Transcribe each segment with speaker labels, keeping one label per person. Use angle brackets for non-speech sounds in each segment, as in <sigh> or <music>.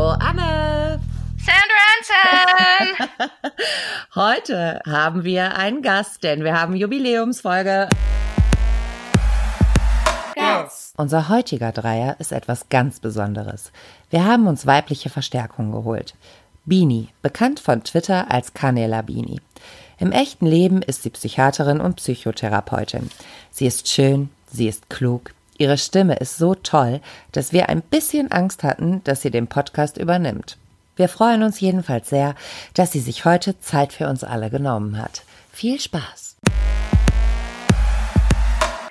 Speaker 1: Anne.
Speaker 2: Sandra Anson.
Speaker 1: Heute haben wir einen Gast, denn wir haben Jubiläumsfolge.
Speaker 2: Yes.
Speaker 1: Unser heutiger Dreier ist etwas ganz Besonderes. Wir haben uns weibliche Verstärkung geholt. Bini, bekannt von Twitter als Canela Bini. Im echten Leben ist sie Psychiaterin und Psychotherapeutin. Sie ist schön, sie ist klug, ihre Stimme ist so toll, dass wir ein bisschen Angst hatten, dass sie den Podcast übernimmt. Wir freuen uns jedenfalls sehr, dass sie sich heute Zeit für uns alle genommen hat. Viel Spaß!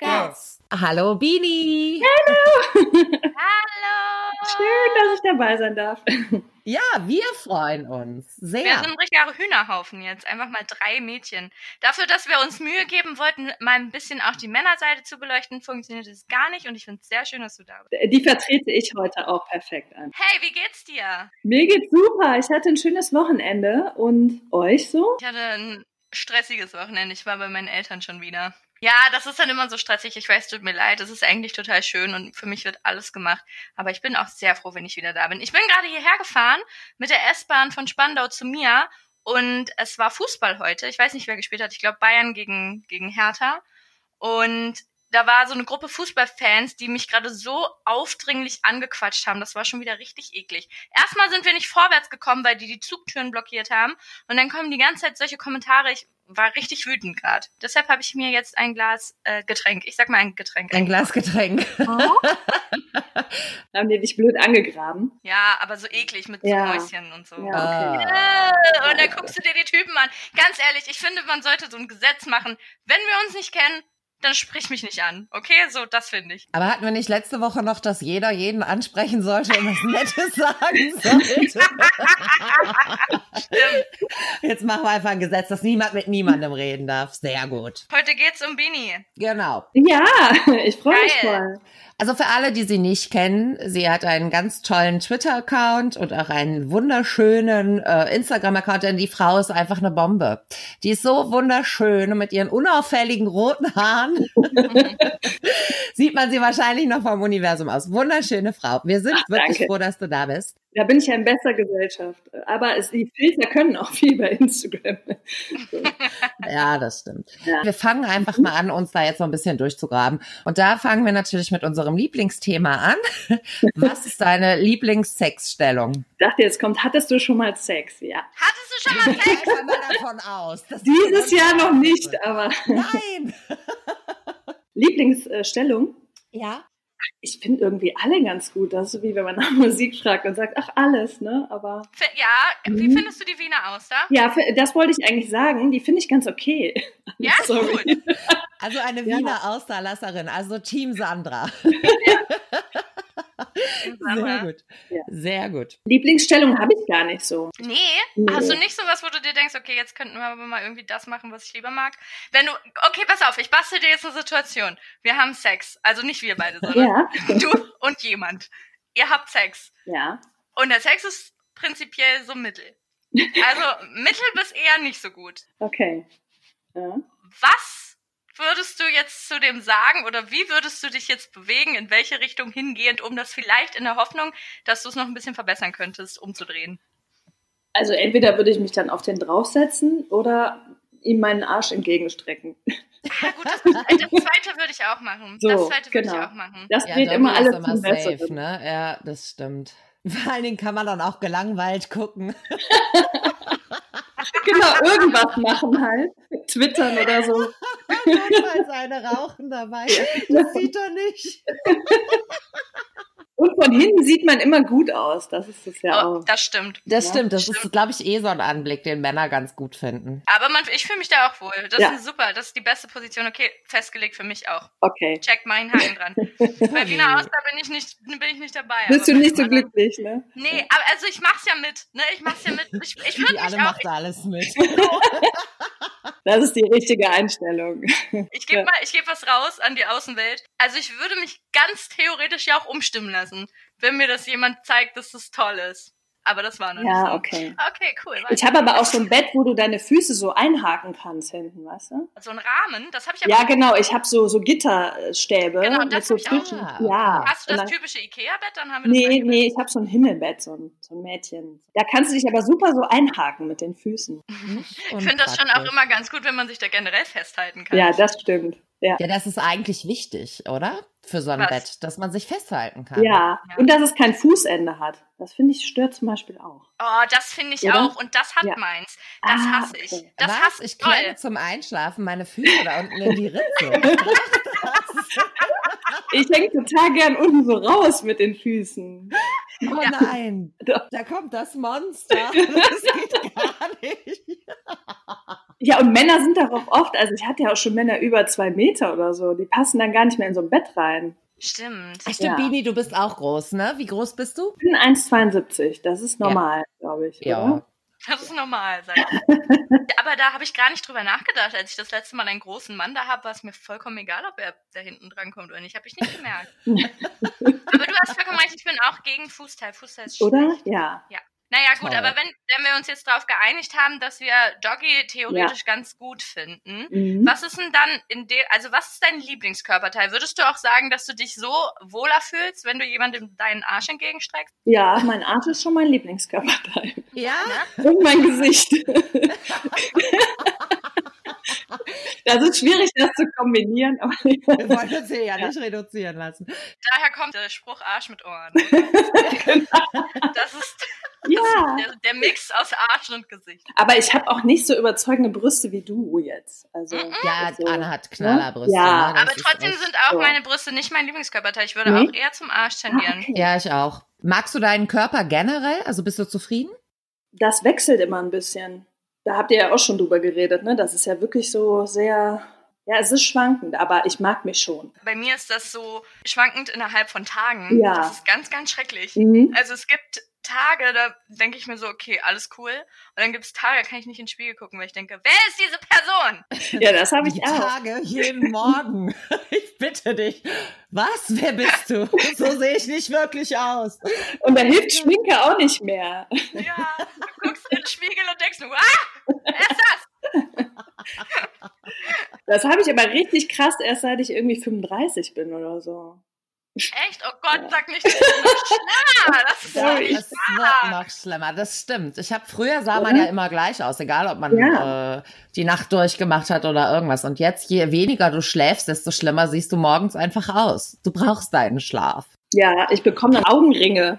Speaker 2: Yes.
Speaker 1: Hallo Bini!
Speaker 2: Hallo.
Speaker 3: Schön, dass ich dabei sein darf.
Speaker 1: Ja, wir freuen uns
Speaker 2: Wir
Speaker 1: sehr.
Speaker 2: sind ein richtiger Hühnerhaufen jetzt. Einfach mal drei Mädchen. Dafür, dass wir uns Mühe geben wollten, mal ein bisschen auch die Männerseite zu beleuchten, funktioniert es gar nicht. Und ich finde es sehr schön, dass du da bist.
Speaker 3: Die vertrete ich heute auch perfekt an.
Speaker 2: Hey, wie geht's dir?
Speaker 3: Mir geht's super. Ich hatte ein schönes Wochenende und euch so?
Speaker 2: Ich hatte ein stressiges Wochenende. Ich war bei meinen Eltern schon wieder. Ja, das ist dann immer so stressig. Ich weiß, tut mir leid. Es ist eigentlich total schön und für mich wird alles gemacht. Aber ich bin auch sehr froh, wenn ich wieder da bin. Ich bin gerade hierher gefahren mit der S-Bahn von Spandau zu mir und es war Fußball heute. Ich weiß nicht, wer gespielt hat. Ich glaube Bayern gegen, gegen Hertha. Und da war so eine Gruppe Fußballfans, die mich gerade so aufdringlich angequatscht haben. Das war schon wieder richtig eklig. Erstmal sind wir nicht vorwärts gekommen, weil die die Zugtüren blockiert haben. Und dann kommen die ganze Zeit solche Kommentare. Ich war richtig wütend gerade. Deshalb habe ich mir jetzt ein Glas äh, Getränk. Ich sag mal ein Getränk.
Speaker 1: Ein Glas Getränk.
Speaker 3: Haben die dich blöd angegraben?
Speaker 2: Ja, aber so eklig mit
Speaker 3: Ja.
Speaker 2: so Mäuschen und so.
Speaker 3: Ja. Okay.
Speaker 1: Ah.
Speaker 2: Äh, Und dann guckst du dir die Typen an. Ganz ehrlich, ich finde, man sollte so ein Gesetz machen. Wenn wir uns nicht kennen, dann sprich mich nicht an. Okay, so, das finde ich.
Speaker 1: Aber hatten wir nicht letzte Woche noch, dass jeder jeden ansprechen sollte und was Nettes <laughs> sagen sollte? Jetzt machen wir einfach ein Gesetz, dass niemand mit niemandem reden darf. Sehr gut.
Speaker 2: Heute geht's um Bini.
Speaker 1: Genau.
Speaker 3: Ja, ich freue mich
Speaker 2: Geil.
Speaker 3: voll.
Speaker 1: Also für alle, die sie nicht kennen, sie hat einen ganz tollen Twitter-Account und auch einen wunderschönen äh, Instagram-Account, denn die Frau ist einfach eine Bombe. Die ist so wunderschön und mit ihren unauffälligen roten
Speaker 3: <laughs>
Speaker 1: Haaren sieht man sie wahrscheinlich noch vom Universum aus. Wunderschöne Frau. Wir sind
Speaker 3: Ach,
Speaker 1: wirklich
Speaker 3: danke.
Speaker 1: froh, dass du da bist.
Speaker 3: Da bin ich ja in besser Gesellschaft. Aber es, die Filter können auch viel bei Instagram.
Speaker 1: Ja, das stimmt.
Speaker 3: Ja.
Speaker 1: Wir fangen einfach mal an, uns da jetzt so ein bisschen durchzugraben. Und da fangen wir natürlich mit unserem Lieblingsthema an. Was ist deine Lieblingssexstellung?
Speaker 3: Ich dachte, jetzt kommt, hattest du schon mal Sex? Ja.
Speaker 2: Hattest du
Speaker 1: <laughs>
Speaker 2: schon mal
Speaker 1: Gehe
Speaker 2: Sex?
Speaker 1: ich mal davon aus. dass-
Speaker 3: Dieses Jahr noch nicht, aber
Speaker 1: Nein.
Speaker 3: Lieblingsstellung?
Speaker 1: Ja.
Speaker 3: Ich finde irgendwie alle ganz gut. Das ist so wie wenn man nach Musik fragt und sagt, ach alles, ne? Aber
Speaker 2: F- Ja, wie
Speaker 3: Mhm.
Speaker 2: findest du die Wiener Auster?
Speaker 3: Ja, für- das wollte ich eigentlich sagen. Die finde ich ganz okay. <laughs>
Speaker 2: Ja, ist
Speaker 3: Sorry.
Speaker 2: gut.
Speaker 1: Also eine
Speaker 3: Ja.
Speaker 1: Wiener Austerlasserin, also Team Sandra. Sehr
Speaker 2: Sandra.
Speaker 1: gut.
Speaker 3: Ja.
Speaker 1: Sehr gut.
Speaker 3: Lieblingsstellung habe ich gar nicht so.
Speaker 2: Nee, hast du nicht sowas, wo du dir denkst, okay, jetzt könnten wir aber mal irgendwie das machen, was ich lieber mag? Wenn du, okay, pass auf, ich bastel dir jetzt eine Situation. Wir haben Sex. Also nicht wir beide, sondern
Speaker 3: Ja,
Speaker 2: du und jemand. Ihr habt Sex.
Speaker 3: ja.
Speaker 2: Und der Sex ist prinzipiell so mittel.
Speaker 3: <laughs>
Speaker 2: Also mittel bis eher nicht so gut.
Speaker 3: Okay. Ja.
Speaker 2: Was würdest du jetzt zu dem sagen oder wie würdest du dich jetzt bewegen, in welche Richtung hingehend, um das vielleicht in der Hoffnung, dass du es noch ein bisschen verbessern könntest, umzudrehen?
Speaker 3: Also entweder würde ich mich dann auf den draufsetzen oder ihm meinen Arsch entgegenstrecken.
Speaker 2: Ah, gut, das, das zweite würde ich auch machen.
Speaker 3: So,
Speaker 2: das zweite würde
Speaker 3: genau.
Speaker 2: ich auch machen.
Speaker 3: Das
Speaker 1: Ja,
Speaker 3: geht
Speaker 1: Dobby
Speaker 3: immer
Speaker 1: ist
Speaker 3: alles zum
Speaker 1: safe,
Speaker 3: Besseren.
Speaker 1: ne? Ja, das stimmt. <laughs> Vor allen Dingen kann man dann auch gelangweilt gucken.
Speaker 3: Genau, irgendwas machen halt. Twittern oder so.
Speaker 1: Notfalls eine rauchen dabei. <laughs> Das sieht er nicht.
Speaker 3: Und von hinten sieht man immer gut aus. Das ist es ja
Speaker 2: Oh,
Speaker 3: auch.
Speaker 2: das stimmt.
Speaker 1: Das
Speaker 3: Ja,
Speaker 1: stimmt. Das ist, glaube ich, eh so ein Anblick, den Männer ganz gut finden.
Speaker 2: Aber man, ich fühle mich da auch wohl. Das
Speaker 3: Ja.
Speaker 2: ist super. Das ist die beste Position. Okay, festgelegt für mich auch.
Speaker 3: Okay.
Speaker 2: Check mal einen Haken dran. Bei Wiener Auster bin ich nicht, bin ich nicht dabei.
Speaker 3: Bist
Speaker 2: aber
Speaker 3: du
Speaker 2: bei
Speaker 3: nicht
Speaker 2: dem
Speaker 3: so
Speaker 2: anderen-
Speaker 3: glücklich, ne?
Speaker 2: Nee, aber also ich mach's ja mit, ne? Ich mach's ja mit.
Speaker 3: <laughs>
Speaker 2: Ich, ich würde
Speaker 1: Die
Speaker 2: mich
Speaker 1: alle
Speaker 2: auch,
Speaker 1: macht da alles mit.
Speaker 3: Das ist die richtige Einstellung.
Speaker 2: ich, ich gebe
Speaker 3: ja.
Speaker 2: mal, ich gebe was raus an die Außenwelt. Also ich würde mich ganz theoretisch ja auch umstimmen lassen, wenn mir das jemand zeigt, dass das toll ist. Aber das war noch nicht
Speaker 3: Ja,
Speaker 2: so.
Speaker 3: okay.
Speaker 2: Okay, cool. weiter.
Speaker 3: Ich habe aber auch so ein Bett, wo du deine Füße so einhaken kannst hinten, weißt du?
Speaker 2: so einen Also Rahmen, das habe ich
Speaker 3: Ja,
Speaker 2: aber.
Speaker 3: genau. Ich habe so, so Gitterstäbe.
Speaker 2: Genau,
Speaker 3: mit
Speaker 2: das
Speaker 3: so
Speaker 2: hab ich auch.
Speaker 3: Tischen.
Speaker 1: Ah,
Speaker 3: Ja.
Speaker 2: Hast du
Speaker 3: Und
Speaker 2: das
Speaker 3: dann-
Speaker 2: typische Ikea-Bett? Dann haben wir das
Speaker 3: Genau. Nee,
Speaker 2: gleiche
Speaker 3: nee, ich habe so ein Himmelbett, so ein, so ein Mädchen. Da kannst du dich aber super so einhaken mit den Füßen.
Speaker 2: Ich finde das schon auch immer ganz gut, wenn man sich da generell festhalten kann.
Speaker 3: Ja, das stimmt. Ja.
Speaker 1: Ja, das ist eigentlich wichtig, oder? Für so ein
Speaker 2: Was?
Speaker 1: Bett, dass man sich festhalten kann.
Speaker 3: Ja. Und dass es kein Fußende hat. Das finde ich stört zum Beispiel auch.
Speaker 2: Oh, das finde ich
Speaker 3: Oder?
Speaker 2: auch. Und das hat
Speaker 3: Ja.
Speaker 2: meins. Das
Speaker 3: Ah,
Speaker 2: hasse ich.
Speaker 3: okay.
Speaker 2: Das
Speaker 1: Was?
Speaker 2: hasse
Speaker 1: ich
Speaker 2: ich
Speaker 1: klemme
Speaker 2: voll.
Speaker 1: zum Einschlafen meine Füße da unten in die
Speaker 2: <laughs>
Speaker 1: Ritze.
Speaker 3: Ich hänge total gern unten so raus mit den Füßen.
Speaker 1: Oh
Speaker 2: Ja.
Speaker 1: nein,
Speaker 3: Doch.
Speaker 1: da kommt das Monster. <laughs> Das geht gar nicht.
Speaker 3: Ja, und Männer sind darauf oft, also ich hatte ja auch schon Männer über zwei Meter oder so, die passen dann gar nicht mehr in so ein Bett rein.
Speaker 2: Stimmt.
Speaker 1: Ach stimmt,
Speaker 3: Ja.
Speaker 1: Bini, du bist auch groß, ne? Wie groß bist du?
Speaker 3: Ich bin 1,72, das ist normal, glaube ich. Oder?
Speaker 2: Das ist normal, sag ich.
Speaker 3: <laughs>
Speaker 2: Aber da habe ich gar nicht drüber nachgedacht. Als ich das letzte Mal einen großen Mann da habe, war es mir vollkommen egal, ob er da hinten dran kommt oder nicht. Habe ich nicht
Speaker 3: <laughs>
Speaker 2: gemerkt. aber du hast vollkommen recht, ich bin auch gegen Fußteil. Fußteil ist
Speaker 3: Oder?
Speaker 2: schlecht.
Speaker 3: Ja.
Speaker 2: Naja, gut,
Speaker 1: Toll.
Speaker 2: aber wenn, wenn wir uns jetzt darauf geeinigt haben, dass wir Doggy theoretisch ganz gut finden,
Speaker 3: Mhm.
Speaker 2: was ist denn dann in dem, also was ist dein Lieblingskörperteil? Würdest du auch sagen, dass du dich so wohler fühlst, wenn du jemandem deinen Arsch entgegenstreckst?
Speaker 3: Ja, mein Arsch ist schon mein Lieblingskörperteil.
Speaker 1: Ja?
Speaker 3: Und mein Gesicht. <laughs> das ist schwierig, das zu kombinieren. Aber <laughs>
Speaker 1: Wir wollen uns hier ja nicht reduzieren lassen.
Speaker 2: Daher kommt der Spruch Arsch mit Ohren.
Speaker 3: <laughs>
Speaker 2: das ist
Speaker 3: ja.
Speaker 2: der, der Mix aus Arsch und Gesicht.
Speaker 3: Aber ich habe auch nicht so überzeugende Brüste wie du jetzt. Also,
Speaker 1: Ja,
Speaker 3: also,
Speaker 1: Anna hat Knallerbrüste.
Speaker 3: Ja,
Speaker 1: ne? Das
Speaker 2: aber
Speaker 1: ist
Speaker 2: trotzdem
Speaker 1: echt-
Speaker 2: sind auch
Speaker 3: so.
Speaker 2: meine Brüste nicht mein Lieblingskörperteil. Ich würde
Speaker 3: Nee? Ah,
Speaker 2: auch eher zum Arsch tendieren.
Speaker 1: Ja, ich auch. Magst du deinen Körper generell? Also bist du zufrieden?
Speaker 3: das wechselt immer ein bisschen. Da habt ihr ja auch schon drüber geredet, ne? Das ist ja wirklich so sehr, ja, es ist schwankend, aber ich mag mich schon.
Speaker 2: Bei mir ist das so schwankend innerhalb von Tagen.
Speaker 3: Ja.
Speaker 2: Das ist ganz, ganz schrecklich.
Speaker 3: Mhm.
Speaker 2: Also es gibt Tage, da denke ich mir so, okay, alles cool. Und dann gibt es Tage, da kann ich nicht ins Spiegel gucken, weil ich denke, wer ist diese
Speaker 3: <laughs>
Speaker 2: Person?
Speaker 3: Ja, das habe
Speaker 1: Die
Speaker 3: ich auch.
Speaker 1: Tage, jeden Morgen. <laughs> Ich bitte dich. Was? Wer bist du? So sehe ich nicht wirklich
Speaker 3: <laughs>
Speaker 1: aus.
Speaker 3: Und da hilft Schminke auch nicht mehr.
Speaker 2: Ja, du guckst in den Spiegel und denkst, nur, ah, wer ist das?
Speaker 3: Das habe ich aber richtig krass erst seit ich irgendwie 35 bin oder so.
Speaker 2: Echt? Oh Gott, sag nicht, das ist noch schlimmer.
Speaker 3: <laughs>
Speaker 2: Das ist doch
Speaker 3: Sorry.
Speaker 2: nicht
Speaker 1: Das wird noch schlimmer. Das stimmt. Ich habe früher sah man
Speaker 3: Oder?
Speaker 1: ja immer gleich aus, egal ob man
Speaker 3: Mhm. Ja.
Speaker 1: äh, die Nacht durchgemacht hat oder irgendwas. Und jetzt, je weniger du schläfst, desto schlimmer siehst du morgens einfach aus. Du brauchst deinen
Speaker 3: <laughs>
Speaker 1: Schlaf.
Speaker 3: Ja, ich bekomme dann Augenringe.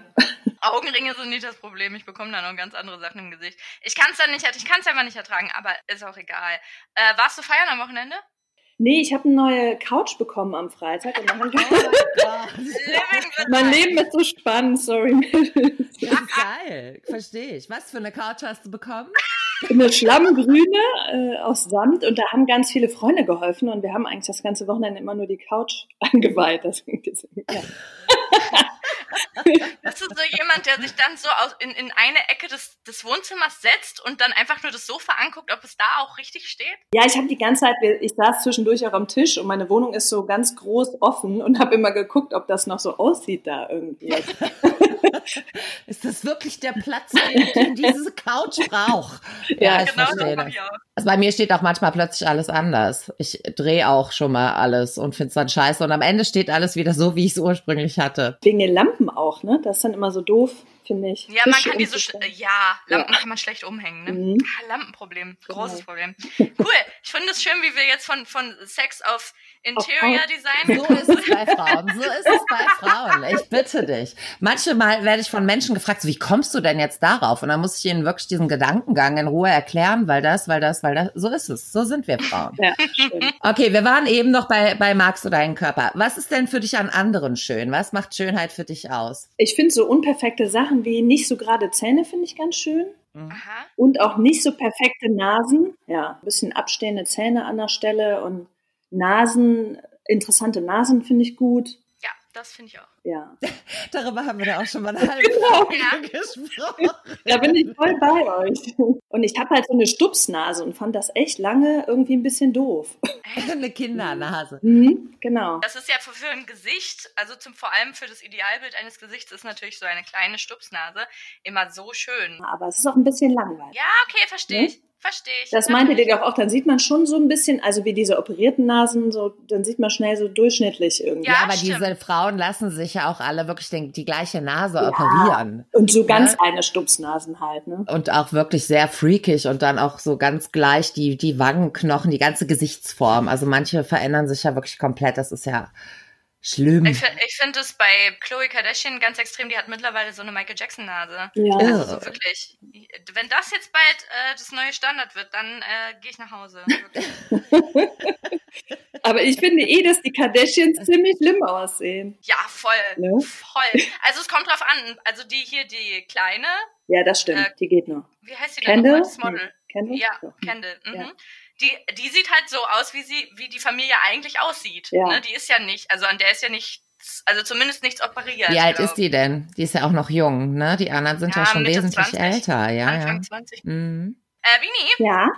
Speaker 2: Augenringe sind nicht das Problem. Ich bekomme da noch ganz andere Sachen im Gesicht. Ich kann es dann nicht, ich kann es einfach nicht ertragen, aber ist auch egal. Äh, warst du feiern am Wochenende?
Speaker 3: Nee, ich habe eine neue Couch bekommen am Freitag. Und dann haben wir-
Speaker 2: Living the
Speaker 3: <laughs> mein
Speaker 2: life.
Speaker 3: Leben ist so spannend, sorry. <laughs>
Speaker 1: Das ist geil. Verstehe ich. Was für eine Couch hast du bekommen?
Speaker 3: eine Schlammgrüne äh, aus Samt und da haben ganz viele Freunde geholfen und wir haben eigentlich das ganze Wochenende immer nur die Couch <laughs> angeweiht. Das klingt jetzt- ja.
Speaker 2: Das ist so jemand, der sich dann so aus, in, in eine Ecke des, des Wohnzimmers setzt und dann einfach nur das Sofa anguckt, ob es da auch richtig steht.
Speaker 3: ja, ich habe die ganze Zeit, ich saß zwischendurch auch am Tisch und meine Wohnung ist so ganz groß offen und habe immer geguckt, ob das noch so aussieht da irgendwie.
Speaker 1: Ist das wirklich der Platz, den, den diese Couch braucht?
Speaker 3: Ja,
Speaker 1: ich verstehe
Speaker 2: genau so
Speaker 1: das.
Speaker 2: komme ich auch.
Speaker 1: Also bei mir steht auch manchmal plötzlich alles anders. Ich drehe auch schon mal alles und finde es dann scheiße. Und am Ende steht alles wieder so, wie ich es ursprünglich hatte.
Speaker 3: Wegen den Lampen auch, ne? Das ist dann immer so doof, finde ich.
Speaker 2: Ja, man
Speaker 3: Tische
Speaker 2: kann die so, sch-
Speaker 3: umzustellen.
Speaker 2: äh, ja, Lampen kann man schlecht umhängen, ne?
Speaker 3: Mhm.
Speaker 2: Ah, Lampenproblem, großes
Speaker 3: Genau.
Speaker 2: Problem. Cool, ich finde es schön, wie wir jetzt von, von Sex auf Interior Design
Speaker 1: So ist es bei Frauen. So ist es bei Frauen. Ich bitte dich. Manchmal werde ich von Menschen gefragt, so, wie kommst du denn jetzt darauf? Und dann muss ich ihnen wirklich diesen Gedankengang in Ruhe erklären, weil das, weil das, weil das. So ist es. So sind wir Frauen.
Speaker 3: Ja,
Speaker 2: <laughs>
Speaker 3: stimmt.
Speaker 1: Okay, wir waren eben noch bei, bei magst du deinen Körper. Was ist denn für dich an anderen schön? Was macht Schönheit für dich aus?
Speaker 3: Ich finde so unperfekte Sachen wie nicht so gerade Zähne finde ich ganz schön.
Speaker 2: Aha.
Speaker 3: Und auch nicht so perfekte Nasen. Ja, ein bisschen abstehende Zähne an der Stelle und Nasen, interessante Nasen finde ich gut.
Speaker 2: Ja, das finde ich auch.
Speaker 3: ja.
Speaker 1: Darüber haben wir da auch schon mal eine halbe Folge <laughs>
Speaker 2: Ja.
Speaker 1: gesprochen.
Speaker 3: Da bin ich voll bei euch. <laughs> Und ich habe halt so eine Stupsnase und fand das echt lange irgendwie ein bisschen doof.
Speaker 1: <laughs> Eine Kindernase.
Speaker 3: Mhm, genau.
Speaker 2: Das ist ja für, für ein Gesicht, also zum, vor allem für das Idealbild eines Gesichts ist natürlich so eine kleine Stupsnase immer so schön.
Speaker 3: Aber es ist auch ein bisschen langweilig.
Speaker 2: Ja, okay, verstehe ich. Verstehe ich.
Speaker 3: Hm? Das meinte ihr doch auch, dann sieht man schon so ein bisschen, also wie diese operierten Nasen, so, dann sieht man schnell so durchschnittlich irgendwie.
Speaker 1: Ja,
Speaker 2: Ja,
Speaker 1: aber
Speaker 2: stimmt.
Speaker 1: diese Frauen lassen sich ja auch alle wirklich den, die gleiche Nase operieren.
Speaker 3: Und so ganz kleine Stupsnasen halt, ne?
Speaker 1: Und auch wirklich sehr freakig und dann auch so ganz gleich die, die Wangenknochen, die ganze Gesichtsform. Also manche verändern sich ja wirklich komplett. Das ist ja schlimm.
Speaker 2: Ich, fi- ich finde es bei Chloe Kardashian ganz extrem, die hat mittlerweile so eine Michael Jackson-Nase.
Speaker 3: Ja.
Speaker 2: Also so wirklich. Wenn das jetzt bald äh, das neue Standard wird, dann äh, gehe ich nach Hause.
Speaker 3: <laughs>
Speaker 2: Wirklich.
Speaker 3: Aber ich finde eh, dass die Kardashians ziemlich schlimm aussehen.
Speaker 2: Ja, voll.
Speaker 3: Ne?
Speaker 2: Voll. Also es kommt drauf an. Also die hier, die kleine,
Speaker 3: Ja, das
Speaker 2: Äh,
Speaker 3: stimmt. Die geht noch.
Speaker 2: wie heißt die denn
Speaker 3: Kendall? Hm.
Speaker 2: nochmal, das Model?
Speaker 3: Kendall?
Speaker 2: Ja, Kendall. Mhm.
Speaker 3: Ja.
Speaker 2: Die, die sieht halt so aus, wie sie, wie die Familie eigentlich aussieht.
Speaker 3: Ja.
Speaker 2: Ne? Die ist ja nicht, also an der ist ja nichts, also zumindest nichts operiert. genau.
Speaker 1: Wie alt
Speaker 2: glaub.
Speaker 1: ist die denn? Die ist ja auch noch jung, ne? Die anderen sind ja,
Speaker 2: Ja,
Speaker 1: schon
Speaker 2: Mitte
Speaker 1: wesentlich
Speaker 2: 20.
Speaker 1: älter, ja, ja.
Speaker 2: Anfang 20.
Speaker 1: Mhm.
Speaker 2: Äh, Bini,
Speaker 3: Ja.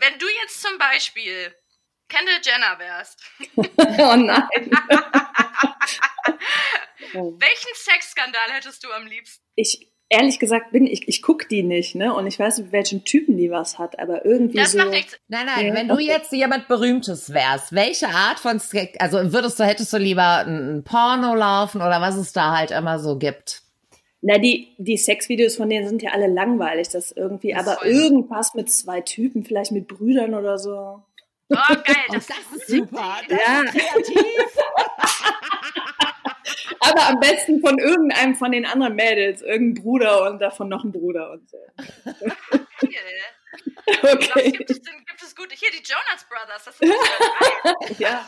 Speaker 2: wenn du jetzt zum Beispiel Kendall Jenner wärst,
Speaker 3: <laughs> Oh nein. Oh.
Speaker 2: welchen Sexskandal hättest du am liebsten?
Speaker 3: <laughs> ich ehrlich gesagt bin, ich, ich gucke die nicht, ne? Und ich weiß nicht, welchen Typen die was hat, aber irgendwie
Speaker 2: Das
Speaker 3: so.
Speaker 2: macht nichts.
Speaker 1: Nein, nein,
Speaker 3: Ja.
Speaker 1: wenn du jetzt jemand Berühmtes wärst, welche Art von Sex, also würdest du, hättest du lieber ein ein Porno laufen oder was es da halt immer so gibt?
Speaker 3: Na, die, die Sexvideos von denen sind ja alle langweilig, das irgendwie,
Speaker 2: Das
Speaker 3: aber
Speaker 2: voll.
Speaker 3: irgendwas mit zwei Typen, vielleicht mit Brüdern oder so.
Speaker 2: Oh,
Speaker 3: <laughs>
Speaker 2: geil. Das,
Speaker 1: ist super.
Speaker 3: Ja.
Speaker 1: kreativ.
Speaker 3: Aber am besten von irgendeinem von den anderen Mädels, irgendein Bruder und davon noch ein Bruder und so.
Speaker 2: Cool. Was
Speaker 3: Okay.
Speaker 2: gibt es denn? Gibt es gute? Hier die Jonas Brothers.
Speaker 3: <laughs>
Speaker 2: Das ist geil.
Speaker 3: Ja.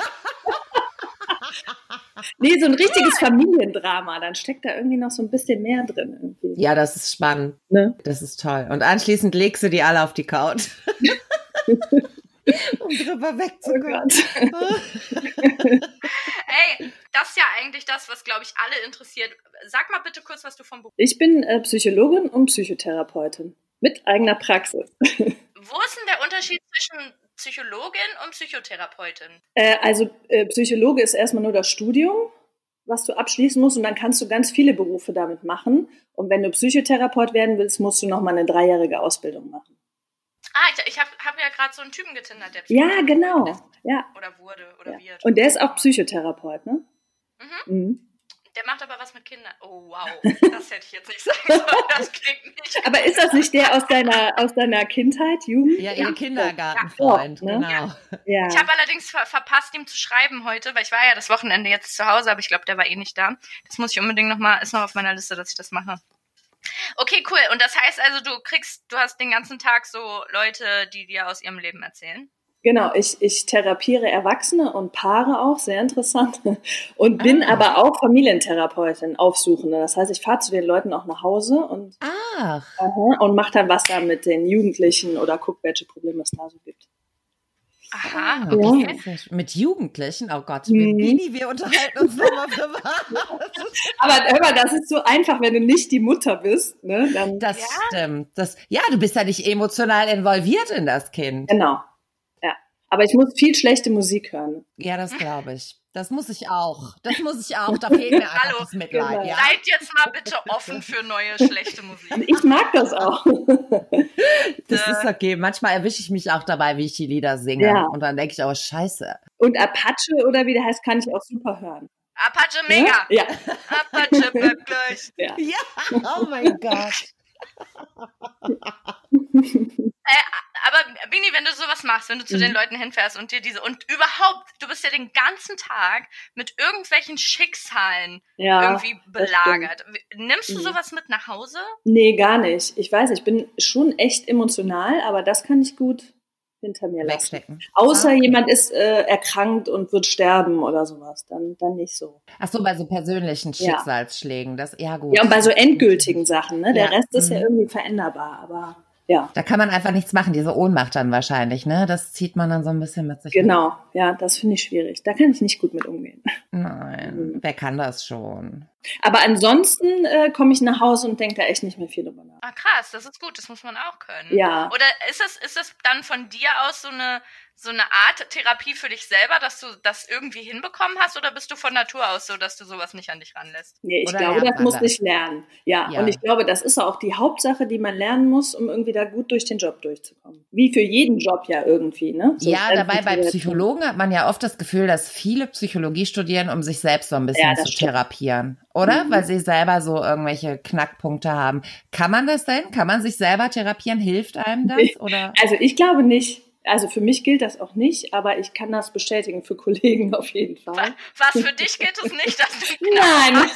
Speaker 3: Nee, so ein richtiges Familiendrama, dann steckt da irgendwie noch so ein bisschen mehr drin. Irgendwie.
Speaker 1: Ja, das ist spannend.
Speaker 3: Ne?
Speaker 1: Das ist toll. Und anschließend legst du die alle auf die <laughs> Couch. um drüber
Speaker 3: Oh
Speaker 1: wegzukommen.
Speaker 3: Gott.
Speaker 2: Ey, das ist ja eigentlich das, was, glaube ich, alle interessiert. Sag mal bitte kurz, was du vom Beruf.
Speaker 3: Ich bin äh, Psychologin und Psychotherapeutin mit eigener Praxis.
Speaker 2: Wo ist denn der Unterschied zwischen Psychologin und Psychotherapeutin?
Speaker 3: Äh, also äh, Psychologe ist erstmal nur das Studium, was du abschließen musst und dann kannst du ganz viele Berufe damit machen. Und wenn du Psychotherapeut werden willst, musst du nochmal eine dreijährige Ausbildung machen.
Speaker 2: Ah, ich, ich habe hab ja gerade so einen Typen getindert, der
Speaker 3: Ja, genau. Ja.
Speaker 2: Oder wurde oder
Speaker 3: ja.
Speaker 2: wird.
Speaker 3: Und der ist auch Psychotherapeut, ne? Mhm.
Speaker 2: Der macht aber was mit Kindern. Oh,
Speaker 3: <laughs>
Speaker 2: wow. Das hätte ich jetzt nicht sagen sollen. Das klingt nicht.
Speaker 3: Aber ist das nicht der aus deiner, aus deiner Kindheit, Jugend?
Speaker 1: Ja, ihr Kindergartenfreund,
Speaker 3: Ja.
Speaker 1: genau.
Speaker 3: Ja.
Speaker 2: Ich habe allerdings ver verpasst, ihm zu schreiben heute, weil ich war ja das Wochenende jetzt zu Hause, aber ich glaube, der war eh nicht da. Das muss ich unbedingt nochmal, ist noch auf meiner Liste, dass ich das mache. Okay, cool. Und das heißt also, du kriegst, du hast den ganzen Tag so Leute, die dir aus ihrem Leben erzählen.
Speaker 3: Genau, ich, ich therapiere Erwachsene und Paare auch, sehr interessant. Und bin
Speaker 1: Ah.
Speaker 3: aber auch Familientherapeutin, Aufsuchende. Das heißt, ich fahre zu den Leuten auch nach Hause und,
Speaker 1: Ach,
Speaker 3: aha, und mache dann was da mit den Jugendlichen oder guck, welche Probleme es da so gibt.
Speaker 2: Aha,
Speaker 1: ah,
Speaker 2: okay.
Speaker 1: das ist ja sch- mit Jugendlichen, oh Gott,
Speaker 3: Mhm.
Speaker 1: wir, Bini, wir unterhalten uns nochmal privat.
Speaker 3: Aber hör mal, das ist so einfach, wenn du nicht die Mutter bist. Ne?
Speaker 1: <laughs>
Speaker 3: Dann,
Speaker 1: Das
Speaker 2: Ja.
Speaker 1: stimmt. Das, ja, du bist ja nicht emotional involviert in das Kind.
Speaker 3: genau, ja. Aber ich muss viel schlechte Musik hören.
Speaker 1: Ja, das glaube ich. Das muss ich auch. Das muss ich auch. Da fehlt mir einfach
Speaker 2: Hallo.
Speaker 1: das Mitleid.
Speaker 3: Genau.
Speaker 1: Ja.
Speaker 2: Seid jetzt mal bitte offen für neue schlechte Musik.
Speaker 3: Ich mag das auch.
Speaker 1: Das ist okay. Manchmal erwische ich mich auch dabei, wie ich die Lieder singe.
Speaker 3: Äh. Ja.
Speaker 1: Und dann denke ich, oh Scheiße.
Speaker 3: <laughs> Und Apache oder wie der heißt, kann ich auch super hören. ne?
Speaker 2: Apache Mega.
Speaker 3: Ja,
Speaker 2: Apache bleibt gleich.
Speaker 3: ja.
Speaker 1: Ja, oh mein Gott.
Speaker 2: Aber Bini, wenn du sowas machst, wenn du zu
Speaker 3: Mhm.
Speaker 2: den Leuten hinfährst und dir diese und überhaupt, du bist ja den ganzen Tag mit irgendwelchen Schicksalen
Speaker 3: ja.
Speaker 2: irgendwie belagert. Nimmst du
Speaker 3: Mhm.
Speaker 2: sowas mit nach Hause?
Speaker 3: Nee, gar nicht. Ich weiß, ich bin schon echt emotional, aber das kann ich gut hinter mir lassen.
Speaker 1: Wegstecken.
Speaker 3: Außer
Speaker 1: Ah, okay.
Speaker 3: jemand ist äh, erkrankt und wird sterben oder sowas, dann, dann nicht so.
Speaker 1: Ach so, bei so persönlichen
Speaker 3: Ja.
Speaker 1: Schicksalsschlägen. Das, ja, gut.
Speaker 3: Ja, und bei so endgültigen Sachen, ne? Der
Speaker 1: Ja.
Speaker 3: Rest ist ja
Speaker 1: Mhm.
Speaker 3: irgendwie veränderbar, aber ja,
Speaker 1: Da kann man einfach nichts machen, diese Ohnmacht dann wahrscheinlich, ne? Das zieht man dann so ein bisschen mit sich.
Speaker 3: genau. Ja, das finde ich schwierig. Da kann ich nicht gut mit umgehen.
Speaker 1: Nein, wer kann das schon?
Speaker 3: Aber ansonsten äh, komme ich nach Hause und denke da echt nicht mehr viel drüber nach.
Speaker 2: Ah, krass, das ist gut, das muss man auch können.
Speaker 1: Mhm.
Speaker 3: Ja.
Speaker 2: Oder ist das, ist das dann von dir aus so eine, so eine Art Therapie für dich selber, dass du das irgendwie hinbekommen hast? Oder bist du von Natur aus so, dass du sowas nicht an dich ranlässt?
Speaker 3: Nee, ich
Speaker 1: Oder
Speaker 3: glaube,
Speaker 1: lernt
Speaker 3: das
Speaker 1: man
Speaker 3: muss
Speaker 1: das?
Speaker 3: ich lernen. Ja.
Speaker 1: Ja.
Speaker 3: und ich glaube, das ist auch die Hauptsache, die man lernen muss, um irgendwie da gut durch den Job durchzukommen. Wie für jeden Job ja irgendwie, ne? So
Speaker 1: ja,
Speaker 3: ganz
Speaker 1: dabei bei
Speaker 3: motiviert.
Speaker 1: Psychologen hat man ja oft das Gefühl, dass viele Psychologie studieren, um sich selbst so ein bisschen
Speaker 3: Ja, das
Speaker 1: zu
Speaker 3: stimmt. Mhm.
Speaker 1: therapieren, oder? Weil sie selber so irgendwelche Knackpunkte haben. Kann man das denn? Kann man sich selber therapieren? Hilft einem das? Oder?
Speaker 3: Also ich glaube nicht. Also für mich gilt das auch nicht, aber ich kann das bestätigen für Kollegen <laughs> auf jeden Fall.
Speaker 2: Was für dich gilt es nicht,
Speaker 3: <laughs>
Speaker 2: dass du
Speaker 3: Nein,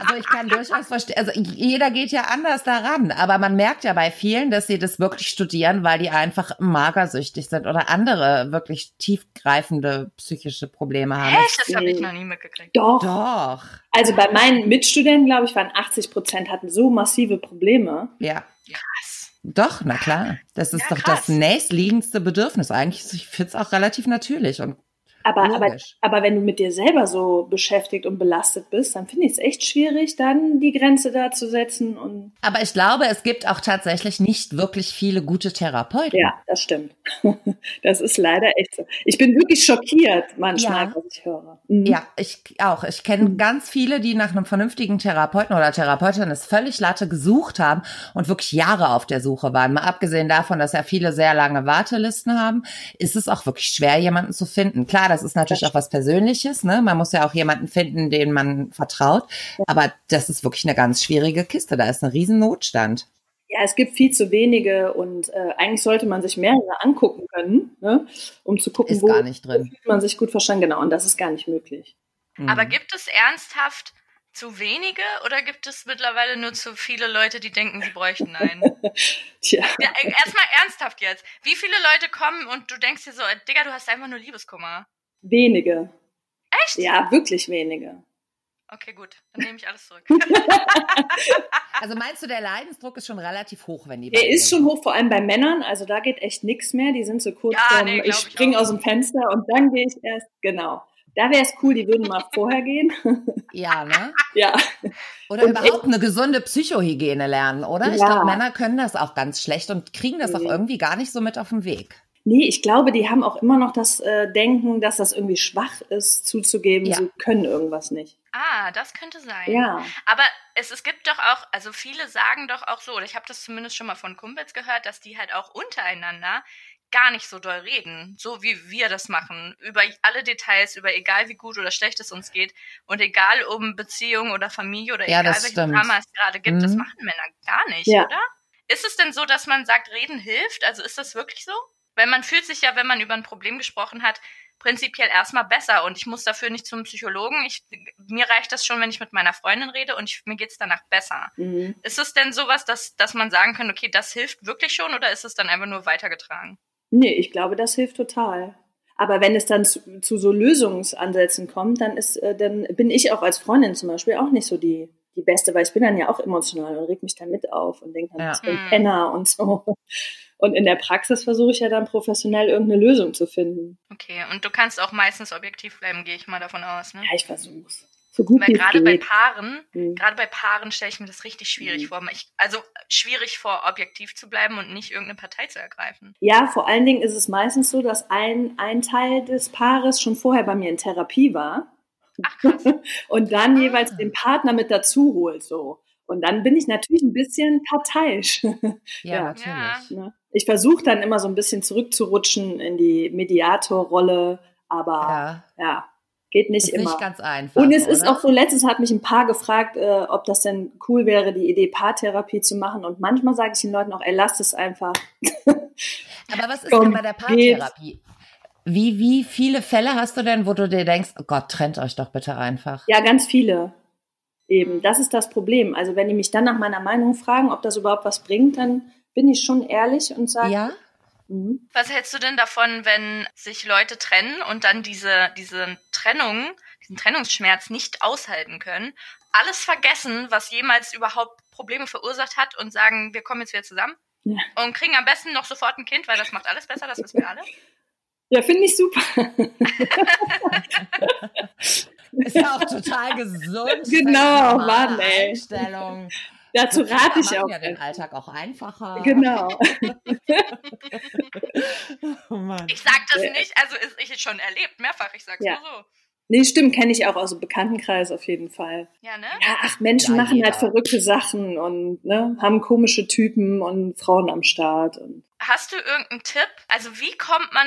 Speaker 1: Also ich kann durchaus verstehen, also jeder geht ja anders daran, aber man merkt ja bei vielen, dass sie das wirklich studieren, weil die einfach magersüchtig sind oder andere wirklich tiefgreifende psychische Probleme haben.
Speaker 2: Echt? Das
Speaker 3: äh,
Speaker 2: habe ich noch nie mitgekriegt.
Speaker 3: doch.
Speaker 1: Doch,
Speaker 3: Also bei meinen Mitstudenten, glaube ich, waren 80 Prozent hatten so massive Probleme.
Speaker 1: ja.
Speaker 2: Krass.
Speaker 1: Doch, na klar. Das ist
Speaker 2: Ja,
Speaker 1: doch
Speaker 2: krass.
Speaker 1: das nächstliegendste Bedürfnis. Eigentlich ist- ich finde es auch relativ natürlich und
Speaker 3: Aber, aber,
Speaker 1: Logisch.
Speaker 3: aber wenn du mit dir selber so beschäftigt und belastet bist, dann finde ich es echt schwierig, dann die Grenze da zu setzen. Und
Speaker 1: aber ich glaube, es gibt auch tatsächlich nicht wirklich viele gute Therapeuten.
Speaker 3: ja, das stimmt. <laughs> Das ist leider echt so. Ich bin wirklich schockiert manchmal,
Speaker 1: Ja.
Speaker 3: was ich höre. Mhm.
Speaker 1: Ja, ich auch. Ich kenne
Speaker 3: Mhm.
Speaker 1: ganz viele, die nach einem vernünftigen Therapeuten oder Therapeutin es völlig Latte gesucht haben und wirklich Jahre auf der Suche waren. Mal abgesehen davon, dass ja viele sehr lange Wartelisten haben, ist es auch wirklich schwer, jemanden zu finden. Klar, das ist natürlich auch was Persönliches. Ne? Man muss ja auch jemanden finden, den man vertraut. Aber das ist wirklich eine ganz schwierige Kiste. Da ist ein riesen Notstand.
Speaker 3: Ja, es gibt viel zu wenige und äh, eigentlich sollte man sich mehrere angucken können, ne? um zu gucken,
Speaker 1: Ist
Speaker 3: wo
Speaker 1: gar nicht drin.
Speaker 3: man sich gut verstanden. Genau, und das ist gar nicht möglich.
Speaker 1: Mhm.
Speaker 2: Aber gibt es ernsthaft zu wenige oder gibt es mittlerweile nur zu viele Leute, die denken, sie bräuchten
Speaker 3: <laughs>
Speaker 2: einen?
Speaker 3: Tja,
Speaker 2: Ja, äh, erstmal ernsthaft jetzt. Wie viele Leute kommen und du denkst dir so, äh, Digga, du hast einfach nur Liebeskummer?
Speaker 3: wenige.
Speaker 2: Echt?
Speaker 3: Ja, wirklich wenige.
Speaker 2: Okay, gut. Dann nehme ich alles
Speaker 3: <laughs>
Speaker 2: zurück.
Speaker 1: also meinst du, der Leidensdruck ist schon relativ hoch, wenn die
Speaker 3: Er
Speaker 1: beiden-
Speaker 3: ist schon hoch, vor allem bei Männern. Also da geht echt nichts mehr. Die sind so kurz
Speaker 2: Ja,
Speaker 3: vorm,
Speaker 2: nee, glaub
Speaker 3: ich
Speaker 2: ich
Speaker 3: spring
Speaker 2: auch.
Speaker 3: aus dem Fenster und dann gehe ich erst. Genau. Da wäre es cool, die würden mal vorher gehen. <laughs>
Speaker 1: Ja, ne?
Speaker 3: ja,
Speaker 1: Oder
Speaker 3: Und
Speaker 1: überhaupt eine gesunde Psychohygiene lernen, oder? Ich
Speaker 3: Ja.
Speaker 1: glaube, Männer können das auch ganz schlecht und kriegen das auch
Speaker 3: Mhm.
Speaker 1: irgendwie gar nicht so mit auf den Weg.
Speaker 3: Nee, ich glaube, die haben auch immer noch das äh, Denken, dass das irgendwie schwach ist, zuzugeben,
Speaker 1: Ja.
Speaker 3: sie können irgendwas nicht.
Speaker 2: ah, das könnte sein.
Speaker 3: Ja,
Speaker 2: Aber es, es gibt doch auch, also viele sagen doch auch so, oder ich habe das zumindest schon mal von Kumpels gehört, dass die halt auch untereinander gar nicht so doll reden, so wie wir das machen, über alle Details, über egal wie gut oder schlecht es uns geht und egal um Beziehung oder Familie oder
Speaker 1: Ja,
Speaker 2: egal
Speaker 1: das
Speaker 2: welches
Speaker 1: stimmt.
Speaker 2: Drama es gerade gibt, das
Speaker 1: Mhm.
Speaker 2: machen Männer gar nicht,
Speaker 3: Ja.
Speaker 2: oder? Ist es denn so, dass man sagt, reden hilft? Also ist das wirklich so? Weil man fühlt sich ja, wenn man über ein Problem gesprochen hat, prinzipiell erstmal besser und ich muss dafür nicht zum Psychologen. Ich, mir reicht das schon, wenn ich mit meiner Freundin rede und ich, mir geht's danach besser.
Speaker 3: mhm.
Speaker 2: Ist es denn sowas, dass, dass man sagen kann, okay, das hilft wirklich schon oder ist es dann einfach nur weitergetragen?
Speaker 3: Nee, ich glaube, das hilft total. Aber wenn es dann zu, zu so Lösungsansätzen kommt, dann ist, äh, dann bin ich auch als Freundin zum Beispiel auch nicht so die, die Beste, weil ich bin dann ja auch emotional und reg mich dann mit auf und denke dann,
Speaker 1: Ja.
Speaker 3: was für ein
Speaker 2: Hm.
Speaker 3: Penner und so. Und in der Praxis versuche ich ja dann professionell irgendeine Lösung zu finden.
Speaker 2: Okay, und du kannst auch meistens objektiv bleiben, gehe ich mal davon aus, ne?
Speaker 3: Ja, ich versuch's. So gut
Speaker 2: Weil
Speaker 3: wie
Speaker 2: gerade bei
Speaker 3: es Hm.
Speaker 2: Paaren,
Speaker 3: geht.
Speaker 2: gerade bei Paaren stelle ich mir das richtig schwierig
Speaker 3: Mhm.
Speaker 2: vor. Ich, also schwierig vor, objektiv zu bleiben und nicht irgendeine Partei zu ergreifen.
Speaker 3: Ja, vor allen Dingen ist es meistens so, dass ein, ein Teil des Paares schon vorher bei mir in Therapie war.
Speaker 2: Ach krass.
Speaker 3: <laughs> und dann
Speaker 1: Ah.
Speaker 3: jeweils den Partner mit dazu holt so. Und dann bin ich natürlich ein bisschen parteiisch. <laughs>
Speaker 1: Ja,
Speaker 3: Ja.
Speaker 1: natürlich.
Speaker 2: Ja.
Speaker 3: ne? Ich versuche dann immer so ein bisschen zurückzurutschen in die Mediatorrolle, aber
Speaker 1: Ja,
Speaker 3: ja, geht nicht
Speaker 1: ist
Speaker 3: immer.
Speaker 1: nicht ganz einfach.
Speaker 3: und es ist
Speaker 1: oder?
Speaker 3: auch so, letztens hat mich ein Paar gefragt, äh, ob das denn cool wäre, die Idee Paartherapie zu machen. Und manchmal sage ich den Leuten auch, ey, lasst es einfach.
Speaker 1: Aber was ist
Speaker 3: Komm,
Speaker 1: denn bei der Paartherapie? Wie, wie viele Fälle hast du denn, wo du dir denkst, oh Gott, trennt euch doch bitte einfach?
Speaker 3: Ja, ganz viele.
Speaker 1: Mhm.
Speaker 3: Eben, das ist das Problem. Also wenn die mich dann nach meiner Meinung fragen, ob das überhaupt was bringt, dann bin ich schon ehrlich und sage, <laughs>
Speaker 1: Ja?
Speaker 3: mhm.
Speaker 2: Was hältst du denn davon, wenn sich Leute trennen und dann diese, diese Trennung, diesen Trennungsschmerz nicht aushalten können, alles vergessen, was jemals überhaupt Probleme verursacht hat und sagen, wir kommen jetzt wieder zusammen?
Speaker 3: Ja.
Speaker 2: Und kriegen am besten noch sofort ein Kind, weil das macht alles besser, das wissen wir alle.
Speaker 3: Ja, finde ich super.
Speaker 1: Ist ja auch total gesund.
Speaker 3: Genau, Mann, ey.
Speaker 1: Einstellung.
Speaker 3: <laughs> Dazu rate ich
Speaker 1: Macht
Speaker 3: auch.
Speaker 1: ja den Alltag auch einfacher.
Speaker 3: Genau.
Speaker 1: Oh Mann.
Speaker 2: Ich sag das nicht, also ist, ich schon erlebt, mehrfach, ich sag's
Speaker 3: Ja.
Speaker 2: nur so.
Speaker 3: Nee, stimmt, kenne ich auch aus dem Bekanntenkreis auf jeden Fall.
Speaker 2: Ja, ne?
Speaker 3: Ja, ach, Menschen
Speaker 1: Ja,
Speaker 3: machen
Speaker 1: jeder.
Speaker 3: halt verrückte Sachen und ne, haben komische Typen und Frauen am Start. Und
Speaker 2: Hast du irgendeinen Tipp? Also wie kommt man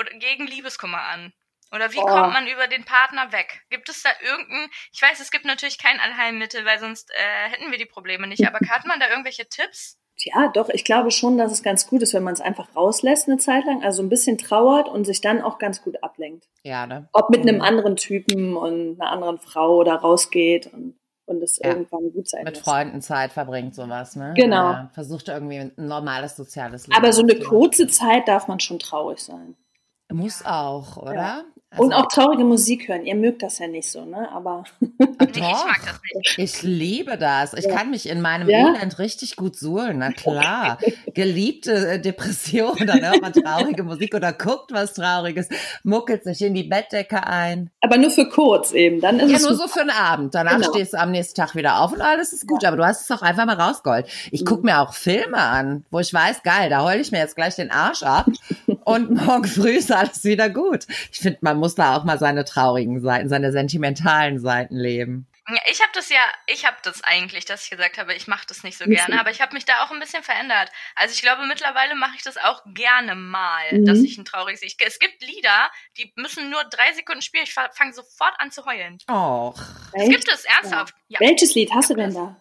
Speaker 2: oder gegen Liebeskummer an? Oder wie
Speaker 3: Oh.
Speaker 2: kommt man über den Partner weg? Gibt es da irgendeinen, ich weiß, es gibt natürlich kein Allheilmittel, weil sonst äh, hätten wir die Probleme nicht,
Speaker 3: <laughs>
Speaker 2: aber hat man da irgendwelche Tipps?
Speaker 3: ja, doch, ich glaube schon, dass es ganz gut ist, wenn man es einfach rauslässt eine Zeit lang, also ein bisschen trauert und sich dann auch ganz gut ablenkt.
Speaker 1: Ja, ne?
Speaker 3: Ob mit einem
Speaker 1: Mhm.
Speaker 3: anderen Typen und einer anderen Frau oder rausgeht und, und es
Speaker 1: Ja.
Speaker 3: irgendwann gut sein
Speaker 1: Mit
Speaker 3: lässt.
Speaker 1: Freunden Zeit verbringt, sowas, ne?
Speaker 3: Genau.
Speaker 1: Ja, versucht irgendwie ein normales soziales Leben.
Speaker 3: Aber so eine
Speaker 1: zu führen.
Speaker 3: kurze Zeit darf man schon traurig sein.
Speaker 1: Muss auch, oder?
Speaker 3: Ja.
Speaker 1: Also-
Speaker 3: und auch traurige Musik hören. Ihr mögt das ja nicht so, ne? Aber <laughs>
Speaker 1: Ah,
Speaker 2: Nee, ich mag das nicht.
Speaker 1: Ich liebe das. Ich
Speaker 3: Ja.
Speaker 1: kann mich in meinem
Speaker 3: Ja?
Speaker 1: Elend richtig gut suhlen. Na klar. Geliebte äh, Depression, <laughs> dann hört man traurige Musik oder guckt was Trauriges, muckelt sich in die Bettdecke ein.
Speaker 3: aber nur für kurz eben. Dann ist
Speaker 1: Ja,
Speaker 3: es
Speaker 1: nur so für den Abend. Danach
Speaker 3: Genau.
Speaker 1: stehst du am nächsten Tag wieder auf und alles ist gut. Aber du hast es auch einfach mal rausgeholt. Ich
Speaker 3: Mhm.
Speaker 1: guck mir auch Filme an, wo ich weiß, geil, da heule ich mir jetzt gleich den Arsch
Speaker 3: <laughs>
Speaker 1: ab und morgen früh ist alles wieder gut. Ich finde, man muss da auch mal seine traurigen Seiten, seine sentimentalen Seiten leben.
Speaker 2: Ja, Ich habe das ja, ich habe das eigentlich, dass ich gesagt habe, ich mache das nicht so
Speaker 3: Nicht
Speaker 2: gerne,
Speaker 3: so.
Speaker 2: aber ich habe mich da auch ein bisschen verändert. Also ich glaube, mittlerweile mache ich das auch gerne mal,
Speaker 3: Mhm.
Speaker 2: dass ich ein trauriges. Ich, es gibt Lieder, die müssen nur drei Sekunden spielen, ich fange sofort an zu heulen.
Speaker 1: Och.
Speaker 2: Das
Speaker 3: Echt?
Speaker 2: gibt es ernsthaft. Ja.
Speaker 3: Welches Lied hast du denn da?
Speaker 1: Oh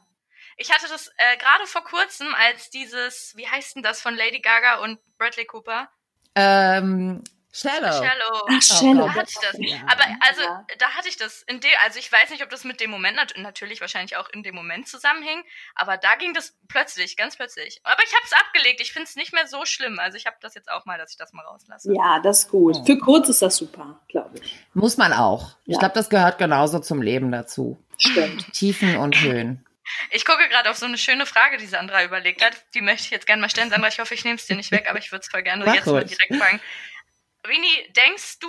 Speaker 2: Ich hatte das äh, gerade vor kurzem, als dieses, wie heißt denn das von Lady Gaga und Bradley Cooper?
Speaker 1: Ähm, Shallow.
Speaker 2: Shallow.
Speaker 3: Ach, Shallow.
Speaker 2: Da hatte ich das.
Speaker 1: Ja.
Speaker 2: Aber also,
Speaker 3: Ja.
Speaker 2: da hatte ich das in dem, also ich weiß nicht, ob das mit dem Moment nat natürlich wahrscheinlich auch in dem Moment zusammenhing, aber da ging das plötzlich, ganz plötzlich. Aber ich habe es abgelegt. Ich finde es nicht mehr so schlimm. Also ich habe das jetzt auch mal, dass ich das mal rauslasse.
Speaker 3: Ja, das ist gut.
Speaker 1: Oh.
Speaker 3: Für kurz ist das super, glaube ich.
Speaker 1: Muss man auch. Ich
Speaker 3: Ja.
Speaker 1: glaube, das gehört genauso zum Leben dazu.
Speaker 3: Stimmt.
Speaker 1: Tiefen und Höhen.
Speaker 2: Ich gucke gerade auf so eine schöne Frage, die Sandra überlegt hat. Die möchte ich jetzt gerne mal stellen. Sandra, ich hoffe, ich nehme es dir nicht weg, aber ich würde es voll gerne
Speaker 1: Mach
Speaker 2: jetzt mal
Speaker 1: ruhig.
Speaker 2: direkt fragen. Rini, denkst du,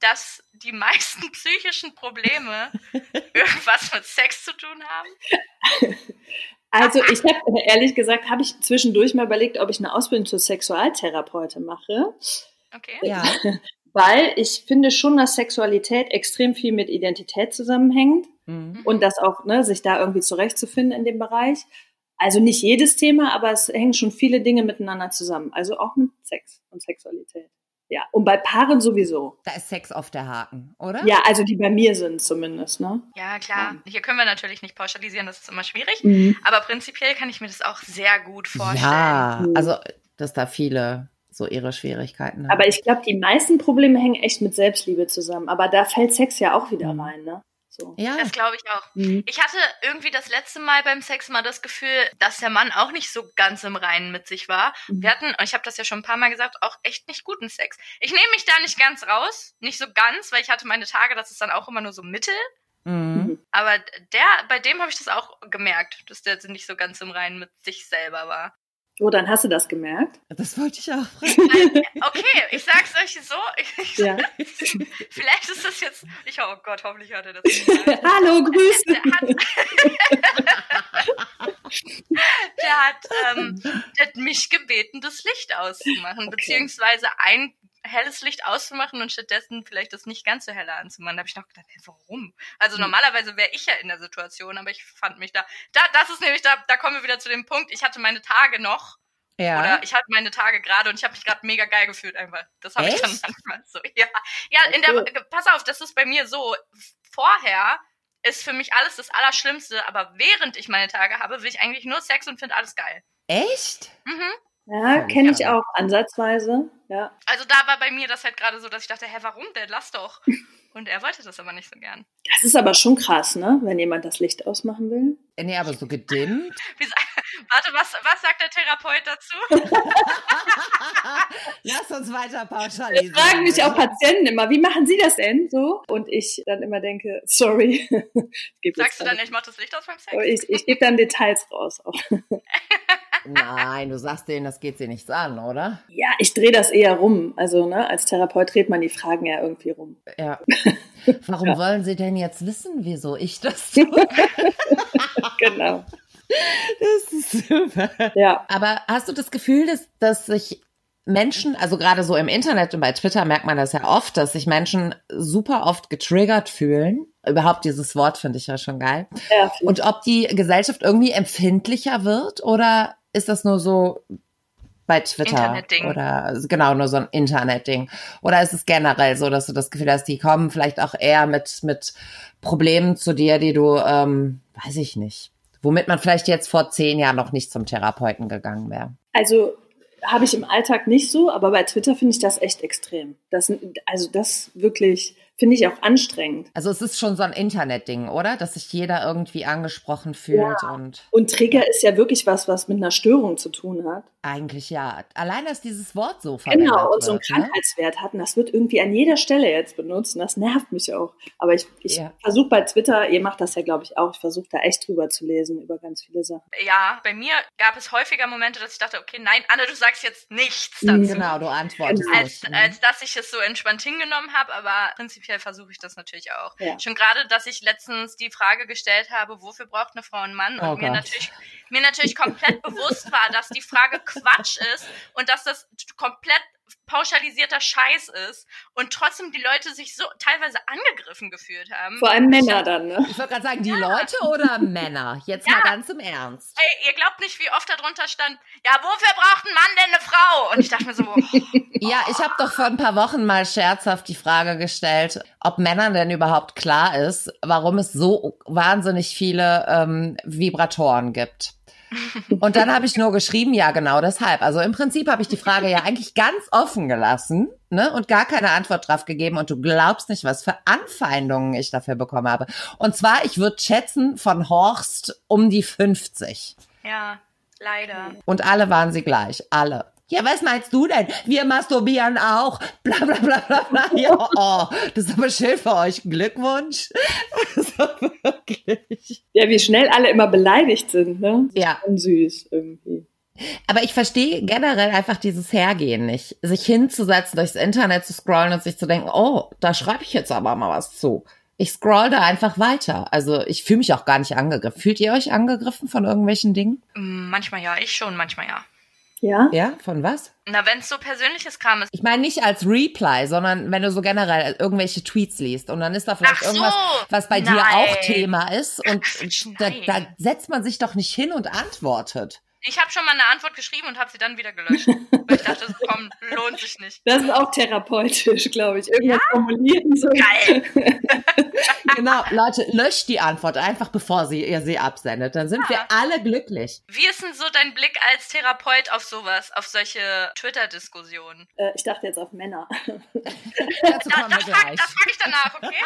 Speaker 2: dass die meisten <laughs> psychischen Probleme irgendwas mit Sex zu tun haben?
Speaker 3: Also ich habe <laughs> ehrlich gesagt, habe ich zwischendurch mal überlegt, ob ich eine Ausbildung zur Sexualtherapeutin mache,
Speaker 2: Okay.
Speaker 1: Ja.
Speaker 3: weil ich finde schon, dass Sexualität extrem viel mit Identität zusammenhängt
Speaker 1: Mhm.
Speaker 3: und das auch, ne, sich da irgendwie zurechtzufinden in dem Bereich. Also nicht jedes Thema, aber es hängen schon viele Dinge miteinander zusammen. Also auch mit Sex und Sexualität. Ja, und bei Paaren sowieso.
Speaker 1: Da ist Sex auf der Haken, oder?
Speaker 3: Ja, also die bei mir sind zumindest, ne?
Speaker 2: Ja, klar. Hier können wir natürlich nicht pauschalisieren, das ist immer schwierig.
Speaker 3: Mhm.
Speaker 2: Aber prinzipiell kann ich mir das auch sehr gut vorstellen.
Speaker 1: Ja,
Speaker 3: Mhm.
Speaker 1: also, dass da viele so ihre Schwierigkeiten haben.
Speaker 3: Aber ich glaube, die meisten Probleme hängen echt mit Selbstliebe zusammen. Aber da fällt Sex ja auch wieder
Speaker 1: Mhm.
Speaker 3: rein, ne? So.
Speaker 1: ja,
Speaker 2: Das glaube ich auch.
Speaker 3: Mhm.
Speaker 2: Ich hatte irgendwie das letzte Mal beim Sex mal das Gefühl, dass der Mann auch nicht so ganz im Reinen mit sich war.
Speaker 3: Mhm.
Speaker 2: Wir hatten, und ich habe das ja schon ein paar Mal gesagt, auch echt nicht guten Sex. Ich nehme mich da nicht ganz raus, nicht so ganz, weil ich hatte meine Tage, das ist dann auch immer nur so Mittel.
Speaker 1: mhm.
Speaker 2: Aber der, bei dem habe ich das auch gemerkt, dass der nicht so ganz im Reinen mit sich selber war.
Speaker 3: Oh, dann hast du das gemerkt.
Speaker 1: das wollte ich auch fragen.
Speaker 2: Okay, ich sag's euch so, ich,
Speaker 3: Ja.
Speaker 2: <laughs> Vielleicht ist das jetzt. Ich, oh Gott, hoffentlich hört er das nicht. Der
Speaker 3: <laughs> Hallo, Grüße. <laughs>
Speaker 2: hat, der, hat,
Speaker 3: <laughs>
Speaker 2: ähm, der hat mich gebeten, das Licht auszumachen,
Speaker 3: Okay.
Speaker 2: beziehungsweise ein helles Licht auszumachen und stattdessen vielleicht das nicht ganz so helle anzumachen. Da habe ich noch gedacht, hä, warum? Also
Speaker 3: Hm.
Speaker 2: normalerweise wäre ich ja in der Situation, aber ich fand mich da. Da, das ist nämlich, da, da kommen wir wieder zu dem Punkt, ich hatte meine Tage noch
Speaker 1: Ja.
Speaker 2: oder ich hatte meine Tage gerade und ich habe mich gerade mega geil gefühlt einfach. Das habe ich dann
Speaker 1: Echt?
Speaker 2: manchmal so. <laughs> Ja, ja in
Speaker 3: cool.
Speaker 2: der, pass auf, das ist bei mir so. Vorher ist für mich alles das Allerschlimmste, aber während ich meine Tage habe, will ich eigentlich nur Sex und finde alles geil.
Speaker 1: Echt?
Speaker 2: Mhm.
Speaker 3: Ja, kenne ich auch ansatzweise. Ja.
Speaker 2: Also da war bei mir das halt gerade so, dass ich dachte, hä, warum denn? Lass doch. Und er wollte das aber nicht so gern.
Speaker 3: Das ist aber schon krass, ne? Wenn jemand das Licht ausmachen will.
Speaker 1: Äh, Nee, aber so gedimmt.
Speaker 2: Wie, sa- warte, was, was sagt der Therapeut dazu?
Speaker 1: Lass uns weiter
Speaker 3: Das
Speaker 1: pauschalisieren.
Speaker 3: fragen mich auch Patienten immer, wie machen Sie das denn so? Und ich dann immer denke, sorry. <laughs> Ich geb jetzt
Speaker 2: Sagst du dann,
Speaker 3: keine- Oh,
Speaker 2: ich mach das Licht aus beim Sex?
Speaker 3: ich, ich gebe dann Details raus. Auch.
Speaker 1: Nee, Nein, du sagst denen, das geht sie nichts an, oder?
Speaker 3: Ja, ich drehe das eher rum. Also ne, als Therapeut dreht man die Fragen ja irgendwie rum.
Speaker 1: Ja. Warum wollen sie denn jetzt wissen, wieso ich das tue?
Speaker 3: Genau.
Speaker 1: Das ist super.
Speaker 3: Ja.
Speaker 1: Aber hast du das Gefühl, dass, dass sich Menschen, also gerade so im Internet und bei Twitter merkt man das ja oft, dass sich Menschen super oft getriggert fühlen. Überhaupt dieses Wort finde ich ja schon geil.
Speaker 3: ja
Speaker 1: Und ob die Gesellschaft irgendwie empfindlicher wird oder ist das nur so bei Twitter
Speaker 2: Internetding.
Speaker 1: oder genau nur so ein Internetding oder ist es generell so, dass du das Gefühl hast, die kommen vielleicht auch eher mit mit Problemen zu dir, die du ähm, weiß ich nicht, womit man vielleicht jetzt vor zehn Jahren noch nicht zum Therapeuten gegangen wäre.
Speaker 3: Also habe ich im Alltag nicht so, aber bei Twitter finde ich das echt extrem. Das, also das wirklich finde ich auch anstrengend
Speaker 1: Also es ist schon so ein Internetding, oder, dass sich jeder irgendwie angesprochen fühlt und
Speaker 3: und Trigger ist ja wirklich was, was mit einer Störung zu tun hat.
Speaker 1: eigentlich ja. Allein dass dieses Wort so verwendet
Speaker 3: Genau, und so einen
Speaker 1: wird, ne?
Speaker 3: Krankheitswert hatten. Das wird irgendwie an jeder Stelle jetzt benutzt und das nervt mich auch. Aber ich, ich
Speaker 1: Ja.
Speaker 3: versuche bei Twitter, ihr macht das ja, glaube ich, auch, ich versuche da echt drüber zu lesen, über ganz viele Sachen.
Speaker 2: Ja, bei mir gab es häufiger Momente, dass ich dachte, okay, nein, Anne, du sagst jetzt nichts dazu.
Speaker 1: Genau, du antwortest
Speaker 3: Genau.
Speaker 2: Als,
Speaker 1: nicht. Mhm.
Speaker 2: als dass ich es so entspannt hingenommen habe, aber prinzipiell versuche ich das natürlich auch.
Speaker 3: Ja.
Speaker 2: Schon gerade, dass ich letztens die Frage gestellt habe, wofür braucht eine Frau einen Mann? Und
Speaker 1: Oh
Speaker 2: mir,
Speaker 1: Gott.
Speaker 2: natürlich, mir natürlich komplett bewusst war, dass die Frage Quatsch ist und dass das komplett pauschalisierter Scheiß ist und trotzdem die Leute sich so teilweise angegriffen gefühlt haben.
Speaker 3: Vor allem Männer dann, ne?
Speaker 1: Ich wollte gerade sagen, die Leute oder Männer? Jetzt mal ganz im Ernst.
Speaker 2: Ey, ihr glaubt nicht, wie oft darunter stand, ja, wofür braucht ein Mann denn eine Frau? Und ich dachte mir so, <laughs> oh,
Speaker 1: Ja, ich habe doch vor ein paar Wochen mal scherzhaft die Frage gestellt, ob Männern denn überhaupt klar ist, warum es so wahnsinnig viele ähm, Vibratoren gibt. Und dann habe ich nur geschrieben, ja, genau deshalb. Also im Prinzip habe ich die Frage ja eigentlich ganz offen gelassen ne, und gar keine Antwort drauf gegeben. Und du glaubst nicht, was für Anfeindungen ich dafür bekommen habe. Und zwar, ich würde schätzen, von Horst um die 50.
Speaker 2: ja, leider.
Speaker 1: Und alle waren sie gleich. Alle. Ja, was meinst du denn? Wir masturbieren auch. Bla bla bla bla <laughs> bla. Ja, oh, das ist aber schön für euch. Glückwunsch. Das ist aber wirklich.
Speaker 3: Ja, wie schnell alle immer beleidigt sind, ne?
Speaker 1: Ja,
Speaker 3: Und süß irgendwie.
Speaker 1: Aber ich verstehe generell einfach dieses Hergehen nicht. Sich hinzusetzen, durchs Internet zu scrollen und sich zu denken, oh, da schreibe ich jetzt aber mal was zu. Ich scroll da einfach weiter. Also ich fühle mich auch gar nicht angegriffen. Fühlt ihr euch angegriffen von irgendwelchen Dingen?
Speaker 2: Mm, Manchmal ja, ich schon, manchmal ja.
Speaker 3: Ja?
Speaker 1: Ja, von was?
Speaker 2: Na, wenn es so persönliches Kram ist.
Speaker 1: Ich meine nicht als Reply, sondern wenn du so generell irgendwelche Tweets liest und dann ist da vielleicht
Speaker 2: Ach so.
Speaker 1: irgendwas, was bei
Speaker 2: Nein.
Speaker 1: dir auch Thema ist und
Speaker 2: Quatsch,
Speaker 1: da,
Speaker 2: nein.
Speaker 1: da setzt man sich doch nicht hin und
Speaker 2: <laughs>
Speaker 1: antwortet.
Speaker 2: Ich habe schon mal eine Antwort geschrieben und habe sie dann wieder gelöscht. weil ich dachte, komm, lohnt sich nicht.
Speaker 3: Das ist auch therapeutisch, glaube ich. Irgendwas formulieren so.
Speaker 2: Geil.
Speaker 1: Genau, Leute, löscht die Antwort einfach, bevor sie, ihr sie absendet. Dann sind wir alle
Speaker 2: <laughs>
Speaker 1: glücklich.
Speaker 2: Wie ist denn so dein Blick als Therapeut auf sowas, auf solche Twitter-Diskussionen?
Speaker 3: Äh, ich dachte jetzt auf Männer.
Speaker 1: Dazu kommen wir
Speaker 2: Frag-
Speaker 1: gleich.
Speaker 2: Das frage ich danach, okay?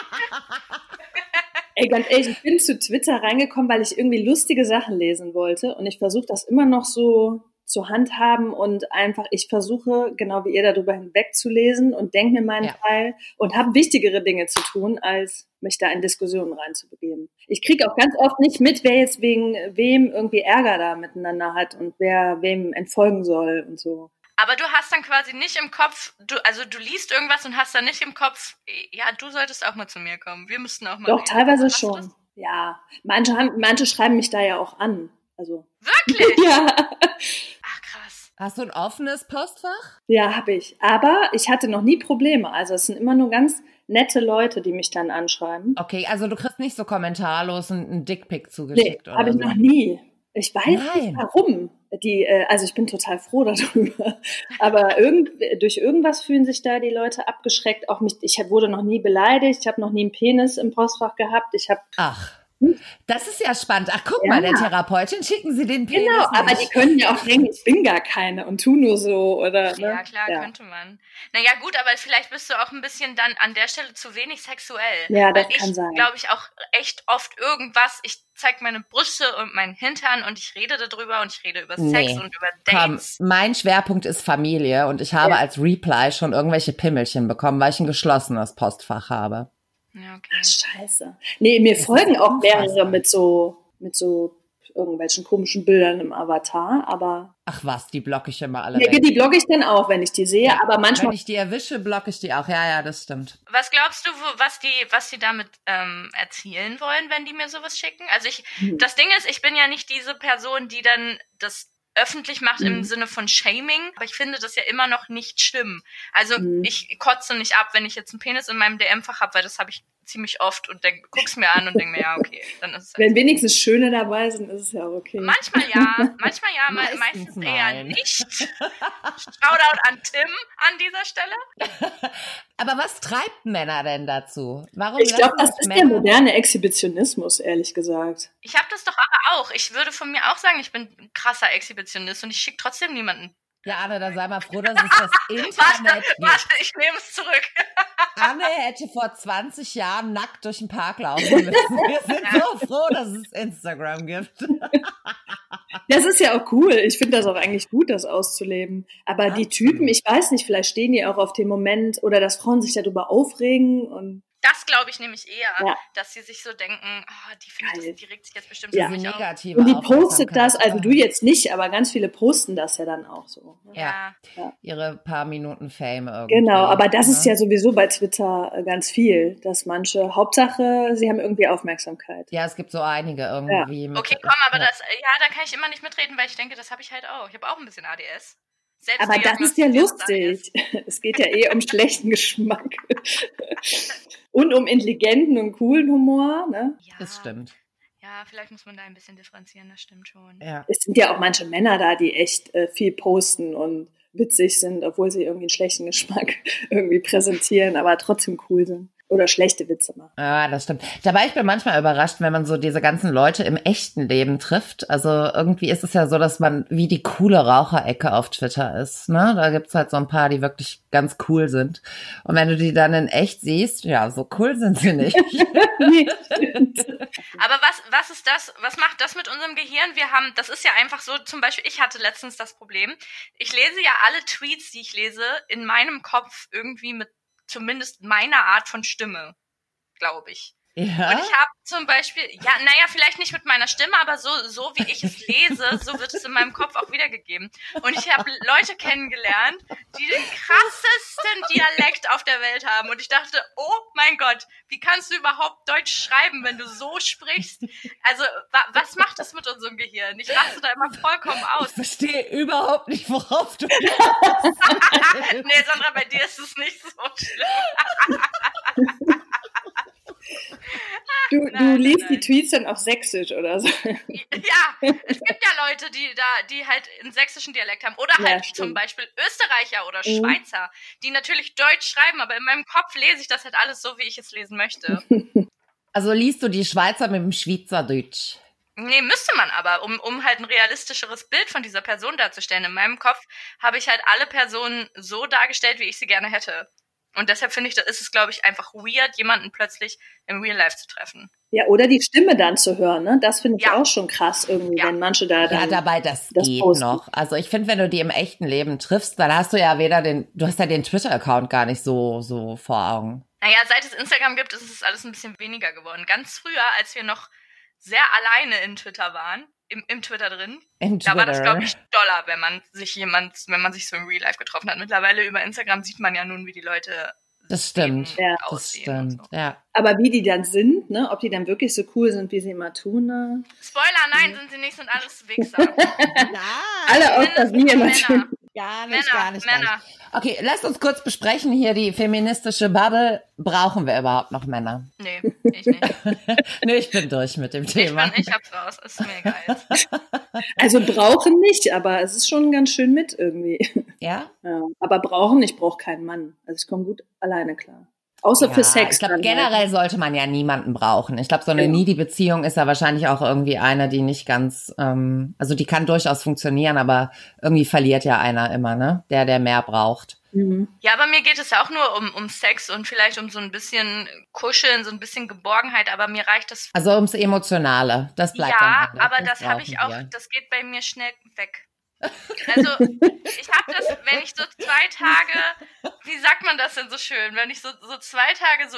Speaker 3: Ey, ganz ehrlich, ich bin zu Twitter reingekommen, weil ich irgendwie lustige Sachen lesen wollte und ich versuche das immer noch so zu handhaben und einfach, ich versuche, genau wie ihr, darüber hinwegzulesen und denke mir meinen
Speaker 1: Ja.
Speaker 3: Teil und habe wichtigere Dinge zu tun, als mich da in Diskussionen reinzubegeben. Ich kriege auch ganz oft nicht mit, wer jetzt wegen wem irgendwie Ärger da miteinander hat und wer wem entfolgen soll und so.
Speaker 2: Aber du hast dann quasi nicht im Kopf, du, also du liest irgendwas und hast dann nicht im Kopf, ja, du solltest auch mal zu mir kommen. Wir müssten auch mal.
Speaker 3: Doch,
Speaker 2: reden.
Speaker 3: teilweise
Speaker 2: Hast du
Speaker 3: schon. Ja, manche, haben, manche schreiben mich da ja auch an. Also,
Speaker 2: das? Wirklich?
Speaker 3: ja.
Speaker 2: Ach, krass.
Speaker 1: Hast du ein offenes Postfach?
Speaker 3: Ja, habe ich. Aber ich hatte noch nie Probleme. Also es sind immer nur ganz nette Leute, die mich dann anschreiben.
Speaker 1: Okay, also du kriegst nicht so kommentarlos einen, einen Dickpick
Speaker 3: Nee,
Speaker 1: zugeschickt
Speaker 3: habe
Speaker 1: oder
Speaker 3: ich
Speaker 1: so.
Speaker 3: noch nie. Ich weiß
Speaker 1: Nein.
Speaker 3: nicht warum. Die, äh, also ich bin total froh <laughs> darüber. Aber irgend, durch irgendwas fühlen sich da die Leute abgeschreckt. Auch mich, ich hab- wurde noch nie beleidigt, ich habe noch nie einen Penis im Postfach gehabt. Ich habe
Speaker 1: Ach, das ist ja spannend. Ach, guck
Speaker 3: Ja.
Speaker 1: mal, der Therapeutin schicken sie den Penis.
Speaker 3: genau, aber
Speaker 1: nicht.
Speaker 3: die können ja auch denken, ich bin gar keine und tu nur so oder. ne?
Speaker 2: Ja, klar, könnte man. Naja, gut, aber vielleicht bist du auch ein bisschen dann an der Stelle zu wenig sexuell.
Speaker 3: Ja, das
Speaker 2: Weil
Speaker 3: kann sein.
Speaker 2: Ich glaube ich auch echt oft irgendwas, ich zeig meine Brüste und meinen Hintern und ich rede darüber und ich rede über Sex
Speaker 1: Nee.
Speaker 2: und über
Speaker 1: Komm,
Speaker 2: Dates.
Speaker 1: mein Schwerpunkt ist Familie und ich habe
Speaker 3: Ja.
Speaker 1: als Reply schon irgendwelche Pimmelchen bekommen, weil ich ein geschlossenes Postfach habe.
Speaker 2: Ja, okay.
Speaker 3: Ah, Scheiße. Nee, mir
Speaker 1: Das
Speaker 3: folgen
Speaker 1: ist
Speaker 3: auch mehrere
Speaker 1: unfassbar.
Speaker 3: mit so, mit so irgendwelchen komischen Bildern im Avatar, aber.
Speaker 1: Ach was, die blocke ich immer alle.
Speaker 3: Ja,
Speaker 1: weg.
Speaker 3: die blogge ich dann auch, wenn ich die sehe, aber
Speaker 1: Wenn
Speaker 3: manchmal.
Speaker 1: ich die erwische, blocke ich die auch. Ja, ja, das stimmt.
Speaker 2: Was glaubst du, wo- was die, was sie damit ähm, erzielen wollen, wenn die mir sowas schicken? Also ich,
Speaker 3: Hm.
Speaker 2: das Ding ist, ich bin ja nicht diese Person, die dann das öffentlich macht im
Speaker 3: Mhm.
Speaker 2: Sinne von Shaming, aber ich finde das ja immer noch nicht schlimm. Also
Speaker 3: Mhm.
Speaker 2: ich kotze nicht ab, wenn ich jetzt einen Penis in meinem DM-Fach habe, weil das habe ich ziemlich oft und denk, guck's mir an und denk mir, ja, okay, dann ist es halt
Speaker 3: Wenn wenigstens Schöne dabei sind, ist es ja auch okay.
Speaker 2: Manchmal ja, manchmal ja,
Speaker 1: Meistens
Speaker 2: meistens, meistens eher
Speaker 1: nein.
Speaker 2: nicht. Shoutout an Tim an dieser Stelle.
Speaker 1: Aber was treibt Männer denn dazu? Warum
Speaker 3: Ich glaube,
Speaker 1: lassen
Speaker 3: das
Speaker 1: sich
Speaker 3: ist der
Speaker 1: Männer-
Speaker 3: moderne Exhibitionismus, ehrlich gesagt.
Speaker 2: Ich habe das doch aber auch. Ich würde von mir auch sagen, ich bin ein krasser Exhibitionist und ich schicke trotzdem niemanden.
Speaker 1: Ja, Anne, dann sei mal froh, dass es das
Speaker 3: <laughs>
Speaker 1: Internet
Speaker 2: Warte,
Speaker 1: gibt.
Speaker 2: warte, ich nehme es zurück.
Speaker 1: Anne hätte vor 20 Jahren nackt durch den Park
Speaker 3: <laughs>
Speaker 1: laufen müssen. Wir sind so froh, dass es Instagram gibt.
Speaker 3: Das ist ja auch cool. Ich finde das auch eigentlich gut, das auszuleben. Aber die
Speaker 1: Absolut.
Speaker 3: Typen, ich weiß nicht, vielleicht stehen die auch auf den Moment oder dass Frauen sich darüber aufregen und
Speaker 2: Das glaube ich nämlich eher,
Speaker 3: Ja.
Speaker 2: dass sie sich so denken, oh, die, findet
Speaker 3: Geil.
Speaker 2: das, die regt sich jetzt bestimmt
Speaker 3: Ja.
Speaker 2: über mich auf.
Speaker 1: Negative
Speaker 3: Und die
Speaker 1: Aufmerksamkeit.
Speaker 3: postet das, also du jetzt nicht, aber ganz viele posten das ja dann auch so. ne?
Speaker 2: Ja.
Speaker 1: Ihre paar Minuten Fame irgendwie.
Speaker 2: äh,
Speaker 3: Genau, aber das ist
Speaker 1: ne?
Speaker 3: ja sowieso bei Twitter äh, ganz viel, dass manche, Hauptsache, sie haben irgendwie Aufmerksamkeit.
Speaker 1: Ja, es gibt so einige irgendwie. mit-
Speaker 2: Okay, komm, aber
Speaker 1: Ja.
Speaker 2: das, äh, ja, da kann ich immer nicht mitreden, weil ich denke, das habe ich halt auch. Ich habe auch ein bisschen ADS. Selbst
Speaker 3: Aber das ist ja lustig. <laughs> Es geht ja eh um schlechten Geschmack. <laughs> Und um intelligenten und coolen Humor. Ne?
Speaker 2: Ja,
Speaker 1: Das stimmt.
Speaker 2: Ja, vielleicht muss man da ein bisschen differenzieren, das stimmt schon.
Speaker 1: Ja.
Speaker 3: Es sind ja auch manche Männer da, die echt äh, viel posten und witzig sind, obwohl sie irgendwie einen schlechten Geschmack <laughs> irgendwie präsentieren, aber trotzdem cool sind. Oder schlechte Witze
Speaker 2: <laughs>
Speaker 3: machen. <laughs>
Speaker 1: Ah, das stimmt. Dabei, ich bin manchmal überrascht, wenn man so diese ganzen Leute im echten Leben trifft. Also irgendwie ist es ja so, dass man wie die coole Raucherecke auf Twitter ist. Ne? Da gibt's halt so ein paar, die wirklich ganz cool sind. Und wenn du die dann in echt siehst, ja, so cool sind sie nicht.
Speaker 3: Nee.
Speaker 2: Aber was, was ist das? Was macht das mit unserem Gehirn? Wir haben, das ist ja einfach so, zum Beispiel, ich hatte letztens das Problem. Ich lese ja alle Tweets, die ich lese, in meinem Kopf irgendwie mit zumindest meiner Art von Stimme, glaube ich. Und
Speaker 1: ja?
Speaker 2: ich habe zum Beispiel, ja, naja, vielleicht nicht mit meiner Stimme, aber so, so wie ich es lese, so wird es in meinem Kopf auch wiedergegeben. Und ich habe Leute kennengelernt, die den krassesten Dialekt auf der Welt haben. Und ich dachte, oh mein Gott, wie kannst du überhaupt Deutsch schreiben, wenn du so sprichst? Also, wa was macht das mit unserem Gehirn? Ich raste da immer vollkommen
Speaker 1: Ich
Speaker 2: aus. <laughs>
Speaker 1: verstehe überhaupt nicht, worauf du <laughs>
Speaker 2: nee, Sandra, bei dir ist es nicht so schlimm.
Speaker 3: Du, du
Speaker 2: Nein,
Speaker 3: liest
Speaker 2: nein,
Speaker 3: die
Speaker 2: nein.
Speaker 3: Tweets dann auf Sächsisch oder so.
Speaker 2: Ja, es gibt ja Leute, die da, die halt einen sächsischen Dialekt haben. Oder
Speaker 3: Ja,
Speaker 2: halt
Speaker 3: stimmt.
Speaker 2: zum Beispiel Österreicher oder
Speaker 3: Mhm.
Speaker 2: Schweizer, die natürlich Deutsch schreiben, aber in meinem Kopf lese ich das halt alles so, wie ich es lesen
Speaker 3: <laughs>
Speaker 2: möchte.
Speaker 1: Also liest du die Schweizer mit dem Schweizerdeutsch?
Speaker 2: Nee, müsste man aber, um, um halt ein realistischeres Bild von dieser Person darzustellen. In meinem Kopf habe ich halt alle Personen so dargestellt, wie ich sie gerne hätte. Und deshalb finde ich, da ist es, glaube ich, einfach weird, jemanden plötzlich im Real Life zu treffen.
Speaker 3: Ja, oder die Stimme dann zu hören, ne? Das finde ich
Speaker 2: Ja.
Speaker 3: auch schon krass irgendwie,
Speaker 2: Ja.
Speaker 3: wenn manche da
Speaker 1: Ja,
Speaker 3: dann.
Speaker 1: dabei, das,
Speaker 3: das
Speaker 1: geht
Speaker 3: posten.
Speaker 1: noch. Also ich finde, wenn du die im echten Leben triffst, dann hast du ja weder den, du hast ja den Twitter-Account gar nicht so, so vor Augen.
Speaker 2: Naja, seit es Instagram gibt, ist es alles ein bisschen weniger geworden. Ganz früher, als wir noch sehr alleine in Twitter waren, im, im Twitter drin,
Speaker 1: Im
Speaker 2: da
Speaker 1: Twitter.
Speaker 2: war das, glaube ich, doller, wenn man sich jemand, wenn man sich so im Real Life getroffen hat. Mittlerweile über Instagram sieht man ja nun, wie die Leute
Speaker 1: Das stimmt.
Speaker 2: leben,
Speaker 3: Ja,
Speaker 1: das
Speaker 2: aussehen und
Speaker 1: stimmt, ja.
Speaker 3: Aber wie die dann sind, ne? Ob die dann wirklich so cool sind, wie sie immer tun, ne?
Speaker 2: So. Spoiler, nein, sind sie nicht, sind alles Wichser.
Speaker 3: <laughs> Alle aus der
Speaker 2: Zumindest
Speaker 3: Familie
Speaker 2: Männer,
Speaker 3: natürlich.
Speaker 1: Gar nicht, gar
Speaker 2: Männer,
Speaker 1: nicht, gar nicht.
Speaker 2: Männer.
Speaker 1: Okay, lasst uns kurz besprechen hier die feministische Bubble. Brauchen wir überhaupt noch Männer?
Speaker 2: Nee,
Speaker 1: <laughs>
Speaker 2: ich nicht.
Speaker 1: nee, ich bin durch mit dem
Speaker 2: Ich,
Speaker 1: Thema.
Speaker 2: bin, ich hab's raus, ist mir egal.
Speaker 3: Also brauchen nicht, aber es ist schon ganz schön mit irgendwie. <laughs>
Speaker 1: ja?
Speaker 3: Ja. Aber brauchen, ich brauche keinen Mann. Also ich komme gut alleine klar. Außer für Sex.
Speaker 1: Ich glaube,
Speaker 3: dann halt.
Speaker 1: generell sollte man ja niemanden brauchen. Ich glaube, so eine
Speaker 3: Ja.
Speaker 1: Needy-Beziehung ist ja wahrscheinlich auch irgendwie eine, die nicht ganz, ähm, also die kann durchaus funktionieren, aber irgendwie verliert ja einer immer, ne? Der, der mehr braucht.
Speaker 3: Mhm.
Speaker 2: Ja, aber mir geht es ja auch nur um, um Sex und vielleicht um so ein bisschen Kuscheln, so ein bisschen Geborgenheit, aber mir reicht das
Speaker 1: Also ums Emotionale. Das bleibt
Speaker 2: ja,
Speaker 1: dann. halt, ne?
Speaker 2: aber das habe ich auch,
Speaker 1: brauchen wir. <laughs>
Speaker 2: das geht bei mir schnell weg. Also ich habe das, wenn ich so zwei Tage, wie sagt man das denn so schön, wenn ich so, so zwei Tage so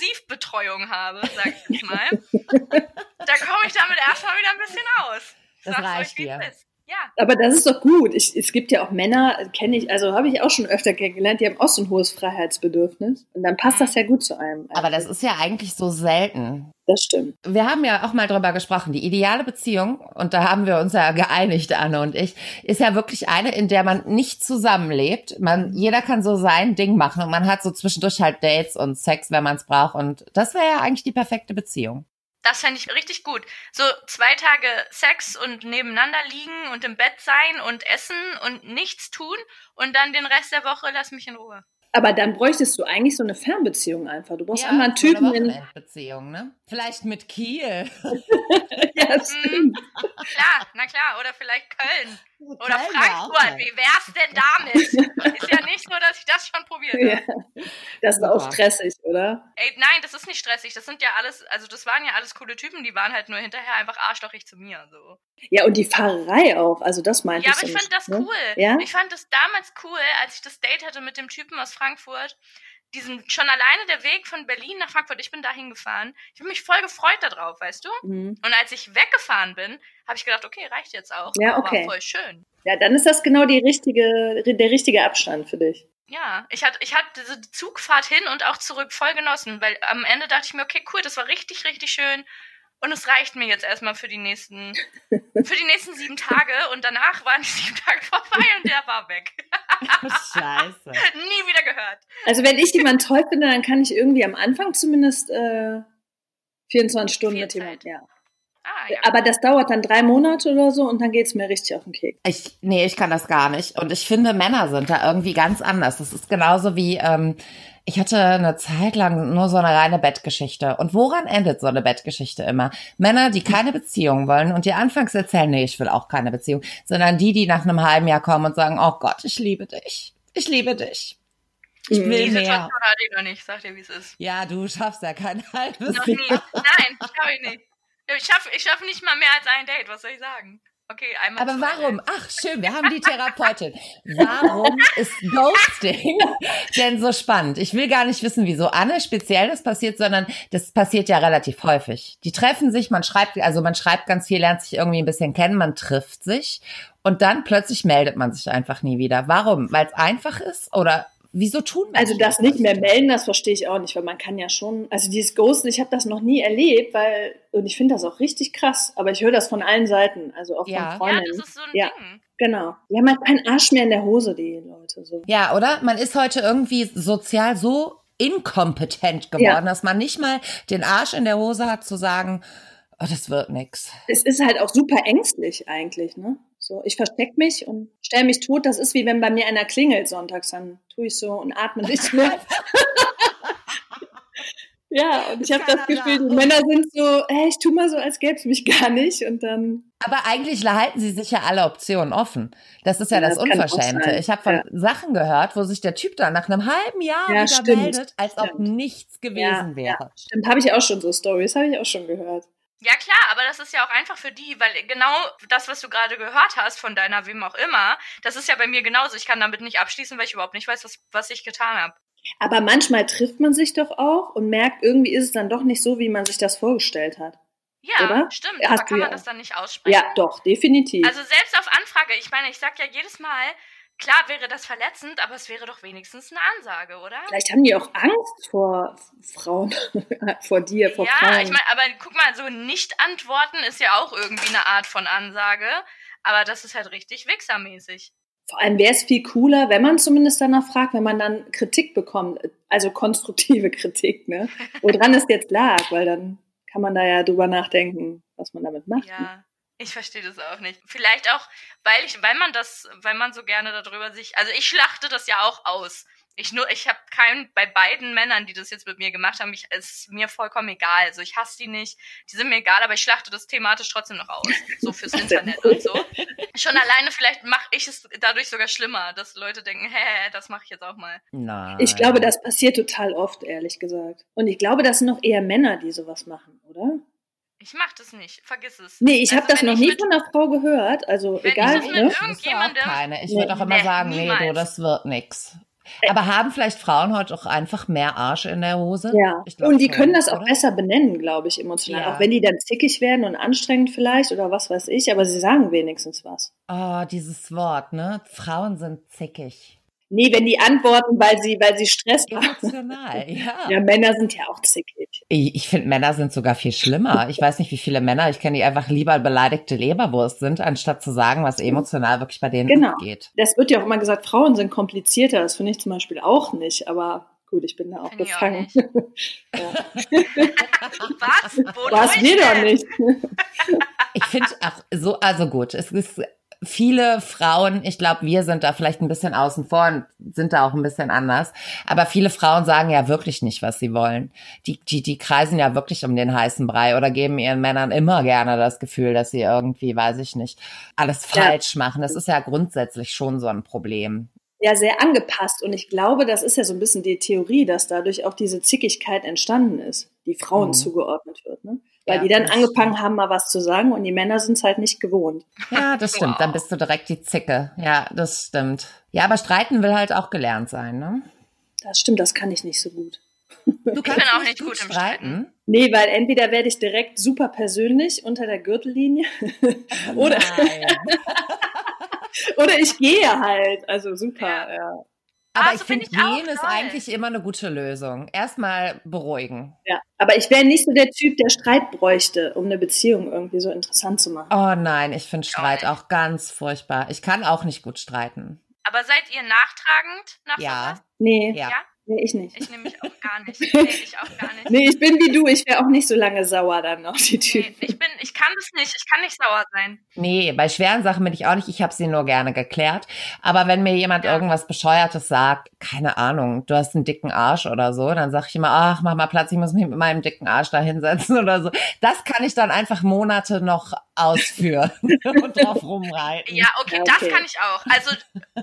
Speaker 2: Intensivbetreuung habe, sag ich jetzt mal, dann komme ich damit erstmal wieder ein bisschen aus. Ich
Speaker 1: Das
Speaker 2: sag's
Speaker 1: reicht
Speaker 2: wie es
Speaker 1: dir.
Speaker 2: ist. Ja,
Speaker 3: Aber das ist doch gut. Ich, es gibt ja auch Männer, kenne ich, also habe ich auch schon öfter kennengelernt, die haben auch so ein hohes Freiheitsbedürfnis. Und dann
Speaker 2: Mhm.
Speaker 3: passt das ja gut zu einem.
Speaker 1: Aber das ist ja eigentlich so selten.
Speaker 3: das stimmt.
Speaker 1: Wir haben ja auch mal drüber gesprochen. Die ideale Beziehung, und da haben wir uns ja geeinigt, Anne und ich, ist ja wirklich eine, in der man nicht zusammenlebt. Man, jeder kann so sein Ding machen und man hat so zwischendurch halt Dates und Sex, wenn man es braucht. Und das wäre ja eigentlich die perfekte Beziehung.
Speaker 2: das fände ich richtig gut. So zwei Tage Sex und nebeneinander liegen und im Bett sein und essen und nichts tun und dann den Rest der Woche lass mich in Ruhe.
Speaker 3: Aber dann bräuchtest du eigentlich so eine Fernbeziehung einfach. Du brauchst
Speaker 1: Ja,
Speaker 3: einfach einen
Speaker 1: so eine
Speaker 3: Typen in.
Speaker 1: Wochenendbeziehung, ne? Vielleicht mit Kiel.
Speaker 3: <laughs> Ja, das
Speaker 2: Mhm,
Speaker 3: stimmt.
Speaker 2: <laughs> Klar, na klar, oder vielleicht Köln oder
Speaker 1: Köln wäre auch
Speaker 2: Frankfurt.
Speaker 1: geil.
Speaker 2: Wie wär's denn damit? ist ja nicht so, dass ich das schon probiert habe.
Speaker 3: Ja. Das ist
Speaker 1: Super.
Speaker 3: auch stressig, oder?
Speaker 2: Ey, nein, das ist nicht stressig. Das sind ja alles, also das waren ja alles coole Typen, die waren halt nur hinterher einfach arschlochig zu mir. So.
Speaker 3: Ja, und die Fahrerei auch. Also, das meinte
Speaker 2: Ja,
Speaker 3: ich.
Speaker 2: aber ich
Speaker 3: so
Speaker 2: fand
Speaker 3: nicht,
Speaker 2: das
Speaker 3: ne?
Speaker 2: cool.
Speaker 3: Ja?
Speaker 2: Ich fand das damals cool, als ich das Date hatte mit dem Typen aus Frankfurt. Diesen, schon alleine der Weg von Berlin nach Frankfurt, ich bin dahin gefahren. Ich habe mich voll gefreut darauf, weißt du?
Speaker 3: Mhm.
Speaker 2: Und als ich weggefahren bin, habe ich gedacht, okay, reicht jetzt auch.
Speaker 3: Ja,
Speaker 2: War
Speaker 3: okay.
Speaker 2: voll schön.
Speaker 3: Ja, dann ist das genau die richtige, der richtige Abstand für dich.
Speaker 2: Ja, ich hatte, ich hatte diese Zugfahrt hin und auch zurück voll genossen, weil am Ende dachte ich mir, okay, cool, das war richtig, richtig schön. Und es reicht mir jetzt erstmal für die nächsten, für die nächsten sieben Tage. Und danach waren die sieben Tage vorbei und der war weg.
Speaker 1: <laughs> Scheiße.
Speaker 2: Nie wieder gehört.
Speaker 3: Also, wenn ich jemanden toll finde, dann kann ich irgendwie am Anfang zumindest äh, 24 Stunden
Speaker 2: Viel
Speaker 3: mit jemandem.
Speaker 2: Zeit.
Speaker 3: Ja.
Speaker 2: Ah, ja.
Speaker 3: Aber das dauert dann drei Monate oder so und dann geht's mir richtig auf den Keks.
Speaker 1: Ich, nee, ich kann das gar nicht. Und ich finde, Männer sind da irgendwie ganz anders. Das ist genauso wie, ähm, ich hatte eine Zeit lang nur so eine reine Bettgeschichte. Und woran endet so eine Bettgeschichte immer? Männer, die keine Beziehung wollen und dir anfangs erzählen, nee, ich will auch keine Beziehung, sondern die, die nach einem halben Jahr kommen und sagen, oh Gott, ich liebe dich. Ich liebe dich. Ich
Speaker 3: Mhm.
Speaker 1: will
Speaker 2: die Situation
Speaker 1: mehr.
Speaker 2: hatte ich noch nicht. Sag dir, wie es ist.
Speaker 1: Ja, du schaffst ja kein <laughs> halbes
Speaker 2: Noch nie. Nein, schaffe ich nicht. Ich schaffe ich schaff nicht mal mehr als ein Date. Was soll ich sagen? Okay, einmal.
Speaker 1: Aber
Speaker 2: zwei
Speaker 1: warum? Ach, schön, wir haben die Therapeutin.
Speaker 3: <laughs>
Speaker 1: Warum ist Ghosting denn so spannend? Ich will gar nicht wissen, wieso Anne speziell das passiert, sondern das passiert ja relativ häufig. Die treffen sich, man schreibt, also man schreibt ganz viel, lernt sich irgendwie ein bisschen kennen, man trifft sich und dann plötzlich meldet man sich einfach nie wieder. Warum? Weil es einfach ist oder wieso tun wir
Speaker 3: Also das nicht mehr melden, das verstehe ich auch nicht, weil man kann ja schon, also dieses Ghosten, ich habe das noch nie erlebt, weil und ich finde das auch richtig krass, aber ich höre das von allen Seiten, also auch
Speaker 1: Ja.
Speaker 2: Dates.
Speaker 3: von
Speaker 2: Ja,
Speaker 3: Freundinnen.
Speaker 2: das ist so ein
Speaker 3: Ja.
Speaker 2: Ding.
Speaker 3: genau. Die haben halt keinen Arsch mehr in der Hose, die Leute so.
Speaker 1: Ja, oder? Man ist heute irgendwie sozial so inkompetent geworden,
Speaker 3: Ja.
Speaker 1: dass man nicht mal den Arsch in der Hose hat zu sagen, oh, das wird nix.
Speaker 3: Es ist halt auch super ängstlich eigentlich, ne? So, ich verstecke mich und stelle mich tot. Das ist wie wenn bei mir einer klingelt sonntags, dann tue ich so und atme
Speaker 1: <laughs>
Speaker 3: nicht mehr. ja, und ich habe das Gefühl, die Männer sind so, hey, ich tue mal so, als gäbe es mich gar nicht und dann
Speaker 1: Aber eigentlich halten sie sich ja alle Optionen offen. Das ist ja,
Speaker 3: Ja,
Speaker 1: das
Speaker 3: das kann auch
Speaker 1: Unverschämte.
Speaker 3: sein.
Speaker 1: Ich habe von
Speaker 3: Ja.
Speaker 1: Sachen gehört, wo sich der Typ dann nach einem halben Jahr
Speaker 3: Ja,
Speaker 1: wieder
Speaker 3: stimmt.
Speaker 1: meldet, als ob
Speaker 3: Stimmt.
Speaker 1: nichts gewesen
Speaker 3: Ja,
Speaker 1: wäre.
Speaker 3: Stimmt, habe ich auch schon so Stories, habe ich auch schon gehört.
Speaker 2: Ja klar, aber das ist ja auch einfach für die, weil genau das, was du gerade gehört hast von deiner wem auch immer, das ist ja bei mir genauso. Ich kann damit nicht abschließen, weil ich überhaupt nicht weiß, was, was ich getan habe.
Speaker 3: Aber manchmal trifft man sich doch auch und merkt, irgendwie ist es dann doch nicht so, wie man sich das vorgestellt hat.
Speaker 2: Ja,
Speaker 3: Oder?
Speaker 2: stimmt.
Speaker 3: Ja,
Speaker 2: aber
Speaker 3: hast
Speaker 2: kann
Speaker 3: du
Speaker 2: man
Speaker 3: ja
Speaker 2: das dann nicht aussprechen?
Speaker 3: Ja, doch, definitiv.
Speaker 2: Also selbst auf Anfrage, ich meine, ich sag ja jedes Mal, klar wäre das verletzend, aber es wäre doch wenigstens eine Ansage, oder?
Speaker 3: Vielleicht haben die auch Angst vor Frauen, <laughs> vor dir, vor
Speaker 2: Ja,
Speaker 3: Frauen.
Speaker 2: ich meine, aber guck mal, so nicht antworten ist ja auch irgendwie eine Art von Ansage, aber das ist halt richtig wichsermäßig.
Speaker 3: vor allem wäre es viel cooler, wenn man zumindest danach fragt, wenn man dann Kritik bekommt, also konstruktive
Speaker 2: <laughs>
Speaker 3: Kritik, ne? Woran es jetzt lag, weil dann kann man da ja drüber nachdenken, was man damit macht. ne?
Speaker 2: Ja, ich verstehe das auch nicht. Vielleicht auch, weil ich, weil man das, weil man so gerne darüber sich, also ich schlachte das ja auch aus. Ich nur, ich habe keinen, bei beiden Männern, die das jetzt mit mir gemacht haben, ich, es ist mir vollkommen egal. Also ich hasse die nicht, die sind mir egal, aber ich schlachte das thematisch trotzdem noch aus. So
Speaker 3: <laughs>
Speaker 2: fürs Internet und so. Schon alleine vielleicht mache ich es dadurch sogar schlimmer, dass Leute denken, hä, das mache ich jetzt auch mal.
Speaker 1: Nein.
Speaker 3: Ich glaube, das passiert total oft, ehrlich gesagt. Und ich glaube, das sind noch eher Männer, die sowas machen, oder?
Speaker 2: Ich mach das nicht. Vergiss es.
Speaker 3: Nee, ich habe
Speaker 2: Also,
Speaker 3: das
Speaker 2: wenn
Speaker 3: noch
Speaker 2: ich
Speaker 3: nie
Speaker 2: mit-
Speaker 3: von einer Frau gehört. Also
Speaker 2: Wenn ich
Speaker 3: egal,
Speaker 2: das mit
Speaker 3: ne?
Speaker 1: Das ist auch
Speaker 2: irgendjemandem-
Speaker 1: keine. Ich würde auch immer
Speaker 2: Nee,
Speaker 1: sagen, nee, du,
Speaker 2: niemals.
Speaker 1: das wird nix.
Speaker 3: Äh.
Speaker 1: Aber haben vielleicht Frauen heute auch einfach mehr Arsch in der Hose?
Speaker 3: Ja.
Speaker 1: Ich glaub
Speaker 3: Und die
Speaker 1: schon,
Speaker 3: können das auch
Speaker 1: oder?
Speaker 3: besser benennen, glaube ich, emotional.
Speaker 1: Ja.
Speaker 3: Auch wenn die dann zickig werden und anstrengend vielleicht oder was weiß ich, aber sie sagen wenigstens was.
Speaker 1: Oh, dieses Wort, ne? Frauen sind zickig.
Speaker 3: Nee, wenn die antworten, weil sie, weil sie Stress haben.
Speaker 1: Emotional, ja.
Speaker 3: Ja, Männer sind ja auch zickig.
Speaker 1: Ich, ich finde, Männer sind sogar viel schlimmer. Ich weiß nicht, wie viele Männer, ich kenne die einfach lieber beleidigte Leberwurst sind, anstatt zu sagen, was emotional wirklich bei denen
Speaker 3: Genau.
Speaker 1: geht.
Speaker 3: Das wird ja auch immer gesagt, Frauen sind komplizierter. Das finde ich zum Beispiel auch nicht, aber gut, ich bin da auch
Speaker 2: Finde ich auch
Speaker 3: gefangen.
Speaker 2: nicht.
Speaker 3: ja.
Speaker 2: Was? Wo
Speaker 3: Das
Speaker 2: durch
Speaker 3: wir doch
Speaker 2: denn?
Speaker 3: nicht.
Speaker 1: Ich finde auch so, also gut, es ist viele Frauen, ich glaube, wir sind da vielleicht ein bisschen außen vor und sind da auch ein bisschen anders. Aber viele Frauen sagen ja wirklich nicht, was sie wollen. Die, die, die kreisen ja wirklich um den heißen Brei oder geben ihren Männern immer gerne das Gefühl, dass sie irgendwie, weiß ich nicht, alles
Speaker 3: Ja.
Speaker 1: falsch machen. Das ist ja grundsätzlich schon so ein Problem.
Speaker 3: ja sehr angepasst. Und ich glaube, das ist ja so ein bisschen die Theorie, dass dadurch auch diese Zickigkeit entstanden ist, die Frauen
Speaker 1: Mhm.
Speaker 3: zugeordnet wird. Ne? Weil
Speaker 1: Ja,
Speaker 3: die dann
Speaker 1: das
Speaker 3: angefangen haben, mal was zu sagen und die Männer sind es halt nicht gewohnt.
Speaker 1: Ja, das stimmt. Dann bist du direkt die Zicke. Ja, das stimmt. Ja, aber streiten will halt auch gelernt sein, ne?
Speaker 3: Das stimmt, das kann ich nicht so gut.
Speaker 1: Du kannst
Speaker 2: bin auch nicht gut im Streiten.
Speaker 3: Nee, weil entweder werde ich direkt super persönlich unter
Speaker 1: <laughs>
Speaker 3: der Gürtellinie oder,
Speaker 1: Nein.
Speaker 3: oder ich gehe halt. Also super.
Speaker 2: Ja.
Speaker 3: Ja.
Speaker 1: Aber
Speaker 2: Ah,
Speaker 1: ich
Speaker 2: so find
Speaker 1: finde,
Speaker 2: ich auch
Speaker 1: gehen ist
Speaker 2: toll.
Speaker 1: eigentlich immer eine gute Lösung. Erstmal beruhigen.
Speaker 3: Ja. Aber ich wäre nicht so der Typ, der Streit bräuchte, um eine Beziehung irgendwie so interessant zu machen.
Speaker 1: Oh nein, ich finde Streit
Speaker 2: Ja.
Speaker 1: auch ganz furchtbar. Ich kann auch nicht gut streiten.
Speaker 2: Aber seid ihr nachtragend nach
Speaker 1: Ja,
Speaker 2: sowas?
Speaker 3: Nee,
Speaker 1: ja.
Speaker 2: Ja?
Speaker 3: nee, ich nicht.
Speaker 2: Ich nehme mich auch gar
Speaker 1: <laughs>
Speaker 2: nicht. Nee, ich auch gar nicht.
Speaker 3: Nee, ich bin wie du, ich wäre auch nicht so lange sauer dann auf die Typen.
Speaker 2: Nee, ich bin, ich kann das nicht. Ich kann nicht sauer sein.
Speaker 1: Nee, bei schweren Sachen bin ich auch nicht. Ich habe sie nur gerne geklärt. Aber wenn mir jemand
Speaker 2: Ja.
Speaker 1: irgendwas Bescheuertes sagt, keine Ahnung, du hast einen dicken Arsch oder so, dann sage ich immer, ach, mach mal Platz, ich muss mich mit meinem dicken Arsch da hinsetzen oder so. Das kann ich dann einfach Monate noch ausführen <laughs> und drauf rumreiten.
Speaker 2: Ja, okay,
Speaker 3: Ja, okay.
Speaker 2: das kann ich auch. Also,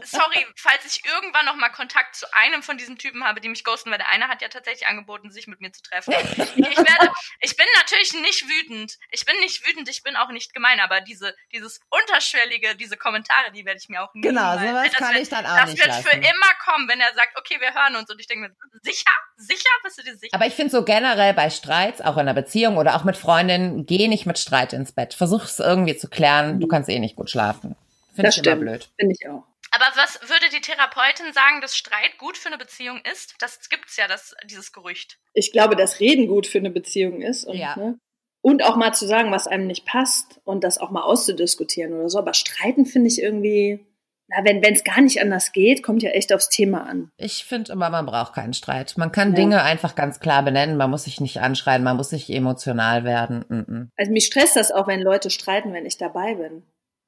Speaker 2: sorry, falls ich irgendwann nochmal Kontakt zu einem von diesen Typen habe, die mich ghosten, weil der eine hat ja tatsächlich angeboten, sich mit mir zu
Speaker 1: <laughs>
Speaker 2: treffen. Ich werde, ich bin natürlich nicht wütend. Ich bin nicht wütend, ich bin auch nicht gemein, aber diese, dieses unterschwellige, diese Kommentare, die werde ich mir auch nie
Speaker 1: Genau, sowas kann ich dann auch
Speaker 2: Das
Speaker 1: nicht
Speaker 2: wird
Speaker 1: lassen.
Speaker 2: für immer kommen, wenn er sagt, okay, wir hören uns. Und ich denke mir, sicher? Sicher? Bist du dir sicher?
Speaker 1: Aber ich finde so generell bei Streits, auch in einer Beziehung oder auch mit Freundinnen, geh nicht mit Streit ins Bett. Versuch es irgendwie zu klären. Du kannst eh nicht gut schlafen. Finde
Speaker 3: Mhm. Das
Speaker 1: ich immer
Speaker 3: stimmt,
Speaker 1: blöd.
Speaker 3: finde ich auch.
Speaker 2: Aber was würde die Therapeutin sagen, dass Streit gut für eine Beziehung ist? Das gibt's ja, das, dieses Gerücht.
Speaker 3: Ich glaube, dass Reden gut für eine Beziehung ist. Und,
Speaker 1: Ja.
Speaker 3: ne? und auch mal zu sagen, was einem nicht passt und das auch mal auszudiskutieren oder so. Aber streiten finde ich irgendwie, na, wenn es gar nicht anders geht, kommt ja echt aufs Thema an.
Speaker 1: Ich finde immer, man braucht keinen Streit. Man kann
Speaker 3: Ja.
Speaker 1: Dinge einfach ganz klar benennen. Man muss sich nicht anschreien. Man muss nicht emotional werden. Mhm.
Speaker 3: Also mich stresst das auch, wenn Leute streiten, wenn ich dabei bin.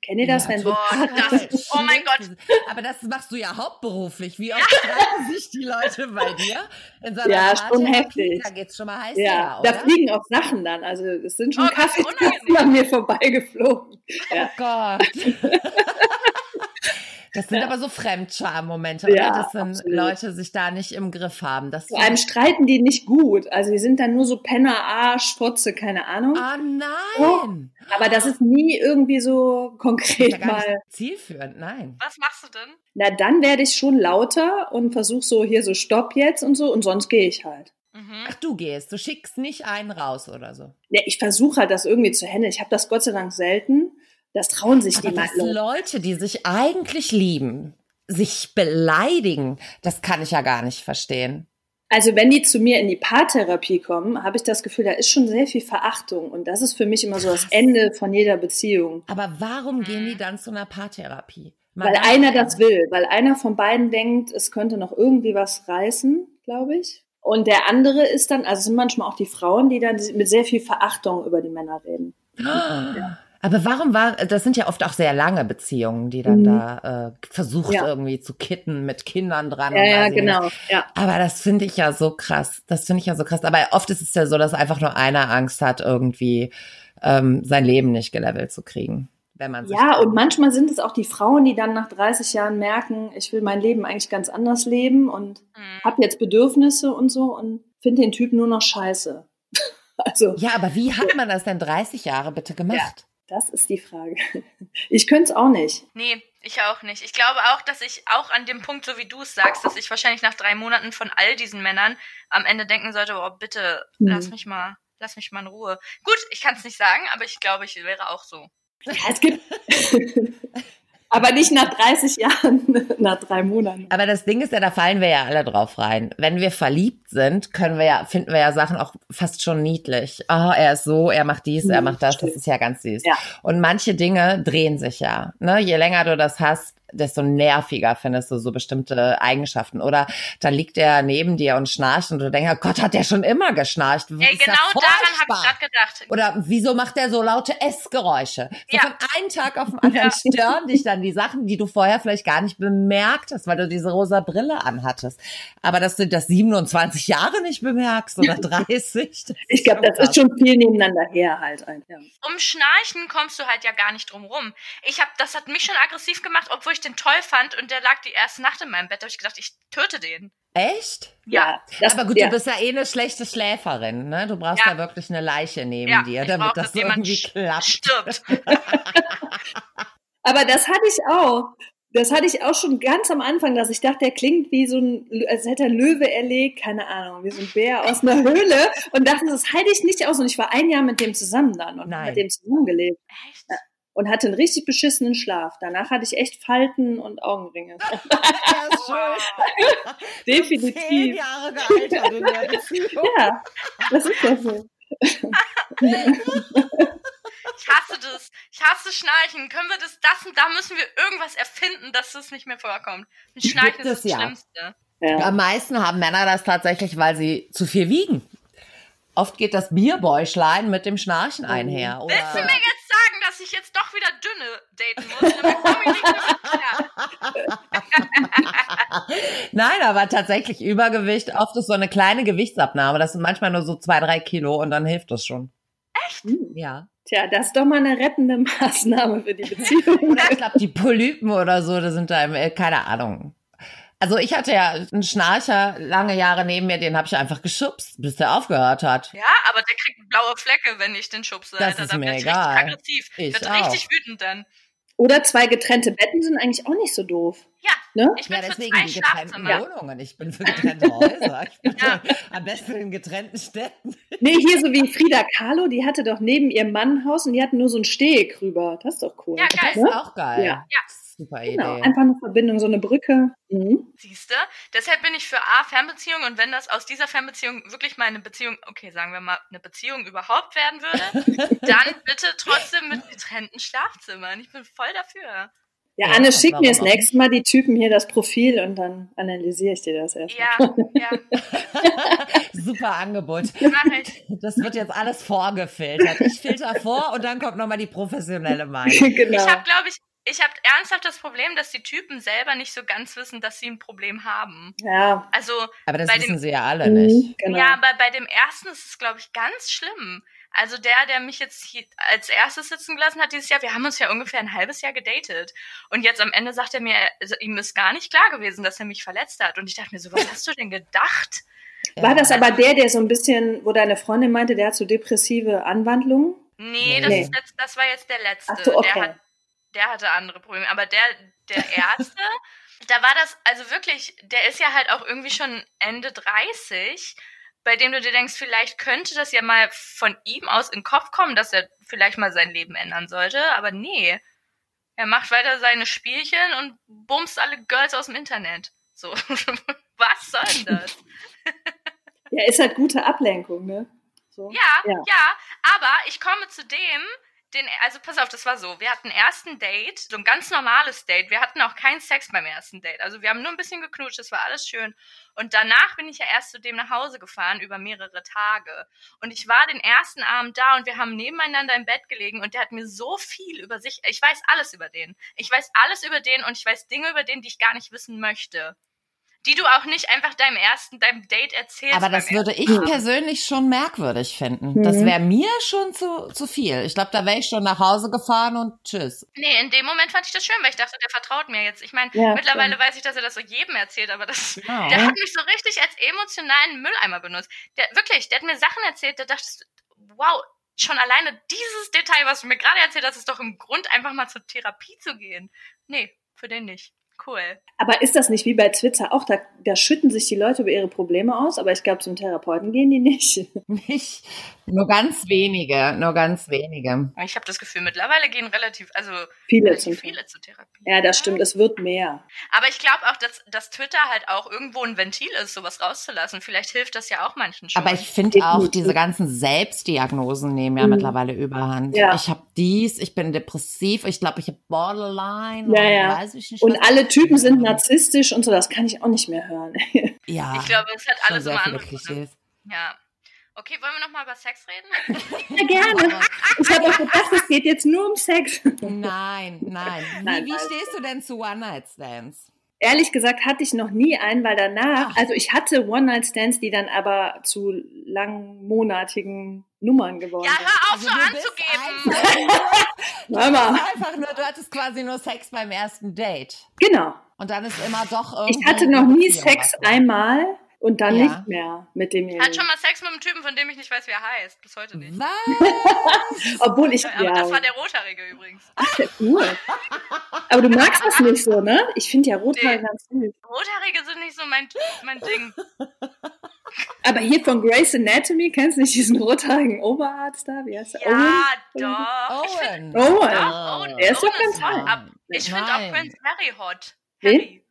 Speaker 3: Kennt ihr das?
Speaker 1: Ja,
Speaker 3: wenn so,
Speaker 2: Boah, das, oh mein Gott.
Speaker 1: <laughs> Aber das machst du ja hauptberuflich. Wie oft streiten sich die Leute bei dir? In so einer
Speaker 3: Ja, schon
Speaker 1: Party?
Speaker 3: heftig.
Speaker 1: Da geht's schon mal heiß her,
Speaker 3: ja,
Speaker 1: oder?
Speaker 3: da fliegen auch Sachen dann. Also es sind schon
Speaker 2: Oh, das ist
Speaker 3: Kaffeetassen
Speaker 2: unangenehm.
Speaker 3: an mir vorbeigeflogen.
Speaker 1: Oh
Speaker 3: <laughs>
Speaker 1: Gott. Das sind aber so Fremdscham-Momente,
Speaker 3: Ja,
Speaker 1: oder? Dass dann
Speaker 3: absolut.
Speaker 1: Leute sich da nicht im Griff haben. Das
Speaker 3: Vor allem streiten die nicht gut. Also die sind dann nur so Penner, Arsch, Fotze, keine Ahnung.
Speaker 1: Ah nein!
Speaker 3: Aber das ist nie irgendwie so
Speaker 1: Das ist ja
Speaker 3: konkret
Speaker 1: gar
Speaker 3: mal.
Speaker 1: nicht zielführend, nein.
Speaker 2: Was machst du denn?
Speaker 3: Na, dann werde ich schon lauter und versuche so hier so Stopp jetzt und so und sonst gehe ich halt.
Speaker 2: Mhm.
Speaker 1: Ach, du gehst, du schickst nicht einen raus oder so.
Speaker 3: Ja, ich versuche halt das irgendwie zu handeln. Ich habe das Gott sei Dank selten. Das trauen sich die
Speaker 1: Aber dass
Speaker 3: meisten.
Speaker 1: Leute, die sich eigentlich lieben, sich beleidigen, das kann ich ja gar nicht verstehen.
Speaker 3: Also wenn die zu mir in die Paartherapie kommen, habe ich das Gefühl, da ist schon sehr viel Verachtung und das ist für mich immer so das Ende von jeder Beziehung.
Speaker 1: Aber warum gehen die
Speaker 2: Mhm.
Speaker 1: dann zu einer Paartherapie? Mal
Speaker 3: Weil
Speaker 1: ganz
Speaker 3: einer
Speaker 1: ehrlich.
Speaker 3: das will, weil einer von beiden denkt, es könnte noch irgendwie was reißen, glaube ich. Und der andere ist dann, also es sind manchmal auch die Frauen, die dann mit sehr viel Verachtung über die Männer reden.
Speaker 1: Ah, Aber warum war, das sind ja oft auch sehr lange Beziehungen, die dann
Speaker 3: Mhm.
Speaker 1: da äh, versucht
Speaker 3: Ja.
Speaker 1: irgendwie zu kitten mit Kindern dran.
Speaker 3: Ja,
Speaker 1: und
Speaker 3: ja,
Speaker 1: weiß ich
Speaker 3: genau.
Speaker 1: nicht.
Speaker 3: Ja.
Speaker 1: Aber das finde ich ja so krass. Das finde ich ja so krass. Aber oft ist es ja so, dass einfach nur einer Angst hat, irgendwie ähm, sein Leben nicht gelevelt zu kriegen. Wenn man sich
Speaker 3: ja, und manchmal sind es auch die Frauen, die dann nach 30 Jahren merken, ich will mein Leben eigentlich ganz anders leben und
Speaker 2: Mhm.
Speaker 3: habe jetzt Bedürfnisse und so und finde den Typ nur noch scheiße. <laughs> Also,
Speaker 1: Ja, aber wie hat man das denn 30 Jahre bitte gemacht?
Speaker 3: das ist die Frage. Ich könnte es auch nicht.
Speaker 2: Nee, ich auch nicht. Ich glaube auch, dass ich auch an dem Punkt, so wie du es sagst, dass ich wahrscheinlich nach drei Monaten von all diesen Männern am Ende denken sollte, oh bitte,
Speaker 3: Mhm.
Speaker 2: lass mich mal, lass mich mal in Ruhe. Gut, ich kann es nicht sagen, aber ich glaube, ich wäre auch so.
Speaker 3: Ja, es gibt. <laughs> Aber nicht nach 30 Jahren, <laughs> nach drei Monaten.
Speaker 1: Aber das Ding ist ja, da fallen wir ja alle drauf rein. Wenn wir verliebt sind, können wir ja, finden wir ja Sachen auch fast schon niedlich. Oh, er ist so, er macht dies, er
Speaker 3: Mhm,
Speaker 1: macht das, das
Speaker 3: stimmt.
Speaker 1: ist ja ganz süß.
Speaker 3: Ja.
Speaker 1: Und manche Dinge drehen sich ja. Ne? Je länger du das hast, desto nerviger findest du so bestimmte Eigenschaften. Oder dann liegt er neben dir und schnarcht und du denkst, oh Gott, hat der schon immer geschnarcht.
Speaker 2: Ey, genau daran habe
Speaker 1: furchtbar.
Speaker 2: ich gerade gedacht.
Speaker 1: Oder wieso macht er so laute Essgeräusche? So
Speaker 2: Ja.
Speaker 1: von einem Tag auf den anderen
Speaker 2: <laughs> Ja.
Speaker 1: stören dich dann die Sachen, die du vorher vielleicht gar nicht bemerkt hast, weil du diese rosa Brille anhattest. Aber dass du das 27 Jahre nicht bemerkst
Speaker 2: <laughs>
Speaker 1: oder 30. das
Speaker 3: Ich glaube, das ist schon viel nebeneinander her halt. ein- Ja.
Speaker 2: Um Schnarchen kommst du halt ja gar nicht drum rum. Ich hab, das hat mich schon aggressiv gemacht, obwohl ich den toll fand und der lag die erste Nacht in meinem Bett. Da habe ich gedacht, ich töte den.
Speaker 1: Echt?
Speaker 2: Ja.
Speaker 3: das,
Speaker 1: Aber gut,
Speaker 3: ja.
Speaker 1: du bist ja eh eine schlechte Schläferin, ne? Du brauchst ja,
Speaker 2: Ja.
Speaker 1: wirklich eine Leiche neben
Speaker 2: Ja,
Speaker 1: dir,
Speaker 2: ich
Speaker 1: damit
Speaker 2: brauch,
Speaker 1: das
Speaker 2: dass
Speaker 1: so
Speaker 2: jemand
Speaker 1: irgendwie
Speaker 2: sch- <laughs>
Speaker 1: klappt.
Speaker 2: Stirbt.
Speaker 3: Aber das hatte ich auch. Das hatte ich auch schon ganz am Anfang, dass ich dachte, der klingt wie so ein, als hätte er einen Löwe erlegt, keine Ahnung, wie so ein Bär
Speaker 1: <laughs>
Speaker 3: aus einer Höhle und dachte, das halte ich nicht aus. Und ich war ein Jahr mit dem zusammen dann und
Speaker 1: Nein.
Speaker 3: mit dem zusammengelebt
Speaker 1: <laughs>
Speaker 2: Echt?
Speaker 3: und hatte einen richtig beschissenen Schlaf. Danach hatte ich echt Falten und Augenringe.
Speaker 1: Er ist schuld. Zehn
Speaker 3: <laughs> Definitiv.
Speaker 1: Jahre gealtert in
Speaker 2: <laughs>
Speaker 1: der Beziehung.
Speaker 3: Ja, das ist ja so.
Speaker 2: Ich hasse das. Ich hasse Schnarchen. Können wir das, das und da müssen wir irgendwas erfinden, dass das nicht mehr vorkommt. Und Schnarchen
Speaker 1: Gibt es
Speaker 2: ist das
Speaker 1: ja.
Speaker 2: Schlimmste.
Speaker 3: Ja.
Speaker 1: Am meisten haben Männer das tatsächlich, weil sie zu viel wiegen. Oft geht das Bierbäuschlein mit dem Schnarchen einher. Oder
Speaker 2: Mhm. Willst du mir jetzt sagen, dass ich jetzt doch wieder dünne daten muss? Damit komm ich nicht mehr
Speaker 1: <laughs>
Speaker 2: klar.
Speaker 1: Nein, aber tatsächlich Übergewicht. Oft ist so eine kleine Gewichtsabnahme. Das sind manchmal nur so zwei, drei Kilo und dann hilft das schon.
Speaker 3: Hm.
Speaker 1: Ja.
Speaker 3: Tja, das ist doch mal eine rettende <laughs> Maßnahme für die Beziehung.
Speaker 1: Oder ich glaube, die Polypen oder so, das sind da, im- äh, keine Ahnung. Also ich hatte ja einen Schnarcher lange Jahre neben mir, den habe ich einfach geschubst, bis der aufgehört hat.
Speaker 2: Ja, aber der kriegt blaue Flecke, wenn ich den schubse.
Speaker 1: Das
Speaker 2: Alter,
Speaker 1: ist
Speaker 2: dann
Speaker 1: mir
Speaker 2: wird ich
Speaker 1: egal.
Speaker 2: richtig aggressiv.
Speaker 1: Ich
Speaker 2: wird
Speaker 1: auch.
Speaker 2: richtig wütend dann.
Speaker 3: Oder zwei getrennte Betten sind eigentlich auch nicht so doof.
Speaker 2: Ich
Speaker 1: Ja,
Speaker 2: bin für
Speaker 1: deswegen
Speaker 2: zwei
Speaker 1: die getrennten
Speaker 2: Schlafzimmer.
Speaker 1: Wohnungen. Ich bin für getrennte Häuser. Ich bin
Speaker 2: <laughs> Ja.
Speaker 1: am besten in getrennten Städten.
Speaker 3: Nee, hier so wie Frida Kahlo, die hatte doch neben ihrem Mann ein Haus und die hatten nur so einen Steg rüber. Das ist doch cool.
Speaker 2: Ja, geil.
Speaker 1: Das ist auch geil.
Speaker 3: Ne? Ja.
Speaker 1: Super
Speaker 3: Genau,
Speaker 1: Idee.
Speaker 2: <laughs>
Speaker 3: einfach eine Verbindung, so eine Brücke. Mhm.
Speaker 2: Siehste, deshalb bin ich für A, Fernbeziehung und wenn das aus dieser Fernbeziehung wirklich mal eine Beziehung, okay, sagen wir mal, eine Beziehung überhaupt werden würde, dann bitte trotzdem mit getrennten Schlafzimmern. Ich bin voll dafür.
Speaker 3: Ja,
Speaker 1: Ja,
Speaker 3: Anne, schick
Speaker 1: warum
Speaker 3: mir das
Speaker 1: auch
Speaker 3: nächste Mal die Typen hier das Profil und dann analysiere ich dir das erstmal.
Speaker 2: Ja, ja,
Speaker 1: Super Angebot.
Speaker 2: mach
Speaker 1: <laughs>
Speaker 2: halt, ich.
Speaker 1: Das wird jetzt alles vorgefiltert. Ich filter vor und dann kommt nochmal die professionelle Meinung.
Speaker 2: Ich
Speaker 3: <laughs> genau.
Speaker 2: habe, glaube ich, ich habe ernsthaft das Problem, dass die Typen selber nicht so ganz wissen, dass sie ein Problem haben.
Speaker 3: Ja,
Speaker 2: Also,
Speaker 1: Aber das
Speaker 2: Bei dem-
Speaker 1: wissen sie ja alle
Speaker 3: mhm,
Speaker 1: nicht.
Speaker 3: genau.
Speaker 2: Ja, aber bei dem ersten ist es, glaube ich, ganz schlimm. Also der, der mich jetzt hier als erstes sitzen gelassen hat dieses Jahr, wir haben uns ja ungefähr ein halbes Jahr gedatet. Und jetzt am Ende sagt er mir, also ihm ist gar nicht klar gewesen, dass er mich verletzt hat. Und ich dachte mir so, was hast du denn gedacht?
Speaker 3: War
Speaker 1: Ja.
Speaker 3: das aber der, der so ein bisschen, wo deine Freundin meinte, der hat so depressive Anwandlungen?
Speaker 2: Nee, das,
Speaker 3: Nee.
Speaker 2: Ist jetzt, das war jetzt der letzte.
Speaker 3: Ach so, okay.
Speaker 2: der, hat, der hatte andere Probleme. Aber der, der
Speaker 3: <laughs>
Speaker 2: erste, da war das, also wirklich, der ist ja halt auch irgendwie schon Ende 30, bei dem du dir denkst, vielleicht könnte das ja mal von ihm aus in den Kopf kommen, dass er vielleicht mal sein Leben ändern sollte. Aber nee, er macht weiter seine Spielchen und bumst alle Girls aus dem Internet. So, <laughs> was soll denn das?
Speaker 3: Ja, ist halt gute Ablenkung, ne? So.
Speaker 2: Ja,
Speaker 3: Ja.
Speaker 2: ja, aber ich komme zu dem, den, also pass auf, das war so, wir hatten erst ein Date, so ein ganz normales Date, wir hatten auch keinen Sex beim ersten Date, also wir haben nur ein bisschen geknutscht, das war alles schön und danach bin ich ja erst zu dem nach Hause gefahren über mehrere Tage und ich war den ersten Abend da und wir haben nebeneinander im Bett gelegen und der hat mir so viel über sich, ich weiß alles über den, ich weiß alles über den und ich weiß Dinge über den, die ich gar nicht wissen möchte. Die du auch nicht einfach deinem ersten, deinem Date erzählst.
Speaker 1: Aber
Speaker 2: beim
Speaker 1: das würde ich persönlich schon merkwürdig finden.
Speaker 3: Mhm.
Speaker 1: Das wäre mir schon zu, zu viel. Ich glaube, da wäre ich schon nach Hause gefahren und tschüss.
Speaker 2: Nee, in dem Moment fand ich das schön, weil ich dachte, der vertraut mir jetzt. Ich meine,
Speaker 3: Ja,
Speaker 2: mittlerweile
Speaker 3: stimmt.
Speaker 2: weiß ich, dass er das so jedem erzählt, aber <laughs> das,
Speaker 1: Ja.
Speaker 2: der hat mich so richtig als emotionalen Mülleimer benutzt. Der, wirklich, der hat mir Sachen erzählt, da dachtest du, wow, schon alleine dieses Detail, was du mir gerade erzählt hast, ist doch im Grund, einfach mal zur Therapie zu gehen. Nee, für den nicht. Cool.
Speaker 3: Aber ist das nicht wie bei Twitter auch? Da, da schütten sich die Leute über ihre Probleme aus, aber ich glaube, zum Therapeuten gehen die nicht.
Speaker 1: Nicht, nur ganz wenige, nur ganz wenige.
Speaker 2: Ich habe das Gefühl, mittlerweile gehen relativ, also
Speaker 3: Viele
Speaker 2: relativ
Speaker 3: zum
Speaker 2: viele zur Therapie.
Speaker 3: Ja, das stimmt, es wird mehr.
Speaker 2: Aber ich glaube auch, dass, dass Twitter halt auch irgendwo ein Ventil ist, sowas rauszulassen. Vielleicht hilft das ja auch manchen schon.
Speaker 1: Aber ich finde auch,
Speaker 3: Definitiv.
Speaker 1: diese ganzen Selbstdiagnosen nehmen ja
Speaker 3: Mhm.
Speaker 1: mittlerweile überhand.
Speaker 3: Ja.
Speaker 1: Ich habe dies, ich bin depressiv, ich glaube, ich habe Borderline.
Speaker 3: Ja,
Speaker 1: und
Speaker 3: ja.
Speaker 1: Weiß ich nicht,
Speaker 3: Und
Speaker 1: was.
Speaker 3: alle Typen sind narzisstisch und so, das kann ich auch nicht mehr hören.
Speaker 1: Ja,
Speaker 2: Ich glaube, es hat
Speaker 1: Ah, schon
Speaker 2: alles
Speaker 1: sehr
Speaker 2: immer
Speaker 1: viele
Speaker 2: andere Gründe.
Speaker 1: Klischees.
Speaker 2: Ja. Okay, wollen wir nochmal über Sex
Speaker 3: <laughs>
Speaker 2: reden?
Speaker 3: Ja, gerne. <laughs> Ich habe auch gedacht, es geht jetzt nur um Sex. <laughs>
Speaker 1: Nein, nein. Wie,
Speaker 3: Nein,
Speaker 1: wie
Speaker 3: alles
Speaker 1: stehst du denn zu One-Night-Stands?
Speaker 3: Ehrlich gesagt hatte ich noch nie einen, weil danach,
Speaker 1: Ach.
Speaker 3: also ich hatte One-Night-Stands, die dann aber zu langmonatigen Nummern geworden
Speaker 2: Ja,
Speaker 3: sind.
Speaker 2: hör auf,
Speaker 1: Also
Speaker 2: so
Speaker 1: du bist
Speaker 2: anzugeben.
Speaker 3: <laughs>
Speaker 1: Einfach,
Speaker 3: Hör mal.
Speaker 1: einfach nur, du hattest quasi nur Sex beim ersten Date.
Speaker 3: Genau.
Speaker 1: Und dann ist immer doch irgendwie.
Speaker 3: Ich hatte noch nie
Speaker 1: Beziehung
Speaker 3: Sex
Speaker 1: was.
Speaker 3: einmal und dann
Speaker 1: Ja.
Speaker 3: nicht mehr mit demjenigen.
Speaker 2: Hat schon mal Sex mit einem Typen, von dem ich nicht weiß, wie er heißt. Bis heute nicht.
Speaker 1: Was?
Speaker 3: Obwohl ich,
Speaker 2: Aber
Speaker 3: ja,
Speaker 2: das war der Rothaarige übrigens.
Speaker 3: cool. Aber du magst das nicht so, ne? Ich finde ja Rotwein
Speaker 2: Nee.
Speaker 3: ganz süß.
Speaker 2: Rothaarige sind nicht so mein,
Speaker 3: <laughs>
Speaker 2: mein Ding.
Speaker 3: Aber hier von Grey's Anatomy, kennst du nicht diesen rothaarigen Oberarzt da? Wie heißt der?
Speaker 2: Ja,
Speaker 1: Oh.
Speaker 2: doch. Ich find,
Speaker 1: Owen.
Speaker 3: Owen.
Speaker 2: doch, Owen,
Speaker 3: Der ist doch
Speaker 2: Owen
Speaker 3: ganz
Speaker 2: hot.
Speaker 1: toll.
Speaker 2: Ab- Ich finde auch
Speaker 1: Nein.
Speaker 2: Prinz Harry hot.
Speaker 3: Wen?
Speaker 2: Harry.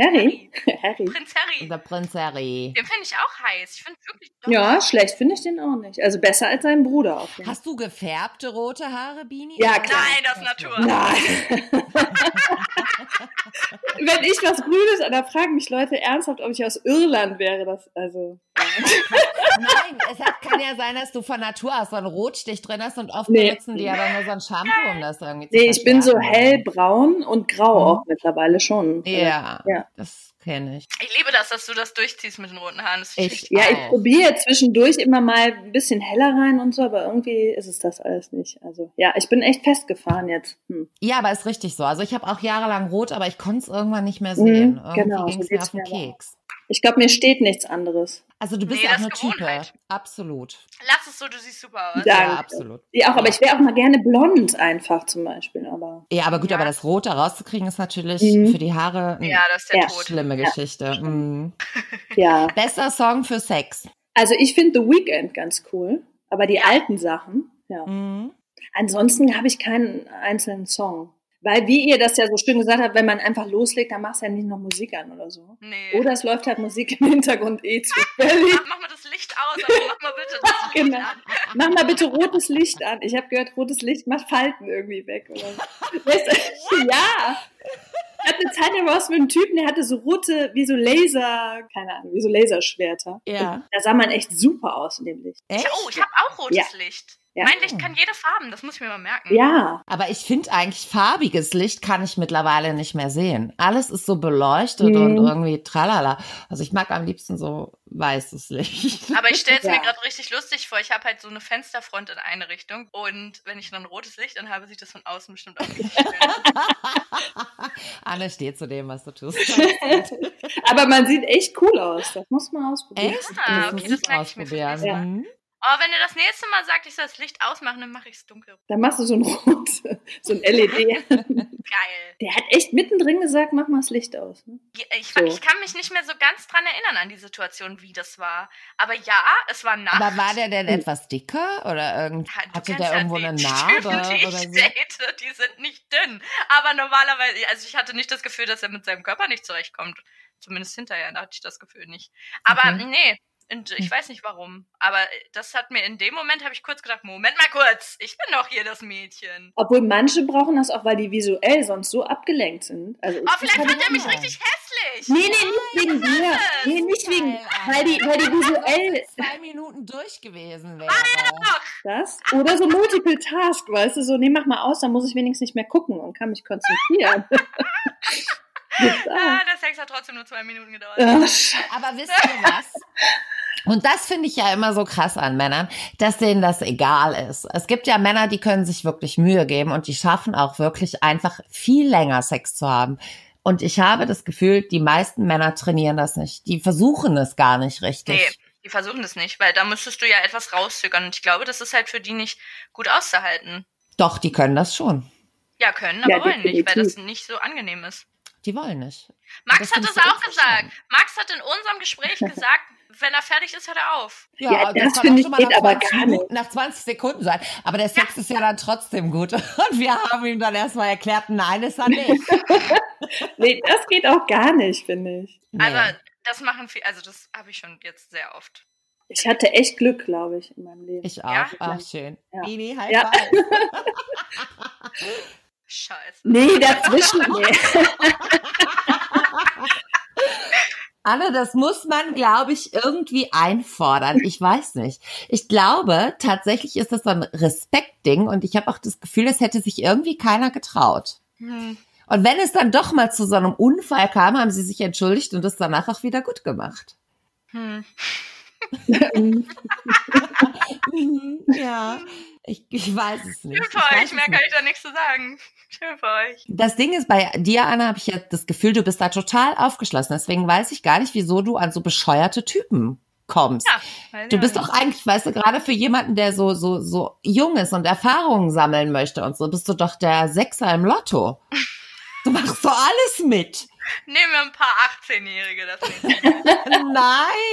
Speaker 3: Harry? Harry.
Speaker 2: Prinz Harry.
Speaker 1: Der Prinz Harry.
Speaker 2: Den finde ich auch heiß. Ich finde wirklich doch.
Speaker 3: Ja, schlecht finde ich den auch nicht. Also besser als seinen Bruder auf jeden Fall.
Speaker 1: Hast du gefärbte rote Haare, Bini?
Speaker 3: Ja, klar.
Speaker 2: Nein, das ist Natur.
Speaker 3: <laughs> Nein. Wenn ich was Grünes, dann fragen mich Leute ernsthaft, ob ich aus Irland wäre. Das, also,
Speaker 1: Nein, es hat, kann ja sein, dass du von Natur aus so einen Rotstich drin hast und oft
Speaker 3: Nee.
Speaker 1: benutzen die aber nur so ein Shampoo, um das irgendwie zu
Speaker 3: nee, ich bin so
Speaker 1: verstärken.
Speaker 3: hellbraun und grau auch mittlerweile schon.
Speaker 1: Mhm.
Speaker 3: Also,
Speaker 1: Ja,
Speaker 3: Ja.
Speaker 1: das kenne ich.
Speaker 2: Ich liebe das, dass du das durchziehst mit den roten Haaren. Das
Speaker 1: Ich-
Speaker 2: ich,
Speaker 3: Ja, ich
Speaker 1: Auch.
Speaker 3: probiere zwischendurch immer mal ein bisschen heller rein und so, aber irgendwie ist es das alles nicht. Also, ja, ich bin echt festgefahren jetzt. Hm.
Speaker 1: Ja, aber ist richtig so. Also ich habe auch jahrelang rot, aber ich konnte es irgendwann nicht mehr sehen.
Speaker 3: Mhm,
Speaker 1: Irgendwie
Speaker 3: genau, so
Speaker 1: ging es mir
Speaker 3: geht's
Speaker 1: auf den
Speaker 3: mir aber auch.
Speaker 1: Keks.
Speaker 3: Ich glaube, mir steht nichts anderes.
Speaker 1: Also du bist
Speaker 2: Nee,
Speaker 1: ja auch
Speaker 2: das
Speaker 1: eine
Speaker 2: ist Gewohnheit.
Speaker 1: Type. Absolut.
Speaker 2: Lass es so, du siehst super aus.
Speaker 3: Ja.
Speaker 1: Ja,
Speaker 3: Danke.
Speaker 1: absolut.
Speaker 3: Ja, auch, aber ich wäre auch mal gerne blond einfach zum Beispiel, aber.
Speaker 1: Ja, aber gut,
Speaker 2: Ja.
Speaker 1: aber das Rot da rauszukriegen ist natürlich
Speaker 3: Mhm.
Speaker 1: für die Haare eine
Speaker 2: Ja, das ist der
Speaker 3: Ja.
Speaker 2: Tod.
Speaker 1: schlimme Geschichte. Mhm.
Speaker 3: Ja.
Speaker 1: Bester Song für Sex.
Speaker 3: Also ich finde The Weeknd ganz cool, aber die alten Sachen, ja.
Speaker 1: Mhm.
Speaker 3: Ansonsten habe ich keinen einzelnen Song. Weil, wie ihr das ja so schön gesagt habt, wenn man einfach loslegt, dann machst du ja nicht noch Musik an oder so.
Speaker 2: Nee. Ah,
Speaker 3: Oder es läuft halt Musik im Hintergrund <laughs> eh zufällig.
Speaker 2: Mach, mach mal das Licht aus, aber mach mal bitte
Speaker 3: <laughs>
Speaker 2: das Licht
Speaker 3: Genau.
Speaker 2: an.
Speaker 3: Mach mal bitte rotes Licht an. Ich habe gehört, rotes Licht macht Falten irgendwie weg. Oder so. weißt
Speaker 2: <laughs>
Speaker 3: du, ja. Ich hatte eine Zeit lang raus mit einem Typen, der hatte so rote, wie so Laser, keine Ahnung, wie so Laserschwerter.
Speaker 1: Ja.
Speaker 3: Da sah man echt super aus in dem Licht.
Speaker 1: Echt?
Speaker 2: Oh, ich habe auch rotes
Speaker 3: Ja.
Speaker 2: Licht.
Speaker 3: Ja.
Speaker 2: Mein Licht kann jede Farben, das muss ich mir mal merken.
Speaker 3: Ja, <laughs>
Speaker 1: Aber ich finde eigentlich farbiges Licht kann ich mittlerweile nicht mehr sehen. Alles ist so beleuchtet
Speaker 3: Mhm.
Speaker 1: und irgendwie tralala. Also ich mag am liebsten so weißes Licht. <laughs>
Speaker 2: Aber ich stelle es mir
Speaker 3: Ja.
Speaker 2: gerade richtig lustig vor. Ich habe halt so eine Fensterfront in eine Richtung und wenn ich dann rotes Licht an habe, sieht das von außen bestimmt auch nicht schön
Speaker 3: <laughs>
Speaker 2: aus.
Speaker 1: Anne steht zu dem, was du tust.
Speaker 3: aber man sieht echt cool aus. Das muss man ausprobieren. Mhm.
Speaker 1: Echt?
Speaker 2: Ah,
Speaker 1: Das muss
Speaker 2: okay, das
Speaker 1: ich
Speaker 2: merke ich mir für
Speaker 1: ausprobieren.
Speaker 2: nächstes Mal.
Speaker 1: Mhm.
Speaker 2: Aber wenn du das nächste Mal sagst, ich soll das Licht ausmachen, dann mache ich es dunkel.
Speaker 3: Dann machst du so ein Rot, so ein LED.
Speaker 2: Geil.
Speaker 3: Der hat echt mittendrin gesagt, mach mal das Licht aus. Ne?
Speaker 2: Ja, Ich,
Speaker 3: So.
Speaker 2: ich kann mich nicht mehr so ganz dran erinnern an die Situation, wie das war. Aber ja, es war Nacht.
Speaker 1: Aber war der
Speaker 3: Hm.
Speaker 1: denn etwas dicker oder irgend
Speaker 2: Ja, du
Speaker 1: hatte
Speaker 2: kennst
Speaker 1: der
Speaker 2: ja
Speaker 1: irgendwo
Speaker 2: die <laughs>
Speaker 1: eine
Speaker 2: Typen, die
Speaker 1: Narbe oder
Speaker 2: ich
Speaker 1: so?
Speaker 2: date, die sind nicht dünn. Aber normalerweise, also ich hatte nicht das Gefühl, dass er mit seinem Körper nicht zurechtkommt. Zumindest hinterher hatte ich das Gefühl nicht. Aber
Speaker 1: Okay.
Speaker 2: nee, und
Speaker 1: Hm.
Speaker 2: ich weiß nicht warum. Aber das hat mir in dem Moment, habe ich kurz gedacht, Moment mal kurz, ich bin doch hier das Mädchen.
Speaker 3: Obwohl manche brauchen das auch, weil die visuell sonst so abgelenkt sind. Also
Speaker 2: Oh, vielleicht
Speaker 1: hab
Speaker 2: fand er
Speaker 1: ihn
Speaker 2: mich
Speaker 1: auch.
Speaker 2: richtig hässlich.
Speaker 3: Nee, nee, nicht wegen dir. Nee, nicht wegen. Weil die, weil die visuell
Speaker 1: zwei Minuten durch gewesen wäre.
Speaker 3: das. Oder so Multiple Task, weißt du, so, nee, mach mal aus, dann muss ich wenigstens nicht mehr gucken und kann mich konzentrieren. <laughs> Gibt's auch.
Speaker 2: Ah, der Sex hat trotzdem nur zwei Minuten gedauert.
Speaker 3: Ach, Scheiße.
Speaker 1: Aber wisst ihr was? Und das finde ich ja immer so krass an Männern, dass denen das egal ist. Es gibt ja Männer, die können sich wirklich Mühe geben und die schaffen auch wirklich einfach viel länger Sex zu haben. Und ich habe das Gefühl, die meisten Männer trainieren das nicht. Die versuchen es gar nicht richtig.
Speaker 2: Nee, Die versuchen das nicht, weil da müsstest du ja etwas rauszögern. Und ich glaube, das ist halt für die nicht gut auszuhalten.
Speaker 1: Doch, die können das schon.
Speaker 2: Ja, können, aber
Speaker 3: Ja,
Speaker 2: wollen nicht, weil das
Speaker 3: definitiv.
Speaker 2: nicht so angenehm ist.
Speaker 1: Die wollen nicht.
Speaker 2: Max
Speaker 1: Das
Speaker 2: hat
Speaker 1: kannst
Speaker 2: das
Speaker 1: du
Speaker 2: auch
Speaker 1: uns
Speaker 2: gesagt.
Speaker 1: sagen.
Speaker 2: Max hat in unserem
Speaker 1: <laughs>
Speaker 2: Gespräch gesagt, wenn er fertig ist, hört er auf.
Speaker 3: Ja,
Speaker 1: kann
Speaker 3: das finde
Speaker 1: auch
Speaker 3: ich
Speaker 1: schon mal
Speaker 3: geht
Speaker 1: nach
Speaker 3: aber
Speaker 1: 20
Speaker 3: gar
Speaker 1: Minuten- Nach 20 Sekunden sein. Aber der Sex ist ja dann trotzdem gut. <laughs> Und wir haben ihm dann erstmal erklärt, nein, ist er nicht.
Speaker 2: Also,
Speaker 3: Nee, das geht auch gar nicht, finde ich.
Speaker 1: Nee.
Speaker 2: Aber Also, das machen viel, also das habe ich schon jetzt sehr oft.
Speaker 3: Ich hatte echt Glück, glaube ich, in meinem Leben.
Speaker 1: ich auch.
Speaker 2: Ja.
Speaker 1: Ach, schön.
Speaker 3: Ja.
Speaker 1: Bini, High
Speaker 3: Ja.
Speaker 1: five.
Speaker 2: Scheiße.
Speaker 3: Nee, dazwischen. <laughs> Nee.
Speaker 1: Anne, das muss man, glaube ich, irgendwie einfordern. Ich weiß nicht. Ich glaube, tatsächlich ist das so ein Respektding und ich habe auch das Gefühl, es hätte sich irgendwie keiner getraut.
Speaker 2: Hm.
Speaker 1: Und wenn es dann doch mal zu so einem Unfall kam, haben sie sich entschuldigt und es danach auch wieder gut gemacht.
Speaker 2: Hm.
Speaker 1: Mhm, ja, ich, ich weiß es nicht.
Speaker 2: Schön für
Speaker 1: weiß
Speaker 2: euch,
Speaker 1: es
Speaker 2: mehr kann
Speaker 1: nicht.
Speaker 2: ich halt da nichts zu sagen. Schön für euch.
Speaker 1: Das Ding ist, bei dir, Anna, habe ich ja das Gefühl, du bist da total aufgeschlossen. Deswegen weiß ich gar nicht, wieso du an so bescheuerte Typen kommst.
Speaker 2: Ja, weiß
Speaker 1: Du
Speaker 2: ich
Speaker 1: bist
Speaker 2: auch
Speaker 1: doch eigentlich, weißt du, gerade für jemanden, der so, so, so jung ist und Erfahrungen sammeln möchte und so, bist du doch der Sechser im Lotto. Du machst so alles mit. <laughs>
Speaker 2: nicht. Nehmen wir ein paar 18-Jährige das nächste Mal.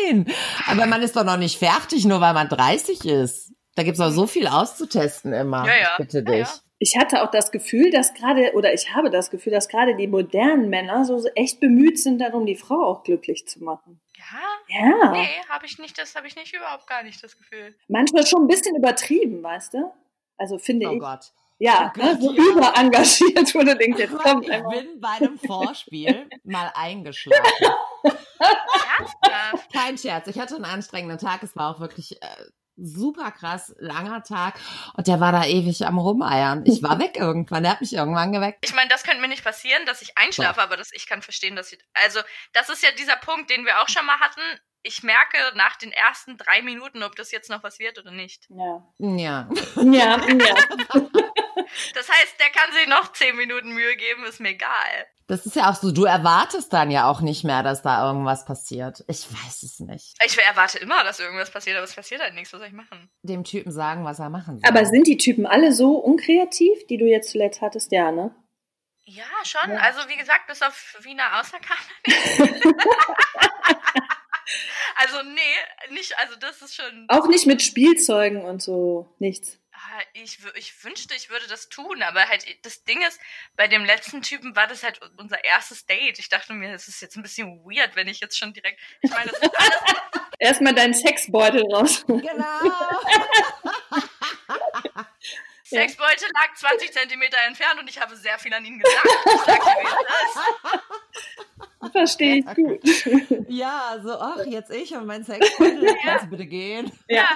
Speaker 1: Nein. Aber man ist doch noch nicht fertig, nur weil man 30 ist. Da gibt's doch so viel auszutesten immer.
Speaker 2: Ja, ja.
Speaker 1: Ich bitte
Speaker 2: Ja,
Speaker 1: dich.
Speaker 2: ja.
Speaker 3: Ich hatte auch das Gefühl, dass gerade, oder ich habe das Gefühl, dass gerade die modernen Männer so echt bemüht sind, darum die Frau auch glücklich zu machen.
Speaker 2: Ja,
Speaker 3: Ja,
Speaker 2: nee, habe ich nicht, das habe ich nicht überhaupt gar nicht
Speaker 1: <laughs>
Speaker 2: das Gefühl.
Speaker 3: manchmal schon ein bisschen übertrieben, weißt du? Also finde
Speaker 1: Oh
Speaker 3: ich.
Speaker 1: Gott.
Speaker 3: Ja,
Speaker 1: Oh Gott,
Speaker 3: ne, so
Speaker 1: ja.
Speaker 3: überengagiert, wo du denkst, jetzt kommt
Speaker 1: Ich
Speaker 3: einmal.
Speaker 1: bin bei einem Vorspiel mal eingeschlafen.
Speaker 2: Ernsthaft?
Speaker 1: Kein Scherz. Ich hatte einen anstrengenden Tag. Es war auch wirklich äh, super krass langer Tag. Und der war da ewig am Rumeiern. Ich war weg irgendwann. Der hat mich irgendwann geweckt.
Speaker 2: Ich meine, das könnte mir nicht passieren, dass ich einschlafe, aber das, ich kann verstehen, dass ich. Also, das ist ja dieser Punkt, den wir auch schon mal hatten. Ich merke nach den ersten drei Minuten, ob das jetzt noch was wird oder nicht.
Speaker 3: Ja,
Speaker 1: Ja.
Speaker 3: ja, ja.
Speaker 2: Das heißt, der kann sich noch zehn Minuten Mühe geben, ist mir egal.
Speaker 1: Das ist ja auch so. Du erwartest dann ja auch nicht mehr, dass da irgendwas passiert. Ich weiß es nicht.
Speaker 2: Ich erwarte immer, dass irgendwas passiert, aber es passiert halt nichts. Was soll ich machen?
Speaker 1: Dem Typen sagen, was er machen soll.
Speaker 3: Aber sind die Typen alle so unkreativ, die du jetzt zuletzt hattest? Ja, ne?
Speaker 2: Ja, schon.
Speaker 3: Ja.
Speaker 2: Also, wie gesagt, bis auf Wiener Außerkarte. also, nee, nicht. Also, das ist schon.
Speaker 3: Auch nicht mit Spielzeugen und so, nichts.
Speaker 2: Ah, Ich, wü- ich wünschte, ich würde das tun, aber halt, das Ding ist, bei dem letzten Typen war das halt unser erstes Date. Ich dachte mir, es ist jetzt ein bisschen weird, wenn ich jetzt schon direkt. Ich meine, das ist alles.
Speaker 3: Erstmal deinen Sexbeutel raus. <laughs>
Speaker 1: Genau.
Speaker 3: Ja.
Speaker 2: Sexbeute lag 20 Zentimeter entfernt und ich habe sehr viel an ihn gesagt. Ich sag dir, ne? wie es ist.
Speaker 3: Verstehe ich gut.
Speaker 1: Ja, so, ach, jetzt ich und mein
Speaker 3: <laughs>
Speaker 1: Sexbeutel. Kannst du bitte gehen?
Speaker 2: Ja.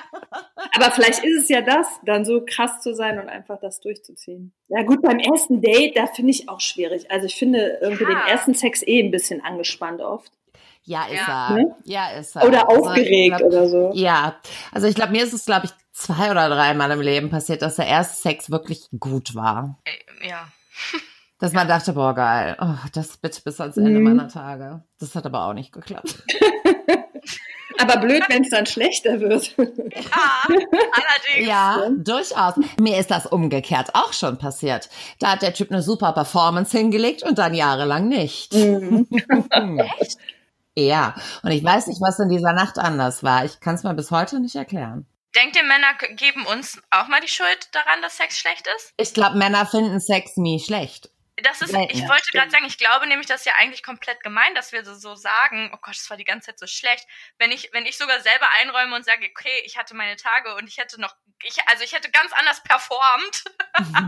Speaker 3: Aber vielleicht ist es ja das, dann so krass zu sein und einfach das durchzuziehen. Ja gut, beim ersten Date, da finde ich auch schwierig. Also ich finde irgendwie
Speaker 2: Ja.
Speaker 3: den ersten Sex eh ein bisschen angespannt oft.
Speaker 1: Ja, ist
Speaker 2: Ja.
Speaker 1: er.
Speaker 3: Ne?
Speaker 1: Ja, ist er.
Speaker 3: Oder
Speaker 1: Also, ich
Speaker 3: aufgeregt
Speaker 1: glaub,
Speaker 3: oder so.
Speaker 1: Ja, also ich glaube, mir ist es, glaube ich, zwei oder dreimal im Leben passiert, dass der erste Sex wirklich gut war.
Speaker 2: Ey, Ja.
Speaker 1: Dass man dachte, boah, geil, oh, das bitte bis ans Ende
Speaker 3: Mhm.
Speaker 1: meiner Tage. Das hat aber auch nicht geklappt.
Speaker 3: Aber blöd, wenn es dann schlechter wird.
Speaker 2: ja. Ah, Allerdings.
Speaker 1: Ja, durchaus. Mir ist das umgekehrt auch schon passiert. Da hat der Typ eine super Performance hingelegt und dann jahrelang nicht.
Speaker 3: Mhm.
Speaker 1: Echt? Ja, und ich weiß nicht, was in dieser Nacht anders war. Ich kann es mir bis heute nicht erklären.
Speaker 2: Denkt ihr, Männer k- geben uns auch mal die Schuld daran, dass Sex schlecht ist?
Speaker 1: Ich glaube, Männer finden Sex nie schlecht. <laughs>
Speaker 2: Das ist,
Speaker 1: Ja,
Speaker 2: ich
Speaker 1: ja,
Speaker 2: wollte gerade
Speaker 3: stimmt.
Speaker 2: sagen, ich glaube nämlich, das ist ja eigentlich komplett gemein, dass wir so, so sagen, oh Gott, das war die ganze Zeit so schlecht. Wenn ich, wenn ich sogar selber einräume und sage, okay, ich hatte meine Tage und ich hätte noch, ich, also ich hätte ganz anders performt, <laughs>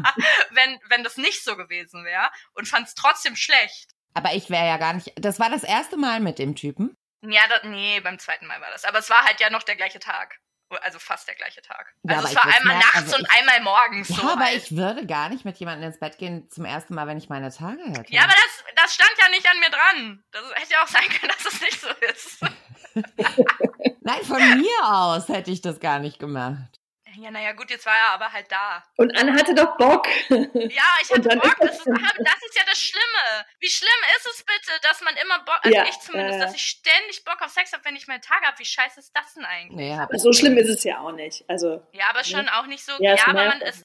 Speaker 2: wenn, wenn das nicht so gewesen wäre und fand es trotzdem schlecht.
Speaker 1: Aber ich wäre ja gar nicht. Das war das erste Mal mit dem Typen.
Speaker 2: Ja, das, nee, beim zweiten Mal war das. Aber es war halt ja noch der gleiche Tag. Also fast der gleiche Tag.
Speaker 1: Ja,
Speaker 2: Also
Speaker 1: aber
Speaker 2: es
Speaker 1: ich
Speaker 2: war
Speaker 1: würd's
Speaker 2: einmal
Speaker 1: merken,
Speaker 2: nachts
Speaker 1: also
Speaker 2: und
Speaker 1: ich-
Speaker 2: einmal morgens.
Speaker 1: Ja,
Speaker 2: so
Speaker 1: aber
Speaker 2: halt.
Speaker 1: ich würde gar nicht mit jemandem ins Bett gehen zum ersten Mal, wenn ich meine Tage hätte.
Speaker 2: Ja, aber das, das stand ja nicht an mir dran. Das hätte ja auch sein <laughs> können, dass es nicht so ist. <laughs>
Speaker 1: Nein, von mir aus hätte ich das gar nicht gemacht.
Speaker 2: Ja, naja, gut, jetzt war er aber halt da.
Speaker 3: Und Anne hatte doch Bock.
Speaker 2: Ja, ich
Speaker 3: Und
Speaker 2: hatte
Speaker 3: dann
Speaker 2: Bock.
Speaker 3: ist das
Speaker 2: Das ist, das ist ja das Schlimme. Wie schlimm ist es bitte, dass man immer Bock, also
Speaker 3: Ja,
Speaker 2: ich zumindest,
Speaker 3: äh.
Speaker 2: dass ich ständig Bock auf Sex habe, wenn ich meinen Tag habe. Wie scheiße ist das denn eigentlich?
Speaker 1: Ja,
Speaker 3: So schlimm ist es ja auch nicht. Also,
Speaker 2: Ja, aber schon auch nicht so. Ja,
Speaker 3: Ja, es
Speaker 2: aber
Speaker 3: nervt
Speaker 2: man
Speaker 3: auch.
Speaker 2: ist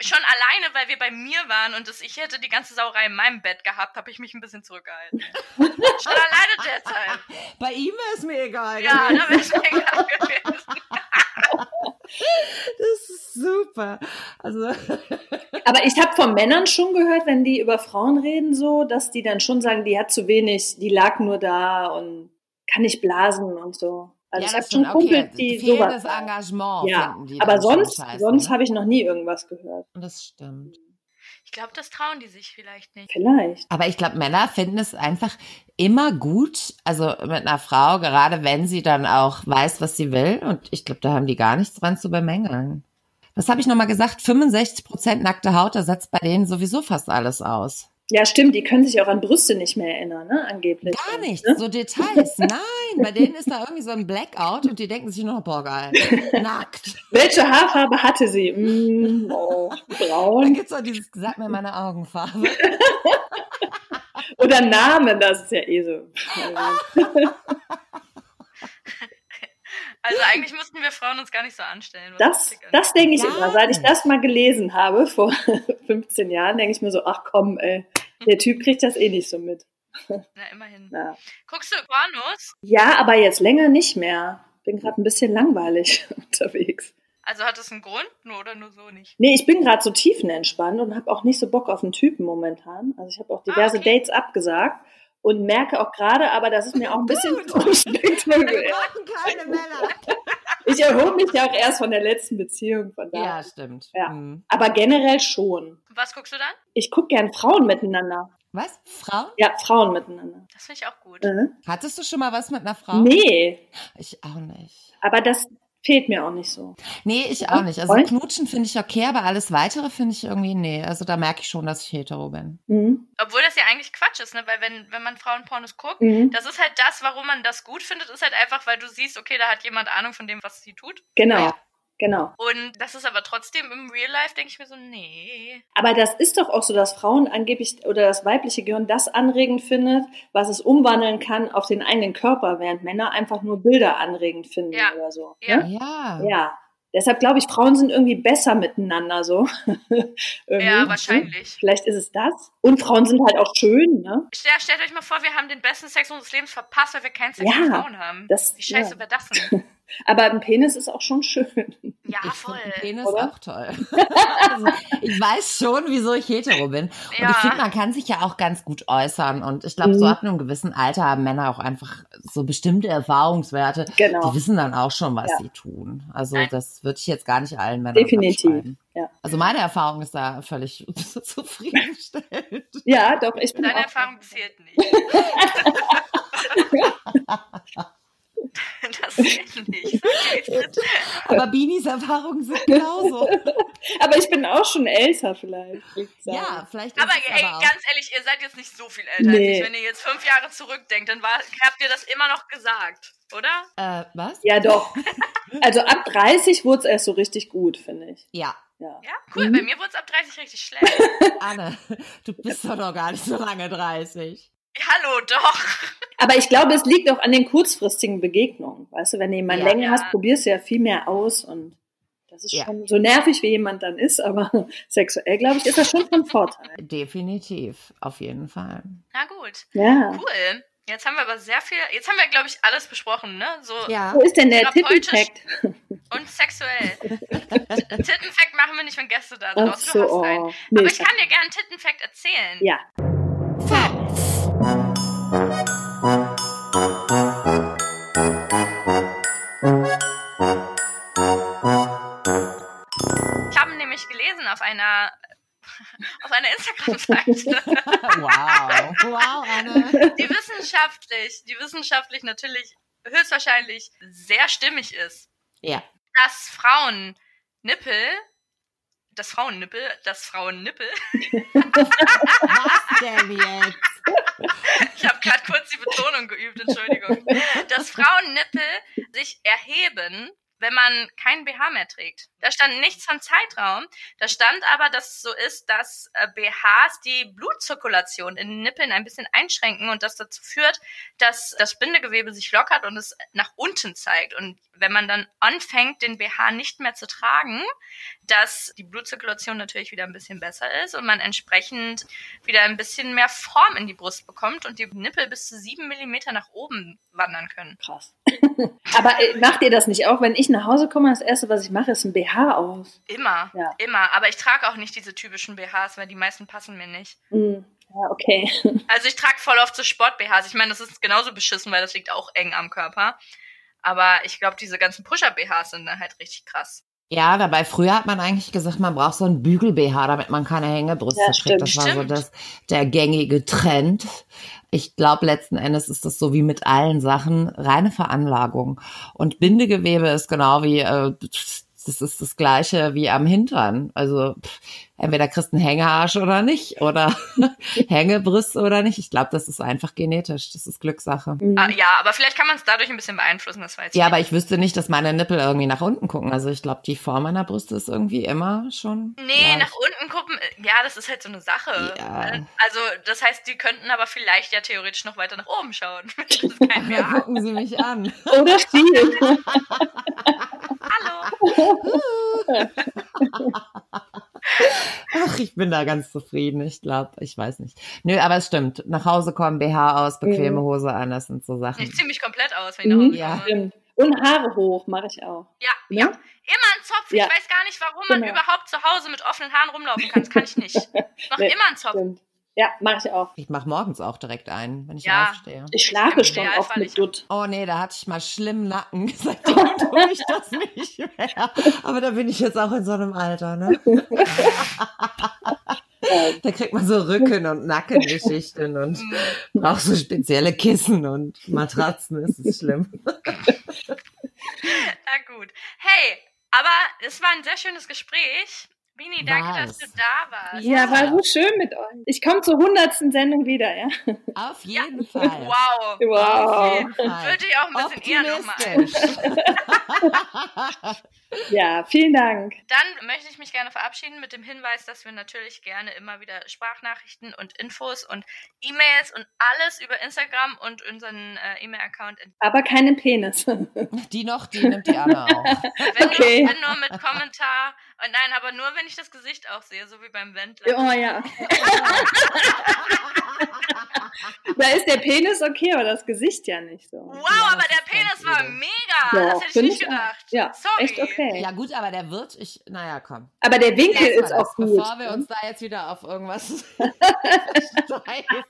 Speaker 2: schon alleine, weil wir bei mir waren und das, ich hätte die ganze Sauerei in meinem Bett gehabt, habe ich mich ein bisschen
Speaker 3: <laughs>
Speaker 2: zurückgehalten. schon alleine deshalb.
Speaker 1: bei ihm ist mir egal.
Speaker 2: Ja,
Speaker 3: genau.
Speaker 2: da wäre ich mir egal gewesen.
Speaker 1: Das ist super. Also,
Speaker 3: aber ich habe von Männern schon gehört, wenn die über Frauen reden, so, dass die dann schon sagen, die hat zu wenig, die lag nur da und kann nicht blasen und so. Also ich habe schon Kumpels, die sowas.
Speaker 1: fehlendes Engagement
Speaker 3: ja,
Speaker 1: finden die
Speaker 3: aber
Speaker 1: dann schon
Speaker 3: sonst,
Speaker 1: scheiße. ne?
Speaker 3: sonst habe ich noch nie irgendwas gehört.
Speaker 1: Das stimmt.
Speaker 2: Ich glaube, das trauen die sich vielleicht nicht.
Speaker 3: Vielleicht.
Speaker 1: Aber ich glaube, Männer finden es einfach immer gut, also mit einer Frau, gerade wenn sie dann auch weiß, was sie will. Und ich glaube, da haben die gar nichts dran zu bemängeln. Was habe ich nochmal gesagt? 65 Prozent nackte Haut, da setzt bei denen sowieso fast alles aus.
Speaker 3: Ja, stimmt, die können sich auch an Brüste nicht mehr erinnern, ne? Angeblich.
Speaker 1: Gar nichts,
Speaker 3: Ne?
Speaker 1: so Details. Nein, bei denen ist da irgendwie so ein Blackout und die denken sich nur noch, boah,
Speaker 3: <laughs>
Speaker 1: geil, nackt.
Speaker 3: Welche Haarfarbe hatte sie? Mm, oh,
Speaker 1: Dann
Speaker 3: braun.
Speaker 1: gibt's auch dieses, sag mir meine Augenfarbe.
Speaker 3: Oder Namen, das ist ja eh so.
Speaker 2: Also eigentlich mussten wir Frauen uns gar nicht so anstellen. was
Speaker 3: Das,
Speaker 2: Optik angeht.
Speaker 3: das denke ich immer. Seit ich
Speaker 1: Nein.
Speaker 3: das mal gelesen habe vor <laughs> 15 Jahren, denke ich mir so, ach komm, ey, der Typ kriegt das eh nicht so mit.
Speaker 2: Na, immerhin.
Speaker 3: Ja,
Speaker 2: Guckst du Pornos?
Speaker 3: ja aber jetzt länger nicht mehr. Bin gerade ein bisschen langweilig <laughs> unterwegs.
Speaker 2: Also hat das einen Grund nur oder nur so nicht?
Speaker 3: Nee, ich bin gerade so tiefenentspannt und habe auch nicht so Bock auf einen Typen momentan. Also ich habe auch diverse
Speaker 2: Ah, okay.
Speaker 3: Dates abgesagt und merke auch gerade, aber das ist mir auch ein bisschen
Speaker 1: Gut.
Speaker 3: zu unspektakulär.
Speaker 1: brauchen keine Männer.
Speaker 3: Ich erhole mich ja auch erst von der letzten Beziehung, von daher.
Speaker 1: Ja, stimmt.
Speaker 3: Ja.
Speaker 1: Hm.
Speaker 3: Aber generell schon.
Speaker 2: Was guckst du dann?
Speaker 3: Ich gucke gern Frauen miteinander.
Speaker 1: Was? Frauen?
Speaker 3: Ja, Frauen miteinander.
Speaker 2: Das finde ich auch gut.
Speaker 3: Mhm.
Speaker 1: Hattest du schon mal was mit einer Frau?
Speaker 3: Nee,
Speaker 1: Ich auch nicht.
Speaker 3: aber das fehlt mir auch nicht so.
Speaker 1: Nee, ich auch nicht. Also
Speaker 3: Voll?
Speaker 1: Knutschen finde ich okay, aber alles weitere finde ich irgendwie, nee. Also da merke ich schon, dass ich hetero bin.
Speaker 3: Mhm.
Speaker 2: Obwohl das ja eigentlich Quatsch ist, ne? Weil wenn, wenn man Frauenpornos guckt,
Speaker 3: Mhm.
Speaker 2: das ist halt das, warum man das gut findet, ist halt einfach, weil du siehst, okay, da hat jemand Ahnung von dem, was sie tut.
Speaker 3: Genau,
Speaker 1: Ja.
Speaker 3: genau.
Speaker 2: Und das ist aber trotzdem im Real Life, denke ich mir so, nee.
Speaker 3: Aber das ist doch auch so, dass Frauen angeblich oder das weibliche Gehirn das anregend findet, was es umwandeln kann auf den eigenen Körper, während Männer einfach nur Bilder anregend finden
Speaker 2: Ja.
Speaker 3: oder so.
Speaker 2: Ja.
Speaker 3: Ne?
Speaker 1: Ja.
Speaker 3: ja. Deshalb glaube ich, Frauen sind irgendwie besser miteinander so. <laughs>
Speaker 2: Ja,
Speaker 3: Irgendwie.
Speaker 2: wahrscheinlich.
Speaker 3: Vielleicht ist es das. Und Frauen sind halt auch schön, ne?
Speaker 2: Stell, stellt euch mal vor, wir haben den besten Sex unseres Lebens verpasst, weil wir keinen Sex
Speaker 3: Ja,
Speaker 2: mit Frauen haben.
Speaker 3: das-
Speaker 2: Wie scheiße
Speaker 3: ja.
Speaker 2: wäre das
Speaker 3: <laughs>
Speaker 2: denn?
Speaker 3: Aber ein Penis ist auch schon schön.
Speaker 2: Ja,
Speaker 1: Ich
Speaker 2: voll.
Speaker 1: finde den Penis
Speaker 3: Oder?
Speaker 1: auch toll. <laughs> also, ich weiß schon, wieso ich hetero bin. Und
Speaker 2: Ja.
Speaker 1: ich finde, man kann sich ja auch ganz gut äußern. Und ich glaube, so
Speaker 3: Mhm.
Speaker 1: ab einem gewissen Alter haben Männer auch einfach so bestimmte Erfahrungswerte.
Speaker 3: Genau.
Speaker 1: Die wissen dann auch schon, was
Speaker 3: Ja.
Speaker 1: sie tun. Also
Speaker 2: Nein.
Speaker 1: das würde ich jetzt gar nicht allen Männern
Speaker 3: Definitiv,
Speaker 1: abschreiben.
Speaker 3: ja.
Speaker 1: Also meine Erfahrung ist da völlig <laughs>
Speaker 3: <laughs>
Speaker 1: zufriedenstellend.
Speaker 3: Ja, doch, ich bin
Speaker 2: Deine
Speaker 3: auch.
Speaker 2: Erfahrung zählt nicht. das zählt nicht.
Speaker 1: Aber Binis Erfahrungen sind genauso.
Speaker 3: Aber ich bin auch schon älter vielleicht. würde ich sagen.
Speaker 1: ja, vielleicht ist
Speaker 2: <laughs> Aber
Speaker 1: es
Speaker 2: ey,
Speaker 1: aber auch.
Speaker 2: ganz ehrlich, ihr seid jetzt nicht so viel älter
Speaker 3: Nee.
Speaker 2: als ich. Wenn ihr jetzt fünf Jahre zurückdenkt, dann war, habt ihr das immer noch gesagt, oder?
Speaker 1: Äh, was?
Speaker 2: <laughs>
Speaker 3: Ja, doch. Also ab 30 wurde es erst so richtig gut, finde ich.
Speaker 1: Ja,
Speaker 3: Ja.
Speaker 2: Ja, cool.
Speaker 3: Mhm.
Speaker 2: Bei mir wurde es ab 30 richtig schlecht.
Speaker 1: Anne, <laughs> du bist doch noch gar nicht so lange 30.
Speaker 2: Hallo, doch.
Speaker 3: Aber ich glaube, es liegt auch an den kurzfristigen Begegnungen. Weißt du, wenn du jemanden
Speaker 1: Ja.
Speaker 3: länger
Speaker 2: Ja.
Speaker 3: hast, probierst du ja viel mehr aus und das ist
Speaker 1: Ja.
Speaker 3: schon so nervig, wie jemand dann ist, aber <laughs> sexuell, glaube ich, ist das schon von Vorteil.
Speaker 1: Definitiv, auf jeden Fall.
Speaker 2: Na gut,
Speaker 3: Ja.
Speaker 2: cool. Jetzt haben wir aber sehr viel, jetzt haben wir, glaube ich, alles besprochen, ne? So
Speaker 1: Ja.
Speaker 3: Wo ist denn der
Speaker 2: Therapeutisch-
Speaker 3: Tittenpact?
Speaker 2: und sexuell. Tittenfact machen wir nicht, wenn Gäste da sind.
Speaker 3: Ach
Speaker 2: außer du hast
Speaker 3: so,
Speaker 2: einen.
Speaker 3: oh.
Speaker 2: Aber
Speaker 3: Nee,
Speaker 2: ich kann dir gerne einen Tittenfact erzählen.
Speaker 3: ja.
Speaker 2: Ich habe nämlich gelesen auf einer <laughs> auf einer Instagram-Seite,
Speaker 1: <laughs> Wow. Wow, Anne.
Speaker 2: die wissenschaftlich, die wissenschaftlich natürlich höchstwahrscheinlich sehr stimmig ist.
Speaker 1: Ja.
Speaker 2: dass Frauennippel, das Frauennippel, das Frauennippel,
Speaker 1: Was denn jetzt?
Speaker 2: ich habe gerade kurz die Betonung geübt, Entschuldigung, dass Frauennippel sich erheben, wenn man keinen BH mehr trägt. Da stand nichts von Zeitraum. Da stand aber, dass es so ist, dass äh, BHs die Blutzirkulation in den Nippeln ein bisschen einschränken und das dazu führt, dass das Bindegewebe sich lockert und es nach unten zeigt. Und wenn man dann anfängt, den BH nicht mehr zu tragen, dass die Blutzirkulation natürlich wieder ein bisschen besser ist und man entsprechend wieder ein bisschen mehr Form in die Brust bekommt und die Nippel bis zu sieben Millimeter nach oben wandern können.
Speaker 3: Krass. <laughs> Aber äh, macht ihr das nicht auch? Wenn ich nach Hause komme, das Erste, was ich mache, ist ein BH aus.
Speaker 2: Immer,
Speaker 3: Ja.
Speaker 2: immer. Aber ich trage auch nicht diese typischen BHs, weil die meisten passen mir nicht.
Speaker 3: Hm, Ja, okay.
Speaker 2: Also ich trage voll oft so Sport-BHs. Ich meine, das ist genauso beschissen, weil das liegt auch eng am Körper. Aber ich glaube, diese ganzen Pusher-BHs sind dann halt richtig krass.
Speaker 1: Ja, dabei früher hat man eigentlich gesagt, man braucht so einen Bügel-BH, damit man keine Hängebrüste
Speaker 3: Ja,
Speaker 1: kriegt.
Speaker 3: stimmt.
Speaker 1: Das war so
Speaker 2: Stimmt.
Speaker 1: das, der gängige Trend. Ich glaube, letzten Endes ist das so wie mit allen Sachen, reine Veranlagung. Und Bindegewebe ist genau wie, äh, das ist das Gleiche wie am Hintern. Also pff, entweder kriegst du einen Hängearsch oder nicht, oder <laughs> Hängebrüste oder nicht. Ich glaube, das ist einfach genetisch. Das ist Glückssache.
Speaker 3: Hm.
Speaker 2: Ah, ja, aber vielleicht kann man es dadurch ein bisschen beeinflussen, das weiß ich
Speaker 1: Mhm. Ja,
Speaker 2: nicht.
Speaker 1: aber ich wüsste nicht, dass meine Nippel irgendwie nach unten gucken. Also ich glaube, die Form meiner Brüste ist irgendwie immer schon.
Speaker 2: Nee,
Speaker 1: ja,
Speaker 2: nach unten gucken, äh, ja, das ist halt so eine Sache.
Speaker 1: Ja.
Speaker 2: Also, das heißt, die könnten aber vielleicht ja theoretisch noch weiter nach oben schauen. <laughs> Das ist kein
Speaker 1: Da <laughs>
Speaker 2: Jahr.
Speaker 1: gucken Sie mich an.
Speaker 3: <laughs> Oder viel.
Speaker 2: Hallo.
Speaker 1: Ach, ich bin da ganz zufrieden. Ich glaube, ich weiß nicht. Nö, aber es stimmt. Nach Hause kommen, BH aus, bequeme
Speaker 3: Mhm.
Speaker 1: Hose an, das sind so Sachen.
Speaker 2: Ich ziehe mich komplett aus, wenn ich nach Hause
Speaker 3: Mhm.
Speaker 1: Ja.
Speaker 2: komme.
Speaker 3: Stimmt. Und Haare hoch mache ich auch.
Speaker 2: Ja,
Speaker 3: Ne?
Speaker 2: ja. Immer ein Zopf.
Speaker 3: Ja.
Speaker 2: Ich weiß gar nicht, warum man
Speaker 3: Genau.
Speaker 2: überhaupt zu Hause mit offenen Haaren rumlaufen kann. Das kann ich nicht.
Speaker 3: <laughs>
Speaker 2: Noch
Speaker 3: Nee,
Speaker 2: immer ein Zopf.
Speaker 3: Stimmt. Ja, mache ich auch.
Speaker 1: Ich mache morgens auch direkt ein, wenn ich
Speaker 2: Ja.
Speaker 1: aufstehe.
Speaker 3: Ich schlafe
Speaker 2: Im
Speaker 3: schon
Speaker 2: Idealfall
Speaker 3: oft mit
Speaker 2: nicht.
Speaker 3: Dutt.
Speaker 1: Oh nee, da hatte ich mal schlimm Nacken. <laughs> Seitdem tue ich das nicht mehr. Aber da bin ich jetzt auch in so einem Alter,
Speaker 3: <laughs>
Speaker 1: ne?
Speaker 3: Ähm,
Speaker 1: Da kriegt man so Rücken- und Nackengeschichten und
Speaker 2: Mm.
Speaker 3: Mhm.
Speaker 1: braucht so spezielle Kissen und Matratzen. Es ist schlimm.
Speaker 2: Na gut. Hey, aber es war ein sehr schönes Gespräch. Bini, danke, dass
Speaker 1: War's.
Speaker 2: du da warst.
Speaker 3: ja, war so schön mit euch. Ich komme zur hundertsten Sendung wieder, ja.
Speaker 1: Auf jeden Fall.
Speaker 2: Wow.
Speaker 1: Auf
Speaker 3: Wow.
Speaker 1: jeden Fall.
Speaker 2: Würde ich auch ein bisschen eher nochmal.
Speaker 3: Ja, vielen Dank.
Speaker 2: Dann möchte ich mich gerne verabschieden mit dem Hinweis, dass wir natürlich gerne immer wieder Sprachnachrichten und Infos und E-Mails und alles über Instagram und unseren äh, E-Mail-Account. ent-
Speaker 3: Aber keinen Penis. <laughs>
Speaker 1: Die noch, die nimmt die Anna auch.
Speaker 2: Wenn,
Speaker 3: Okay.
Speaker 2: nur, wenn nur mit Kommentar. Und nein, aber nur, wenn ich das Gesicht auch sehe, so wie beim Wendler.
Speaker 3: Oh ja. Da ist der Penis okay, aber das Gesicht ja nicht so.
Speaker 2: Wow,
Speaker 1: Ja,
Speaker 2: aber
Speaker 1: das
Speaker 2: der
Speaker 1: ist ganz
Speaker 2: Penis war
Speaker 1: übel.
Speaker 2: mega.
Speaker 3: Ja,
Speaker 2: das hätte ich
Speaker 3: find
Speaker 2: nicht
Speaker 3: ich auch.
Speaker 2: gedacht.
Speaker 3: Ja,
Speaker 2: Sorry.
Speaker 3: echt okay.
Speaker 1: Ja gut, aber der wird, ich, naja,
Speaker 3: <laughs>
Speaker 1: komm.
Speaker 3: Aber der Winkel
Speaker 1: Lass mal
Speaker 3: ist
Speaker 1: das,
Speaker 3: auch gut.
Speaker 1: Bevor wir uns da jetzt wieder auf irgendwas <laughs> steifen.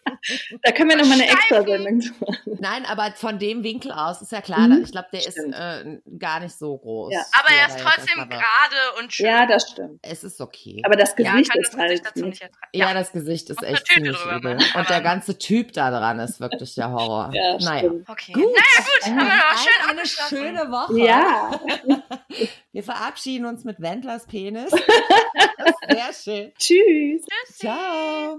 Speaker 3: Da können wir nochmal eine extra Sendung zu machen.
Speaker 1: Nein, aber von dem Winkel aus ist ja klar,
Speaker 3: Mhm.
Speaker 1: ich glaube, der ist
Speaker 3: Stimmt.
Speaker 1: äh, gar nicht so groß.
Speaker 3: Ja.
Speaker 2: Aber
Speaker 1: Ja,
Speaker 2: er ist
Speaker 1: da jetzt
Speaker 2: trotzdem
Speaker 1: erstmal-
Speaker 2: gerade und schön.
Speaker 3: Ja, das stimmt.
Speaker 1: Es ist okay.
Speaker 3: Aber das
Speaker 2: Ja,
Speaker 3: Gesicht
Speaker 2: kann das
Speaker 3: ist halt.
Speaker 2: Gesicht dazu
Speaker 3: nicht.
Speaker 2: nicht ertragen.
Speaker 1: ja, das Gesicht ist echt
Speaker 2: Muss eine Tüte
Speaker 1: ziemlich
Speaker 2: drüber
Speaker 1: übel.
Speaker 2: machen, aber-
Speaker 1: Und der ganze Typ da dran ist wirklich der Horror.
Speaker 3: Ja,
Speaker 1: naja.
Speaker 3: stimmt.
Speaker 2: Okay.
Speaker 1: Gut.
Speaker 2: Naja, gut, haben wir noch schön
Speaker 1: eine
Speaker 2: abgeschlossen.
Speaker 1: schöne Woche.
Speaker 3: Ja,
Speaker 1: Wir
Speaker 2: <laughs>
Speaker 1: verabschieden uns mit Wendlers Penis. Sehr schön.
Speaker 3: tschüss.
Speaker 2: Tschüssi.
Speaker 1: Ciao.